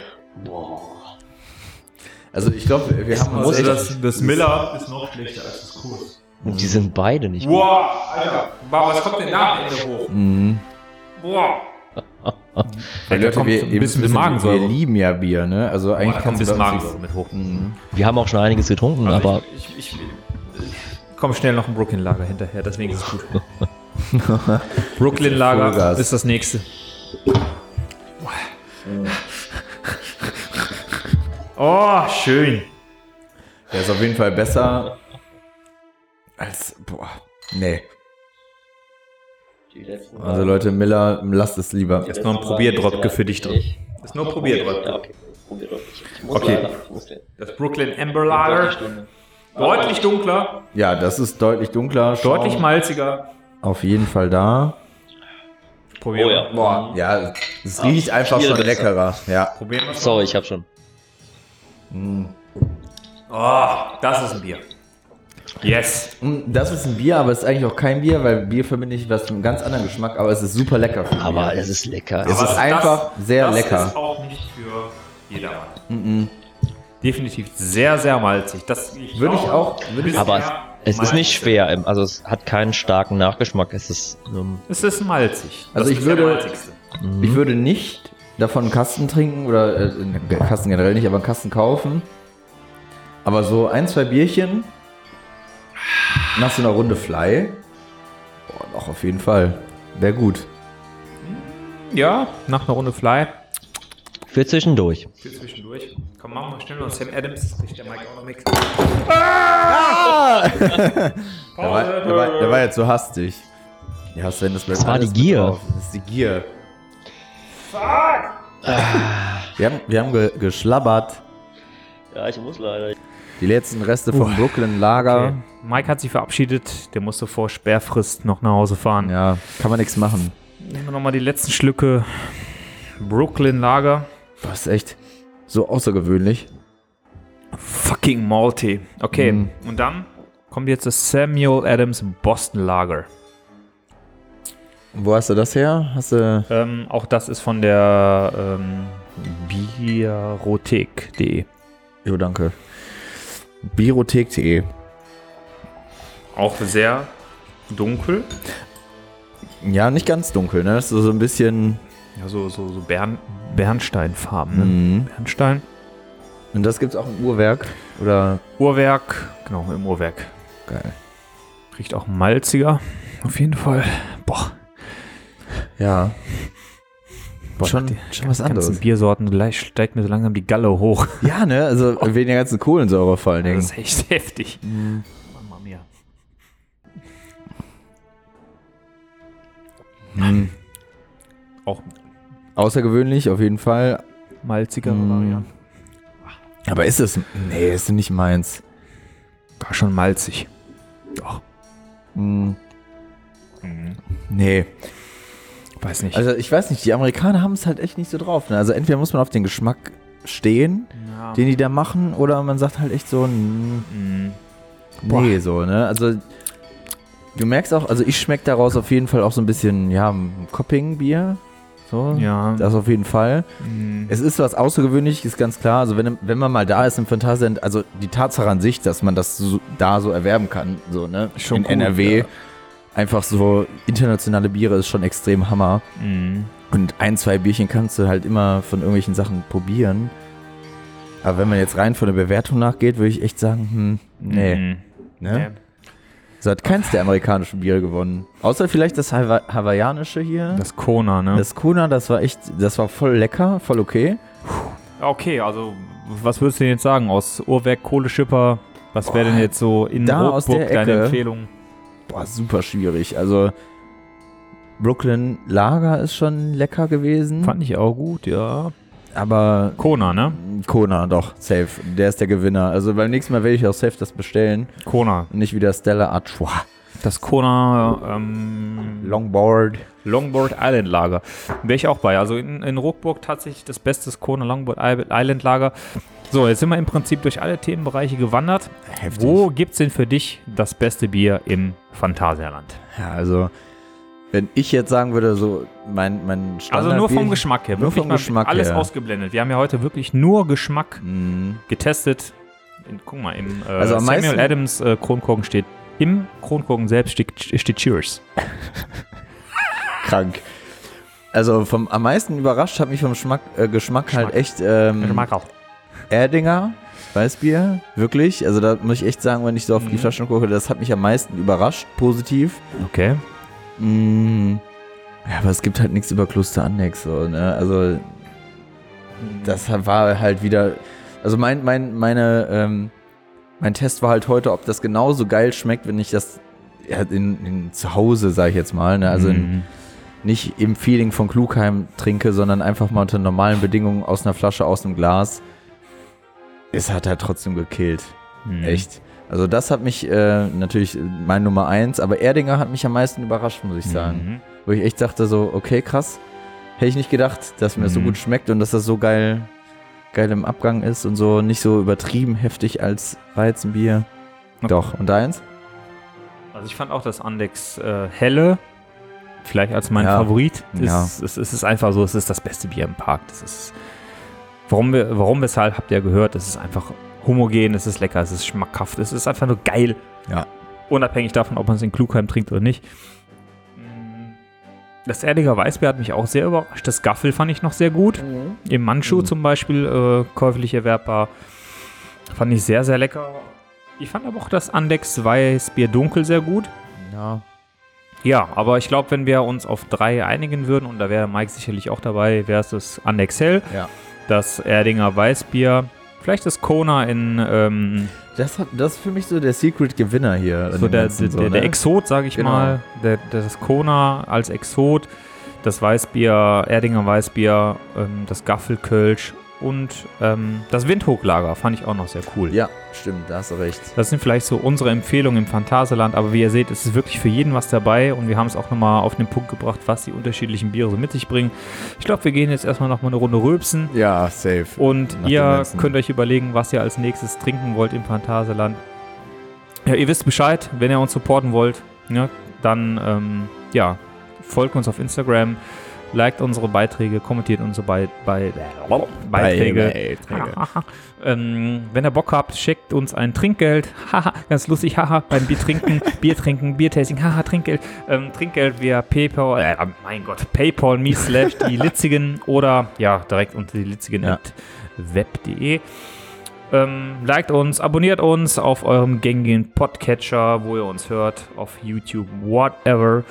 Speaker 1: Also ich glaube, wir haben uns
Speaker 2: Also
Speaker 1: echt,
Speaker 2: das, das Miller ist noch schlechter als das Kurs.
Speaker 3: Und die sind beide nicht gut.
Speaker 2: Boah, Alter. Boah, was kommt denn da am Ende hoch?
Speaker 1: Hm.
Speaker 2: Boah.
Speaker 1: Ey, Leute, wir,
Speaker 2: ein bisschen
Speaker 1: wir-
Speaker 2: Magensäure.
Speaker 1: wir lieben ja Bier, ne? Also eigentlich kannst du bei uns nicht-
Speaker 2: mit hoch.
Speaker 1: Hm.
Speaker 3: Wir haben auch schon einiges getrunken,
Speaker 2: Also
Speaker 3: aber
Speaker 2: Ich, ich, ich komm schnell noch ein Brooklyn-Lager hinterher, deswegen ist es gut. Brooklyn-Lager
Speaker 1: Vollgas.
Speaker 2: ist das nächste. Oh, schön.
Speaker 1: Der ist auf jeden Fall besser als. Boah. Nee. Also Leute, Miller, lasst es lieber.
Speaker 2: Ist noch ein Probierdropke für dich drin. Ist nur ein Probierdropke.
Speaker 3: Ja, okay. Probier doch. Ich- ich muss
Speaker 2: Okay.
Speaker 3: leider- ich muss leider-
Speaker 2: Das Brooklyn Amber Lager. Deutlich dunkler,
Speaker 1: Ja, das ist deutlich dunkler. Schaum
Speaker 2: deutlich malziger.
Speaker 1: Auf jeden Fall da.
Speaker 2: Probieren
Speaker 3: Oh
Speaker 2: wir.
Speaker 3: ja.
Speaker 1: Boah. Ja, es riecht einfach
Speaker 3: viel
Speaker 1: schon
Speaker 3: besser.
Speaker 1: leckerer. Ja.
Speaker 2: Probieren wir es.
Speaker 3: Sorry, ich habe schon.
Speaker 2: Oh, das ist ein Bier. Yes.
Speaker 1: Mm, Das ist ein Bier, aber es ist eigentlich auch kein Bier, weil Bier verbinde ich was mit einem ganz anderen Geschmack, aber es ist super lecker. Für ein
Speaker 3: Aber
Speaker 1: Bier.
Speaker 3: es ist lecker.
Speaker 1: Es
Speaker 2: Aber
Speaker 1: ist einfach sehr
Speaker 2: das
Speaker 1: lecker.
Speaker 2: ist auch nicht für jedermann. Definitiv sehr, sehr malzig. Das
Speaker 1: Würde ich auch- würde ich-
Speaker 3: aber es, es ist nicht schwer. ähm, Also es hat keinen starken Nachgeschmack. Es ist ähm,
Speaker 2: Es ist malzig.
Speaker 1: Also ich
Speaker 2: ist der
Speaker 1: würde-
Speaker 2: malzigste.
Speaker 1: Ich
Speaker 3: Mhm.
Speaker 1: würde nicht davon einen Kasten trinken oder äh, einen Kasten generell nicht, aber einen Kasten kaufen. Aber so ein, zwei Bierchen nach so einer Runde Fly. Boah, doch, auf jeden Fall. Wäre gut.
Speaker 2: Ja, nach einer Runde Fly.
Speaker 3: für zwischendurch.
Speaker 2: Für zwischendurch. Komm, machen wir schnell noch Sam Adams. Das kriegt der Mike auch noch mit.
Speaker 1: Der Ah! war, der war, der war jetzt so hastig. Ja, Sven, das bleibt
Speaker 3: Das war
Speaker 1: alles
Speaker 3: die
Speaker 1: mit
Speaker 3: Gier.
Speaker 1: drauf. Das ist die Gier. Fuck! Wir haben, wir haben ge geschlabbert.
Speaker 3: Ja, ich muss leider.
Speaker 1: Die letzten Reste vom Brooklyn Lager.
Speaker 2: Okay. Mike hat sich verabschiedet. Der musste vor Sperrfrist noch nach Hause fahren.
Speaker 1: Ja, kann man nichts machen.
Speaker 2: Nehmen wir nochmal die letzten Schlücke Brooklyn Lager.
Speaker 1: Das ist echt so außergewöhnlich.
Speaker 2: Fucking Malty. Okay, und dann kommt jetzt das Samuel Adams Boston Lager.
Speaker 1: Wo hast du das her? Hast du.
Speaker 2: Ähm, auch das ist von der ähm, Bierothek.de.
Speaker 1: Jo, danke. Birothek.de.
Speaker 2: Auch sehr dunkel.
Speaker 1: Ja, nicht ganz dunkel, ne? Das ist so ein bisschen.
Speaker 2: Ja, so, so, so Bern, Bernsteinfarben. Ne?
Speaker 1: Mhm.
Speaker 2: Bernstein.
Speaker 1: Und das gibt's auch im Uhrwerk. Oder.
Speaker 2: Uhrwerk. Genau, im Uhrwerk.
Speaker 1: Geil.
Speaker 2: Riecht auch malziger. Auf jeden Fall. Boah.
Speaker 1: Ja.
Speaker 2: Boah,
Speaker 1: schon,
Speaker 2: nach den
Speaker 1: schon was
Speaker 2: ganzen
Speaker 1: anderes.
Speaker 2: Biersorten gleich steigt mir so langsam die Galle hoch.
Speaker 1: Ja, ne? Also wegen der ganzen Kohlensäure vor allen Dingen.
Speaker 2: Das ist echt heftig. Mama mia. Hm.
Speaker 1: Mhm.
Speaker 2: Auch
Speaker 1: Außergewöhnlich, auf jeden Fall.
Speaker 2: malzigere
Speaker 1: Mm.
Speaker 2: Variante.
Speaker 1: Aber ist es. Nee, ist nicht meins.
Speaker 2: War schon malzig. Doch,
Speaker 1: Mhm.
Speaker 2: Mhm.
Speaker 1: Nee.
Speaker 2: weiß nicht.
Speaker 1: Also ich weiß nicht, die Amerikaner haben es halt echt nicht so drauf. Ne? Also entweder muss man auf den Geschmack stehen,
Speaker 2: Ja.
Speaker 1: den die da machen, oder man sagt halt echt so, mm,
Speaker 2: Mm.
Speaker 1: nee, so, ne? Also du merkst auch, also ich schmecke daraus auf jeden Fall auch so ein bisschen, ja, ein Copping-Bier. So.
Speaker 2: Ja.
Speaker 1: Das auf jeden Fall.
Speaker 2: Mm.
Speaker 1: Es ist was Außergewöhnliches, ist ganz klar. Also wenn, wenn man mal da ist im Phantasialand, also die Tatsache an sich, dass man das so, da so erwerben kann, so ne,
Speaker 2: Schon
Speaker 1: in
Speaker 2: cool,
Speaker 1: NRW,
Speaker 2: ja.
Speaker 1: einfach so internationale Biere ist schon extrem Hammer.
Speaker 2: Mm.
Speaker 1: Und ein, zwei Bierchen kannst du halt immer von irgendwelchen Sachen probieren. Aber wenn man jetzt rein von der Bewertung nachgeht, würde ich echt sagen, hm, nee.
Speaker 2: Mm.
Speaker 1: Ne? So hat keins der amerikanischen Biere gewonnen. Außer vielleicht das Hawa hawaiianische hier.
Speaker 2: Das Kona, ne?
Speaker 1: Das Kuna, das war echt, das war voll lecker, voll okay.
Speaker 2: okay, also was würdest du denn jetzt sagen? Aus Uhrwerk, Kohleschipper, was wäre denn jetzt so in
Speaker 1: da aus
Speaker 2: Rotburg
Speaker 1: der
Speaker 2: deine
Speaker 1: Ecke.
Speaker 2: Empfehlung?
Speaker 1: Boah, super schwierig. Also Brooklyn Lager ist schon lecker gewesen.
Speaker 2: Fand ich auch gut, ja.
Speaker 1: aber
Speaker 2: Kona, ne?
Speaker 1: Kona, doch, safe. Der ist der Gewinner. Also beim nächsten Mal werde ich auch safe das bestellen.
Speaker 2: Kona.
Speaker 1: Und nicht wieder Stella Artois.
Speaker 2: Das Kona ähm,
Speaker 1: Longboard.
Speaker 2: Longboard Island Lager. Wäre ich auch bei. Also in, in Ruckburg tatsächlich das beste Kona Longboard I- Island Lager. So, jetzt sind wir im Prinzip durch alle Themenbereiche gewandert.
Speaker 1: Heftig.
Speaker 2: Wo gibt's denn für dich das beste Bier im Phantasialand?
Speaker 1: Ja, also, wenn ich jetzt sagen würde, so mein, mein Standard.
Speaker 2: Also nur vom Geschmack her.
Speaker 1: Nur
Speaker 2: wirklich
Speaker 1: vom
Speaker 2: mal
Speaker 1: Geschmack
Speaker 2: Alles
Speaker 1: her.
Speaker 2: ausgeblendet. Wir haben ja heute wirklich nur Geschmack
Speaker 1: Mhm.
Speaker 2: getestet. In, guck mal, im äh,
Speaker 1: Also am
Speaker 2: Samuel
Speaker 1: meisten-
Speaker 2: Adams äh, Kronkorken steht, im Kronkorken selbst steht, steht Cheers.
Speaker 1: Mhm. Krank. Also vom, am meisten überrascht hat mich vom Schmack, äh, Geschmack, halt
Speaker 2: Geschmack.
Speaker 1: echt ähm,
Speaker 2: Geschmack auch.
Speaker 1: Erdinger Weißbier, wirklich. Also da muss ich echt sagen, wenn ich so auf
Speaker 2: Mhm.
Speaker 1: die Flaschen gucke, das hat mich am meisten überrascht, positiv.
Speaker 2: Okay.
Speaker 1: Mm. Ja, aber es gibt halt nichts über Kloster Annex, so, ne? Also das war halt wieder, also mein, mein, meine, ähm, mein Test war halt heute, ob das genauso geil schmeckt, wenn ich das ja, in, in zu Hause, sage ich jetzt mal, ne? Also in,
Speaker 2: Mhm.
Speaker 1: nicht im Feeling von Klugheim trinke, sondern einfach mal unter normalen Bedingungen aus einer Flasche, aus einem Glas. Es hat halt trotzdem gekillt.
Speaker 2: Mhm.
Speaker 1: Echt. Also das hat mich äh, natürlich mein Nummer eins, aber Erdinger hat mich am meisten überrascht, muss ich sagen.
Speaker 2: Mhm.
Speaker 1: Wo ich echt dachte so, okay, krass. Hätte ich nicht gedacht, dass mir das so
Speaker 2: Mhm.
Speaker 1: gut schmeckt und dass das so geil, geil im Abgang ist und so nicht so übertrieben heftig als Weizenbier.
Speaker 2: Okay.
Speaker 1: Doch. Und deins?
Speaker 2: Also ich fand auch das Andex äh, helle, vielleicht als mein
Speaker 1: Ja.
Speaker 2: Favorit.
Speaker 1: Ja.
Speaker 2: Es, es, es ist einfach so, es ist das beste Bier im Park. Das ist, warum, wir, warum, weshalb, habt ihr gehört, es ist einfach homogen, es ist lecker, es ist schmackhaft, es ist einfach nur geil.
Speaker 1: Ja.
Speaker 2: Unabhängig davon, ob man es in Klugheim trinkt oder nicht. Mm. Das Erdiger Weißbier hat mich auch sehr überrascht. Das Gaffel fand ich noch sehr gut.
Speaker 1: Mhm.
Speaker 2: Im Manchu zum Beispiel, äh, käuflich erwerbbar. Fand ich sehr, sehr lecker. Ich fand aber auch das Andex Weißbier Dunkel sehr gut.
Speaker 1: Ja.
Speaker 2: Ja, aber ich glaube, wenn wir uns auf drei einigen würden, und da wäre Mike sicherlich auch dabei, wäre es das Andex Hell,
Speaker 1: Ja.
Speaker 2: das Erdinger Weißbier, vielleicht das Kona in ähm,
Speaker 1: Das, hat, das ist für mich so der Secret Gewinner hier. in
Speaker 2: so
Speaker 1: dem
Speaker 2: der,
Speaker 1: Ganzen,
Speaker 2: der, der, der
Speaker 1: ne?
Speaker 2: Exot, sage ich
Speaker 1: Genau.
Speaker 2: mal, der, der, das Kona als Exot, das Weißbier, Erdinger Weißbier, ähm, das Gaffelkölsch und ähm, das Windhochlager fand ich auch noch sehr cool.
Speaker 1: Ja, stimmt, da hast du recht.
Speaker 2: Das sind vielleicht so unsere Empfehlungen im Phantasialand, aber wie ihr seht, es ist wirklich für jeden was dabei und wir haben es auch nochmal auf den Punkt gebracht, was die unterschiedlichen Biere so mit sich bringen. Ich glaube, wir gehen jetzt erstmal nochmal eine Runde rülpsen
Speaker 1: Ja, safe.
Speaker 2: und
Speaker 1: Nach dem
Speaker 2: ihr
Speaker 1: ganzen-
Speaker 2: könnt euch überlegen, was ihr als nächstes trinken wollt im Phantasialand. Ja, ihr wisst Bescheid, wenn ihr uns supporten wollt, ne, dann ähm, ja, folgt uns auf Instagram, liked unsere Beiträge, kommentiert unsere Bei Bei Beiträge. Ähm, wenn ihr Bock habt, schickt uns ein Trinkgeld. Haha, ganz lustig, haha, beim Bier trinken, Bier trinken, Biertasting, haha, Trinkgeld. Ähm, Trinkgeld via PayPal, äh, mein Gott, PayPal me slash die Litzigen oder ja, direkt unter die Litzigen
Speaker 1: Ja.
Speaker 2: at web.de. Ähm, liked uns, abonniert uns auf eurem gängigen Podcatcher, wo ihr uns hört, auf YouTube, whatever.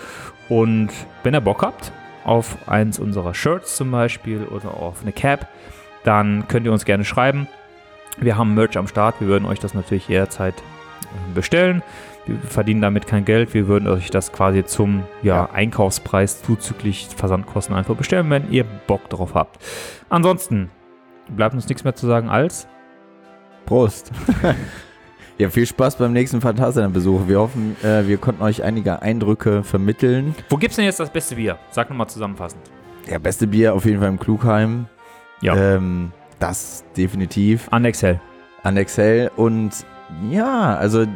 Speaker 2: Und wenn ihr Bock habt, auf eins unserer Shirts zum Beispiel oder auf eine Cap, dann könnt ihr uns gerne schreiben. Wir haben Merch am Start. Wir würden euch das natürlich jederzeit äh, bestellen. Wir verdienen damit kein Geld. Wir würden euch das quasi zum ja, Einkaufspreis zuzüglich Versandkosten einfach bestellen, wenn ihr Bock drauf habt. Ansonsten bleibt uns nichts mehr zu sagen als
Speaker 1: Prost. ja, viel Spaß beim nächsten Phantasialand-Besuch. Wir hoffen, äh, wir konnten euch einige Eindrücke vermitteln.
Speaker 2: wo gibt's denn jetzt das beste Bier? Sag nochmal zusammenfassend.
Speaker 1: Ja, beste Bier auf jeden Fall im Klugheim.
Speaker 2: Ja.
Speaker 1: Ähm, das definitiv.
Speaker 2: An Excel.
Speaker 1: An Excel und ja, also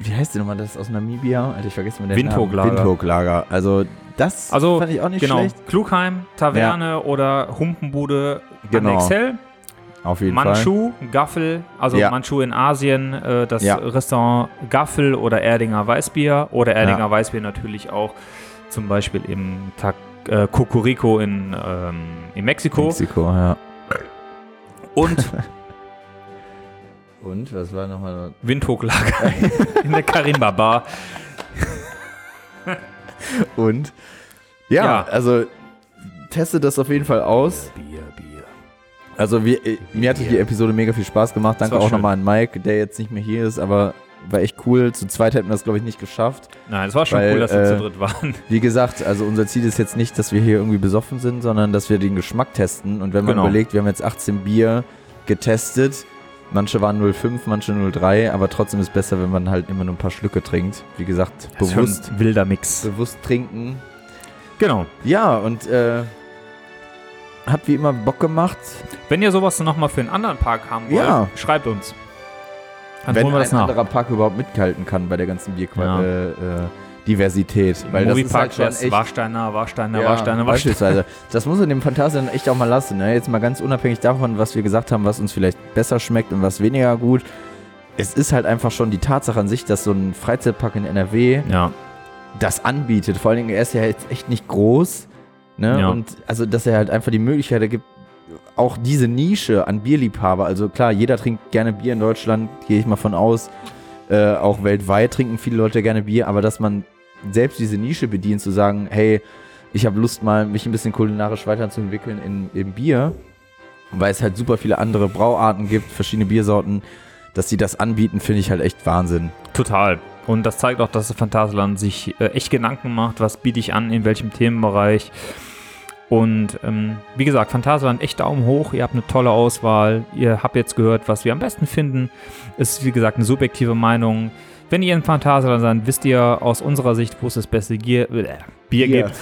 Speaker 1: wie heißt die nochmal das aus Namibia? Alter, ich vergesse mal den
Speaker 2: Windhoek-Lager.
Speaker 1: Namen. Windhoek-Lager. Also das
Speaker 2: Also,
Speaker 1: fand ich auch nicht
Speaker 2: genau.
Speaker 1: schlecht.
Speaker 2: Klugheim, Taverne oder Humpenbude
Speaker 1: Genau.
Speaker 2: an Excel.
Speaker 1: Auf jeden Fall.
Speaker 2: Manchu, Gaffel, also
Speaker 1: Ja.
Speaker 2: Manchu in Asien, äh, das
Speaker 1: Ja.
Speaker 2: Restaurant Gaffel oder Erdinger Weißbier oder Erdinger
Speaker 1: Ja.
Speaker 2: Weißbier natürlich auch zum Beispiel im Tak äh, Cocorico in, ähm, in Mexiko.
Speaker 1: Mexiko, ja.
Speaker 2: und
Speaker 1: Und was war nochmal?
Speaker 2: Windhoek-Lager in der Karimba Bar.
Speaker 1: Und ja,
Speaker 2: Ja.
Speaker 1: also testet das auf jeden Fall aus.
Speaker 2: Bier, Bier.
Speaker 1: Also wir, äh, mir hatte die Episode mega viel Spaß gemacht. Danke
Speaker 2: war
Speaker 1: auch
Speaker 2: schön.
Speaker 1: nochmal an Mike, der jetzt nicht mehr hier ist, aber war echt cool. Zu zweit hätten wir das, glaube ich, nicht geschafft.
Speaker 2: Nein, es war schon
Speaker 1: Weil,
Speaker 2: cool, dass wir
Speaker 1: äh,
Speaker 2: zu dritt waren.
Speaker 1: Wie gesagt, also unser Ziel ist jetzt nicht, dass wir hier irgendwie besoffen sind, sondern dass wir den Geschmack testen. Und wenn man
Speaker 2: Genau.
Speaker 1: überlegt, wir haben jetzt 18 Bier getestet. Manche waren 05, manche 03, aber trotzdem ist besser, wenn man halt immer nur ein paar Schlücke trinkt. Wie gesagt, bewusst,
Speaker 2: Schon ein wilder Mix.
Speaker 1: bewusst trinken.
Speaker 2: Genau.
Speaker 1: Ja, und äh, hat wie immer Bock gemacht.
Speaker 2: Wenn ihr sowas nochmal für einen anderen Park haben wollt,
Speaker 1: Ja.
Speaker 2: schreibt uns. Dann
Speaker 1: wenn
Speaker 2: holen wir das
Speaker 1: ein
Speaker 2: nach.
Speaker 1: anderer Park überhaupt mithalten kann bei der ganzen
Speaker 2: Ja.
Speaker 1: Bierdiversität. Äh, Diversität. Weil das ist halt
Speaker 2: Movipark,
Speaker 1: schon
Speaker 2: halt
Speaker 1: echt
Speaker 2: Warsteiner, Warsteiner,
Speaker 1: Ja,
Speaker 2: Warsteiner, Warsteiner.
Speaker 1: Beispielsweise. Das muss in dem Phantasien echt auch mal lassen. Ne? Jetzt mal ganz unabhängig davon, was wir gesagt haben, was uns vielleicht besser schmeckt und was weniger gut. Es ist halt einfach schon die Tatsache an sich, dass so ein Freizeitpark in NRW
Speaker 2: Ja.
Speaker 1: das anbietet. Vor allen Dingen, er ist ja jetzt echt nicht groß. Ne?
Speaker 2: Ja.
Speaker 1: Und also, dass er halt einfach die Möglichkeit gibt, auch diese Nische an Bierliebhaber. Also klar, jeder trinkt gerne Bier in Deutschland, gehe ich mal von aus. Äh, auch weltweit trinken viele Leute gerne Bier, aber dass man selbst diese Nische bedient, zu sagen, hey, ich habe Lust mal, mich ein bisschen kulinarisch weiterzuentwickeln in, im Bier, weil es halt super viele andere Brauarten gibt, verschiedene Biersorten, dass die das anbieten, finde ich halt echt Wahnsinn.
Speaker 2: Total. Und das zeigt auch, dass das Phantasialand sich äh, echt Gedanken macht, was biete ich an, in welchem Themenbereich. Und ähm, wie gesagt, Phantasialand, echt Daumen hoch. Ihr habt eine tolle Auswahl. Ihr habt jetzt gehört, was wir am besten finden. Ist, wie gesagt, eine subjektive Meinung. Wenn ihr in Phantasialand seid, wisst ihr aus unserer Sicht, wo es das beste Gier, äh,
Speaker 1: Bier.
Speaker 2: Bier gibt.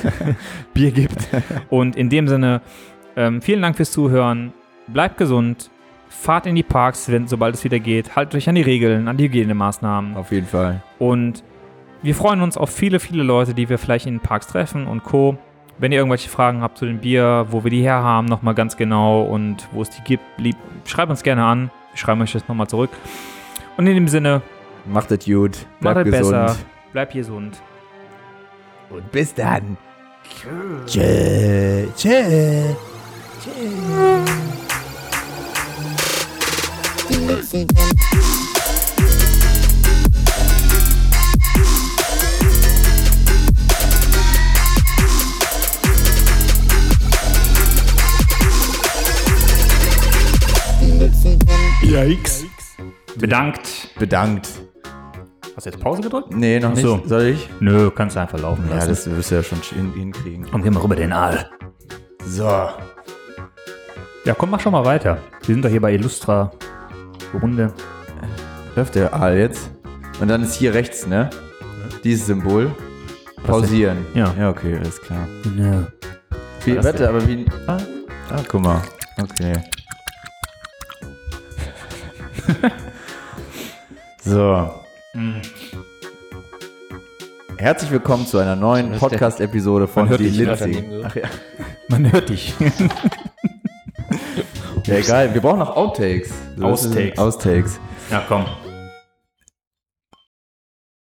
Speaker 2: Bier gibt. Und in dem Sinne, ähm, vielen Dank fürs Zuhören. Bleibt gesund. Fahrt in die Parks, wenn, sobald es wieder geht. Haltet euch an die Regeln, an die Hygienemaßnahmen.
Speaker 1: Auf jeden Fall.
Speaker 2: Und wir freuen uns auf viele, viele Leute, die wir vielleicht in den Parks treffen und Co. Wenn ihr irgendwelche Fragen habt zu dem Bier, wo wir die her haben, nochmal ganz genau und wo es die gibt, lieb, schreibt uns gerne an. Wir schreiben euch das nochmal zurück. Und in dem Sinne,
Speaker 1: Macht es gut,
Speaker 2: macht
Speaker 1: bleibt
Speaker 2: es
Speaker 1: gesund.
Speaker 2: besser, bleibt gesund.
Speaker 1: Und bis dann.
Speaker 5: Tschö, tschö.
Speaker 2: Bedankt.
Speaker 1: Bedankt.
Speaker 2: Hast du jetzt Pause gedrückt?
Speaker 1: Nee, noch nicht.
Speaker 2: so.
Speaker 1: Soll ich?
Speaker 2: Nö, kannst du einfach laufen
Speaker 1: Hm? Ja,
Speaker 2: lassen.
Speaker 1: das wirst du ja schon hin- hinkriegen.
Speaker 2: Und geh mal rüber den Aal.
Speaker 1: So.
Speaker 2: Ja, komm, mach schon mal weiter. Wir sind doch hier bei Illustra. Runde.
Speaker 1: Läuft der Aal jetzt. Und dann ist hier rechts, ne? Dieses Symbol. Pausieren.
Speaker 2: Ja.
Speaker 1: Ja, okay, alles klar.
Speaker 2: Ja.
Speaker 1: Wie,
Speaker 2: Was
Speaker 1: warte, aber wie. Ah, ah, guck mal. Okay. so. Hm. Herzlich willkommen zu einer neuen
Speaker 6: Das ist der-
Speaker 1: Podcast-Episode von
Speaker 2: Man hört
Speaker 1: Die
Speaker 2: dich
Speaker 1: Linzing.
Speaker 6: nicht.
Speaker 1: Ach ja.
Speaker 2: Man hört dich.
Speaker 1: ja, egal. Wir brauchen noch Outtakes. So, das ist-
Speaker 2: Austakes.
Speaker 1: Outtakes.
Speaker 2: Ja, komm.